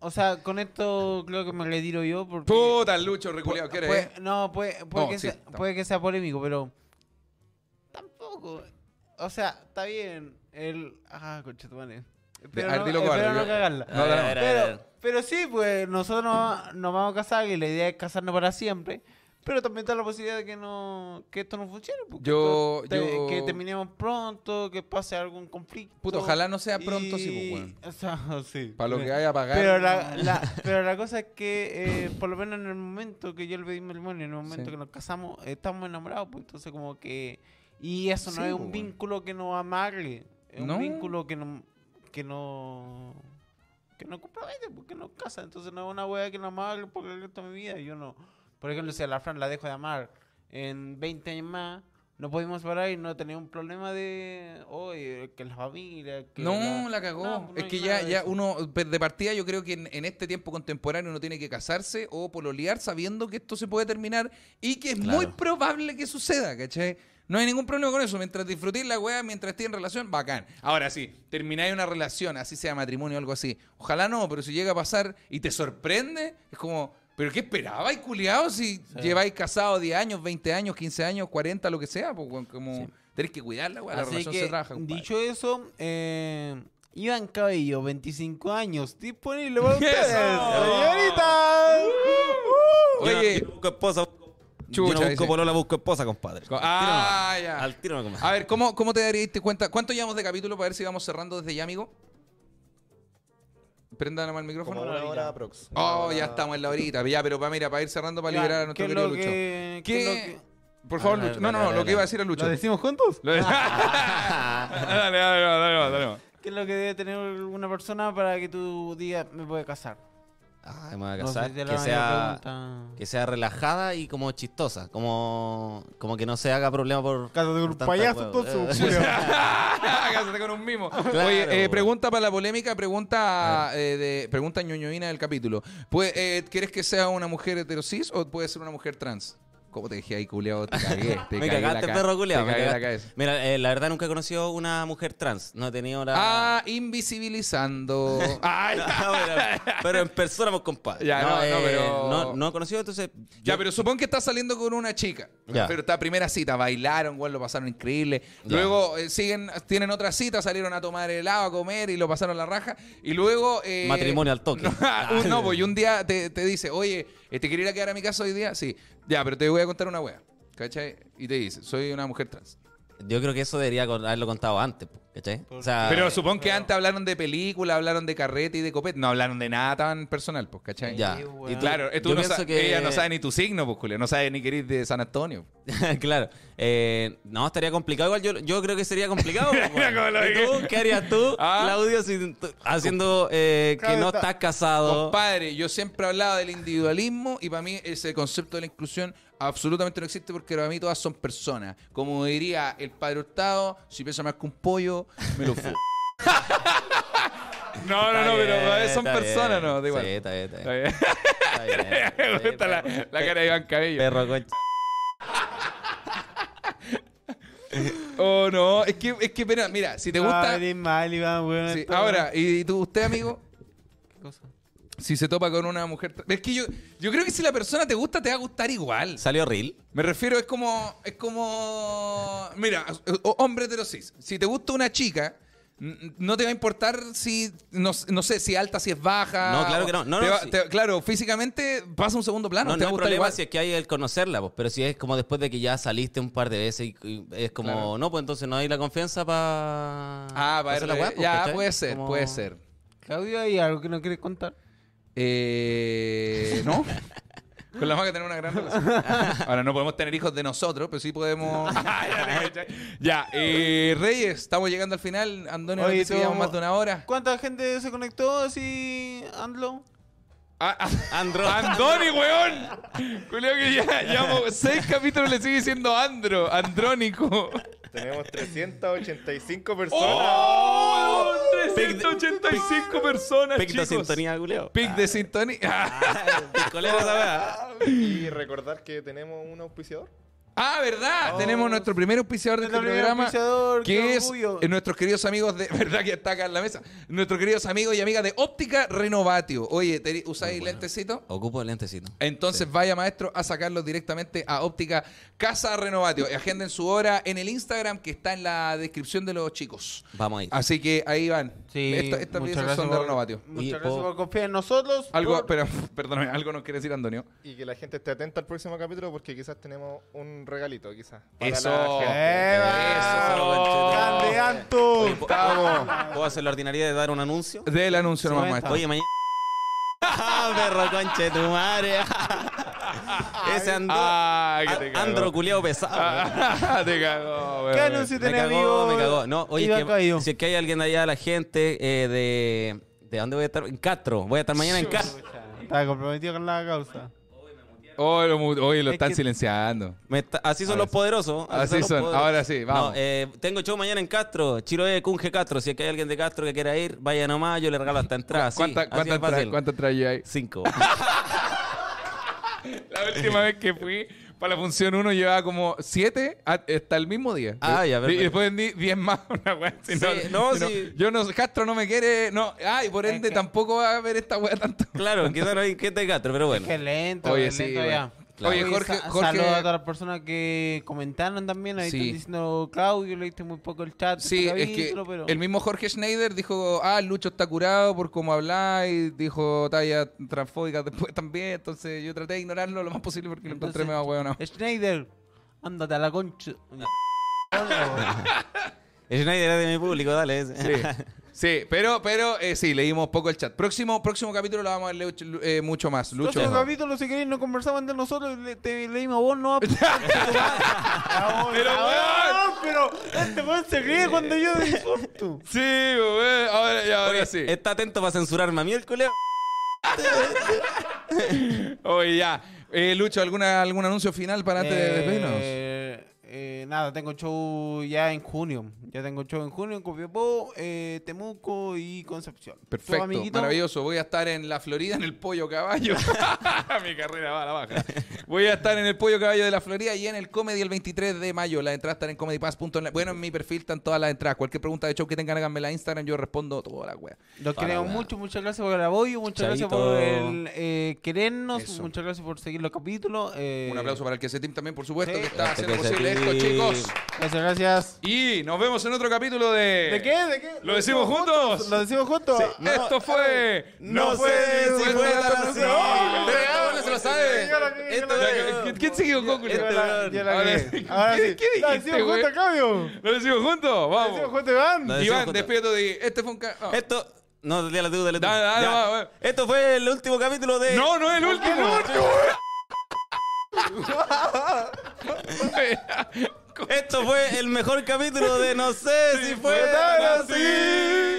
Speaker 2: o sea, con esto creo que me le tiro yo porque...
Speaker 1: Puta, Lucho, reculeado, eh? ¿qué
Speaker 5: Pues,
Speaker 1: eres?
Speaker 2: Puede- no, puede, puede
Speaker 1: No,
Speaker 2: que
Speaker 1: sí,
Speaker 2: sea,
Speaker 1: está.
Speaker 2: puede que sea polémico, pero tampoco. O sea, está bien. El. Ah, conchetumane. Pero
Speaker 1: a ver,
Speaker 2: no,
Speaker 1: dilo con
Speaker 2: espero
Speaker 1: algo,
Speaker 2: no
Speaker 1: yo-
Speaker 2: cagarla.
Speaker 3: A ver, a ver, a ver, a ver.
Speaker 2: pero, pero sí, pues nosotros nos, nos vamos a casar y la idea es casarnos para siempre. Pero también está la posibilidad de que, no, que esto no funcione. pues, que
Speaker 1: Yo-
Speaker 2: esto te-
Speaker 1: yo-
Speaker 2: Que terminemos pronto, que pase algún conflicto.
Speaker 1: Puta, ojalá no sea pronto, sí,
Speaker 2: y-
Speaker 1: pues, weón.
Speaker 2: O sea, sí.
Speaker 1: Para lo
Speaker 5: pues,
Speaker 2: Me-
Speaker 1: que haya a pagar.
Speaker 2: pero la, la- pero la cosa es que, eh, por lo menos en el momento que yo le pedí matrimonio, en el momento
Speaker 1: Sí.
Speaker 2: que nos casamos, estamos enamorados, pues entonces como que... Y eso no
Speaker 1: Sí,
Speaker 2: es
Speaker 1: po,
Speaker 2: un
Speaker 1: weón.
Speaker 2: vínculo que nos amague, es
Speaker 1: No.
Speaker 2: un vínculo que no... Que no que no compromete, porque nos casa. Entonces no es una wea que no amague por el resto de mi vida. Yo no... Por ejemplo, si a la Fran la dejo de amar en 20 años más, no podemos parar y no tenemos un problema de... Oye, que la familia... Que
Speaker 1: No, la cagó.
Speaker 2: No, pues, no
Speaker 1: es
Speaker 2: hay
Speaker 1: que
Speaker 2: nada
Speaker 1: ya,
Speaker 2: de
Speaker 1: ya
Speaker 2: eso.
Speaker 1: uno, per- de partida, yo creo que en, en este tiempo contemporáneo uno tiene que casarse o pololear sabiendo que esto se puede terminar y que es muy
Speaker 3: Claro.
Speaker 1: probable que suceda, ¿cachai? No hay ningún problema con eso. Mientras disfrutéis la weá, mientras estéis en relación, bacán. Ahora sí, termináis una relación, así sea matrimonio o algo así. Ojalá no, pero si llega a pasar y te sorprende, es como, ¿pero qué esperabais, culiao? Si lleváis casado 10 años, 20 años, 15 años, 40, lo que sea, pues weón, como tenéis que cuidarla, weá. La
Speaker 2: Pues, Así
Speaker 1: relación
Speaker 2: que,
Speaker 1: se trabaja. compadre.
Speaker 2: Dicho eso, eh, Iván Cabello, 25 años, disponible para ustedes. Señorita.
Speaker 1: Uh,
Speaker 3: Yo no-
Speaker 1: Oye.
Speaker 3: yo no busco esposa. busco-
Speaker 1: Chucha,
Speaker 3: yo no
Speaker 1: dice.
Speaker 3: busco polola, busco esposa, compadre.
Speaker 1: Co- Ah,
Speaker 3: Al tiro
Speaker 1: ya.
Speaker 3: nomás. Al tiro nomás.
Speaker 1: A ver, ¿cómo, cómo te darías cuenta? ¿Cuánto llevamos de capítulo para ver si vamos cerrando desde ya, amigo? Prenda nomás el
Speaker 4: Como
Speaker 1: micrófono.
Speaker 4: una hora aprox.
Speaker 1: Oh, ya estamos en la horita. Ya, pero para, mira, para ir cerrando, para
Speaker 2: Ya,
Speaker 1: liberar a
Speaker 2: ¿qué
Speaker 1: nuestro querido
Speaker 2: es lo
Speaker 1: Lucho.
Speaker 2: que- qué es lo
Speaker 1: ¿Qué? Por
Speaker 3: A
Speaker 1: favor,
Speaker 3: ver,
Speaker 1: Lucho. No,
Speaker 3: dale,
Speaker 1: no, no,
Speaker 3: dale,
Speaker 1: lo que iba a
Speaker 3: dale.
Speaker 1: decir a Lucho.
Speaker 2: ¿Lo decimos juntos?
Speaker 5: Lo- dale, dale, dale, dale, dale.
Speaker 2: ¿Qué es lo que debe tener una persona para que tú digas, me puede casar?
Speaker 3: Ah, me voy a
Speaker 2: No sé
Speaker 3: casar.
Speaker 2: si te la
Speaker 3: que,
Speaker 2: van a
Speaker 3: sea,
Speaker 2: preguntar.
Speaker 3: que sea relajada y como chistosa. Como, como que no se haga problema por.
Speaker 2: Cásate con
Speaker 3: por
Speaker 2: un
Speaker 3: tanta
Speaker 2: payaso,
Speaker 3: huevo.
Speaker 2: entonces,
Speaker 3: Eh,
Speaker 1: Cásate con un mimo. Oye, eh,
Speaker 3: bueno.
Speaker 1: pregunta para la polémica, pregunta eh, de pregunta ñoñoína del capítulo. Pues, eh, ¿Quieres que sea una mujer heterosis o puede ser una mujer trans? ¿Cómo te dije ahí, culiao? Te cagué. Te
Speaker 3: me
Speaker 1: cagué la
Speaker 3: cagaste,
Speaker 1: ca-
Speaker 3: perro culiao,
Speaker 1: Te
Speaker 3: me
Speaker 1: cagué la
Speaker 3: cagaste.
Speaker 1: cabeza.
Speaker 3: Mira, eh, la verdad nunca he conocido una mujer trans. No he tenido la.
Speaker 1: Ah, invisibilizando. Ay,
Speaker 3: No, pero, pero en persona, pues, compadre.
Speaker 1: Ya, no, no,
Speaker 3: eh,
Speaker 1: pero-
Speaker 3: No, no he conocido, entonces. yo-
Speaker 1: ya, pero supón que estás saliendo con una chica.
Speaker 3: Ya.
Speaker 1: Pero esta primera cita, bailaron, güey, lo pasaron increíble. Luego eh, siguen, tienen otra cita, salieron a tomar helado, a comer y lo pasaron la raja. Y luego. eh,
Speaker 3: Matrimonio al toque. Ah.
Speaker 1: No, un, no, pues, y un día te, te dice, oye, eh, ¿te quería ir a quedar a mi casa hoy día? Sí. Ya, pero te voy a contar una wea. ¿Cachai? Y te dice, soy una mujer trans.
Speaker 3: Yo creo que eso debería con- haberlo contado antes, po, ¿cachai? O sea,
Speaker 1: Pero supón que antes hablaron de película, hablaron de carrete y de copete. No hablaron de nada tan personal, pues, ¿cachai?
Speaker 3: Ya.
Speaker 2: Sí, weón.
Speaker 3: Y
Speaker 1: Y
Speaker 3: tú-
Speaker 1: Claro, eh, tú
Speaker 3: yo
Speaker 1: no
Speaker 3: pienso
Speaker 1: sa-
Speaker 3: que-
Speaker 1: ella no sabe ni tu signo, pues, Julio. No sabe ni que eres de San Antonio.
Speaker 3: claro. Eh, no, estaría complicado. Igual yo, yo creo que sería complicado. pues,
Speaker 5: Mira cómo lo
Speaker 3: ¿Y
Speaker 5: dije.
Speaker 3: tú? ¿Qué harías tú,
Speaker 1: Ah.
Speaker 3: Claudio, si tú- haciendo eh, que
Speaker 2: Claro,
Speaker 3: no
Speaker 2: está-
Speaker 3: estás casado?
Speaker 1: Compadre, yo siempre he hablado del individualismo y para mí ese concepto de la inclusión absolutamente no existe porque para mí todas son personas. Como diría el padre Hurtado, si pesa más que un pollo, me lo fumo.
Speaker 5: No, no,
Speaker 3: Está
Speaker 5: no, pero
Speaker 3: bien,
Speaker 5: eh, son
Speaker 3: está
Speaker 5: personas,
Speaker 3: bien.
Speaker 5: no, da igual.
Speaker 3: Sí, está bien, está
Speaker 5: Está bien.
Speaker 3: bien. Está bien, está bien,
Speaker 5: Me gusta la,
Speaker 3: está bien.
Speaker 5: la cara de Iván Cabello.
Speaker 3: Perro concha.
Speaker 1: Oh, no, es que, es que, mira, mira, si te gusta.
Speaker 2: Ah, eres mal, Iván, weón,
Speaker 1: Sí,
Speaker 2: esto-
Speaker 1: ahora, y tú, usted, amigo,
Speaker 2: ¿Qué cosa?
Speaker 1: si se topa con una mujer. tra- Es que yo, yo creo que si la persona te gusta, te va a gustar igual.
Speaker 3: ¿Salió real?
Speaker 1: Me refiero, es como. Es como. Mira, o- hombre heterosis. Si te gusta una chica, n- no te va a importar si. No, s- no sé, si es alta, si es baja.
Speaker 3: No, claro
Speaker 1: o-
Speaker 3: que no. No,
Speaker 1: te
Speaker 3: no,
Speaker 1: va-
Speaker 3: sí.
Speaker 1: te- claro, físicamente pasa a un segundo plano.
Speaker 3: No,
Speaker 1: te va
Speaker 3: no
Speaker 1: a
Speaker 3: hay
Speaker 1: gustar
Speaker 3: problema
Speaker 1: igual.
Speaker 3: si es que hay el conocerla, pues, pero si es como después de que ya saliste un par de veces y, y es como,
Speaker 1: Claro.
Speaker 3: no, pues entonces no hay la confianza para...
Speaker 1: Ah, para verla.
Speaker 3: pues,
Speaker 1: ya, puede ser, puede ser.
Speaker 2: Claudio, ¿hay algo que no quieres contar?
Speaker 1: Eh, ¿No? Con la maga tener una gran relación. Ahora no podemos tener hijos de nosotros, pero sí podemos. ya, eh, Reyes, estamos llegando al final. Antonio,
Speaker 2: Oye,
Speaker 1: nos dice que llevamos
Speaker 2: tú-
Speaker 1: más de una hora.
Speaker 2: ¿Cuánta gente se conectó así, Andlo?
Speaker 1: Ah, ah.
Speaker 3: Andro.
Speaker 1: Andoni, weón. Julio que ya llevamos seis capítulos le sigue diciendo Andro, Andrónico.
Speaker 6: Tenemos 385 personas.
Speaker 1: ¡Oh!
Speaker 3: Pic de-
Speaker 1: 385 personas,
Speaker 3: Pic de
Speaker 1: chicos.
Speaker 3: sintonía, culeo.
Speaker 1: Pic de sintonía. Ah,
Speaker 3: Picolero esa weá.
Speaker 6: Y recordar que tenemos un auspiciador.
Speaker 1: Ah, ¿verdad? Tenemos nuestro primer auspiciador de este
Speaker 2: Oh. Nuestro primer
Speaker 1: programa.
Speaker 2: auspiciador, qué
Speaker 1: que es
Speaker 2: orgullo.
Speaker 1: eh, nuestros queridos amigos de. ¿Verdad que está acá en la mesa? Nuestros queridos amigos y amigas de Óptica Renovatio. Oye, ¿te- ¿usáis lentecito?
Speaker 3: Ocupo el lentecito.
Speaker 1: Entonces vaya maestro a sacarlos directamente a Óptica Casa Renovatio. Agenden su hora en el Instagram que está en la descripción de los chicos.
Speaker 3: Vamos ahí.
Speaker 1: Así que ahí van. Esta- estas
Speaker 2: muchas
Speaker 1: piezas
Speaker 2: gracias
Speaker 1: son de
Speaker 2: por-
Speaker 1: Renovatio.
Speaker 2: Muchas
Speaker 3: Y
Speaker 2: gracias
Speaker 3: puedo-
Speaker 2: por confiar en nosotros.
Speaker 1: Algo,
Speaker 2: por-
Speaker 1: pero perdóname, algo nos quiere decir Antonio.
Speaker 6: Y que la gente esté atenta al próximo capítulo porque quizás tenemos un regalito, quizás. para
Speaker 1: Eso.
Speaker 6: la gente.
Speaker 3: Eso,
Speaker 2: ¡Eva!
Speaker 3: conchetumare.
Speaker 2: ¡Eh! ¡Candidato!
Speaker 3: Oye, ¿puedo- ¿Puedo hacer la ordinaria de dar un anuncio?
Speaker 1: Del anuncio
Speaker 2: Sí,
Speaker 1: nomás,
Speaker 2: cuenta.
Speaker 1: maestro.
Speaker 3: Oye, mañana. Ah, perro conche tu madre. Ese andro,
Speaker 1: Ah, que te
Speaker 3: a-
Speaker 1: cagó.
Speaker 3: andro culiao pesado. eh.
Speaker 1: Ah, te cagó, weón.
Speaker 2: ¿Qué anuncio
Speaker 3: me
Speaker 2: tenés,
Speaker 3: cagó,
Speaker 2: amigo?
Speaker 3: me cagó. No, oye, es
Speaker 2: Iván
Speaker 3: que,
Speaker 2: Caído.
Speaker 3: si es que hay alguien de allá, la gente eh, de. ¿De dónde voy a estar? En Castro. Voy a estar mañana en Castro.
Speaker 2: Estaba comprometido con la causa.
Speaker 1: Oh, lo mu- oye, lo
Speaker 2: Es
Speaker 1: están
Speaker 2: que-
Speaker 1: silenciando.
Speaker 3: Me está- así son los poderosos.
Speaker 1: Así
Speaker 3: los
Speaker 1: son.
Speaker 3: poderosos.
Speaker 1: Ahora sí, vamos.
Speaker 3: No, eh, tengo show mañana en Castro. Chiloé, Cunge Castro. Si es que hay alguien de Castro que quiera ir, vaya nomás. Yo le regalo hasta entrada. Sí,
Speaker 1: ¿Cuántas
Speaker 3: así
Speaker 1: cuánta
Speaker 3: de fácil.
Speaker 1: entradas cuánta entradas lleváis?
Speaker 3: Cinco.
Speaker 1: La última vez que fui para la función 1 llevaba como 7 hasta el mismo día.
Speaker 3: Ah, ya,
Speaker 1: Y
Speaker 3: perfecto.
Speaker 1: después vendí 10 más. Una weá. Si
Speaker 3: Sí,
Speaker 1: no,
Speaker 3: no,
Speaker 1: si no-
Speaker 3: sí.
Speaker 1: Yo no, Castro no me quiere. No, ay, por ende tampoco va a ver esta weá tanto.
Speaker 3: claro, quizás no hay gente de Castro, pero bueno.
Speaker 2: Qué lento,
Speaker 1: Oye,
Speaker 2: qué
Speaker 1: sí,
Speaker 2: lento
Speaker 1: güey.
Speaker 2: ya.
Speaker 1: Claro. Oye, Jorge-
Speaker 2: sa-
Speaker 1: Jorge-
Speaker 2: Saludos a todas las personas que comentaron también. Ahí
Speaker 1: Sí.
Speaker 2: están diciendo, Claudio, leíste muy poco el chat. de
Speaker 1: Sí,
Speaker 2: este
Speaker 1: es que
Speaker 2: capítulo, pero-
Speaker 1: el mismo Jorge Schneider dijo, ah, Lucho está curado por cómo habláis, dijo talla transfóbica después también, entonces yo traté de ignorarlo lo más posible porque lo encontré
Speaker 2: Entonces-
Speaker 1: medio hueón.
Speaker 2: este Schneider, ándate a la concha.
Speaker 3: El Schneider es de mi público, dale. ese.
Speaker 1: Sí, sí, pero, pero eh, sí, leímos poco el chat. Próximo, próximo capítulo lo vamos a leer Lucho- eh, mucho más. Lucho.
Speaker 2: Próximo capítulo, si queréis, nos conversamos entre nosotros. le- te leímos a vos, no. a-
Speaker 1: Pero,
Speaker 2: Ah, Pero este weón se ríe cuando yo le insulto.
Speaker 1: Sí, weón. Ahora, ya, ahora
Speaker 3: Oye, eh,
Speaker 1: sí.
Speaker 3: Está atento para censurarme a mí el culeo.
Speaker 1: Oye, ya. Eh, Lucho, ¿alguna, ¿algún anuncio final para antes de despedirnos?
Speaker 2: Eh, eh, nada, tengo show ya en junio. Ya tengo show en junio en Copiapó, eh, Temuco y Concepción.
Speaker 1: Perfecto,
Speaker 2: Show, amiguito.
Speaker 1: maravilloso. Voy a estar en la Florida en el Pollo Caballo. Mi carrera va a la baja. Voy a estar en el Pollo Caballo de la Florida y en el Comedy el 23 de mayo. Las entradas están en comedypass.online. Bueno, en mi perfil están todas las entradas. Cualquier pregunta de show que tengan, háganmela en Instagram. Yo respondo toda la wea.
Speaker 2: Los
Speaker 3: Para
Speaker 2: queremos
Speaker 3: la-
Speaker 2: mucho, muchas gracias por el apoyo, muchas gracias
Speaker 3: Chaito.
Speaker 2: por el, eh, querernos,
Speaker 1: Eso.
Speaker 2: muchas gracias por seguir los capítulos. eh,
Speaker 1: Un aplauso para el que se team también, por supuesto,
Speaker 2: sí.
Speaker 1: que está haciendo
Speaker 3: Que se
Speaker 1: posible esto,
Speaker 3: team.
Speaker 1: chicos.
Speaker 2: Gracias, gracias.
Speaker 1: Y nos vemos en otro capítulo de.
Speaker 2: ¿De qué? ¿De qué?
Speaker 1: ¿Lo decimos juntos?
Speaker 2: ¿Lo decimos juntos?
Speaker 1: Esto fue.
Speaker 3: No sé si fue tan así.
Speaker 1: ¡No!
Speaker 3: Pero
Speaker 1: ¡Pero
Speaker 3: ahora
Speaker 1: no
Speaker 3: se
Speaker 1: se
Speaker 3: lo
Speaker 1: lo
Speaker 3: sabe.
Speaker 1: sabe!
Speaker 3: Esto
Speaker 1: ¿Quién- ¿Quién se equivocó,
Speaker 2: Yo
Speaker 1: Julio?
Speaker 2: la- yo la
Speaker 1: Este Ahora
Speaker 2: cagué.
Speaker 1: sí.
Speaker 2: Ahora
Speaker 1: ¿Qué-
Speaker 2: sí.
Speaker 1: qué
Speaker 2: ¿Lo
Speaker 6: Ah,
Speaker 1: dijiste,
Speaker 2: decimos
Speaker 1: güey?
Speaker 2: juntos, Claudio?
Speaker 1: Lo decimos juntos,
Speaker 2: ¿Lo decimos
Speaker 1: vamos.
Speaker 2: juntos, Iván?
Speaker 3: Lo decimos
Speaker 1: Iván,
Speaker 3: juntos.
Speaker 1: despídete de. Este fue un. ca- ah.
Speaker 3: Esto. No, dale la deuda, dale tú.
Speaker 1: Dale, dale,
Speaker 3: Ya.
Speaker 1: va, va.
Speaker 3: Esto fue el último capítulo de.
Speaker 1: No, no es el último.
Speaker 3: Esto fue el mejor capítulo de No sé si fue tan así.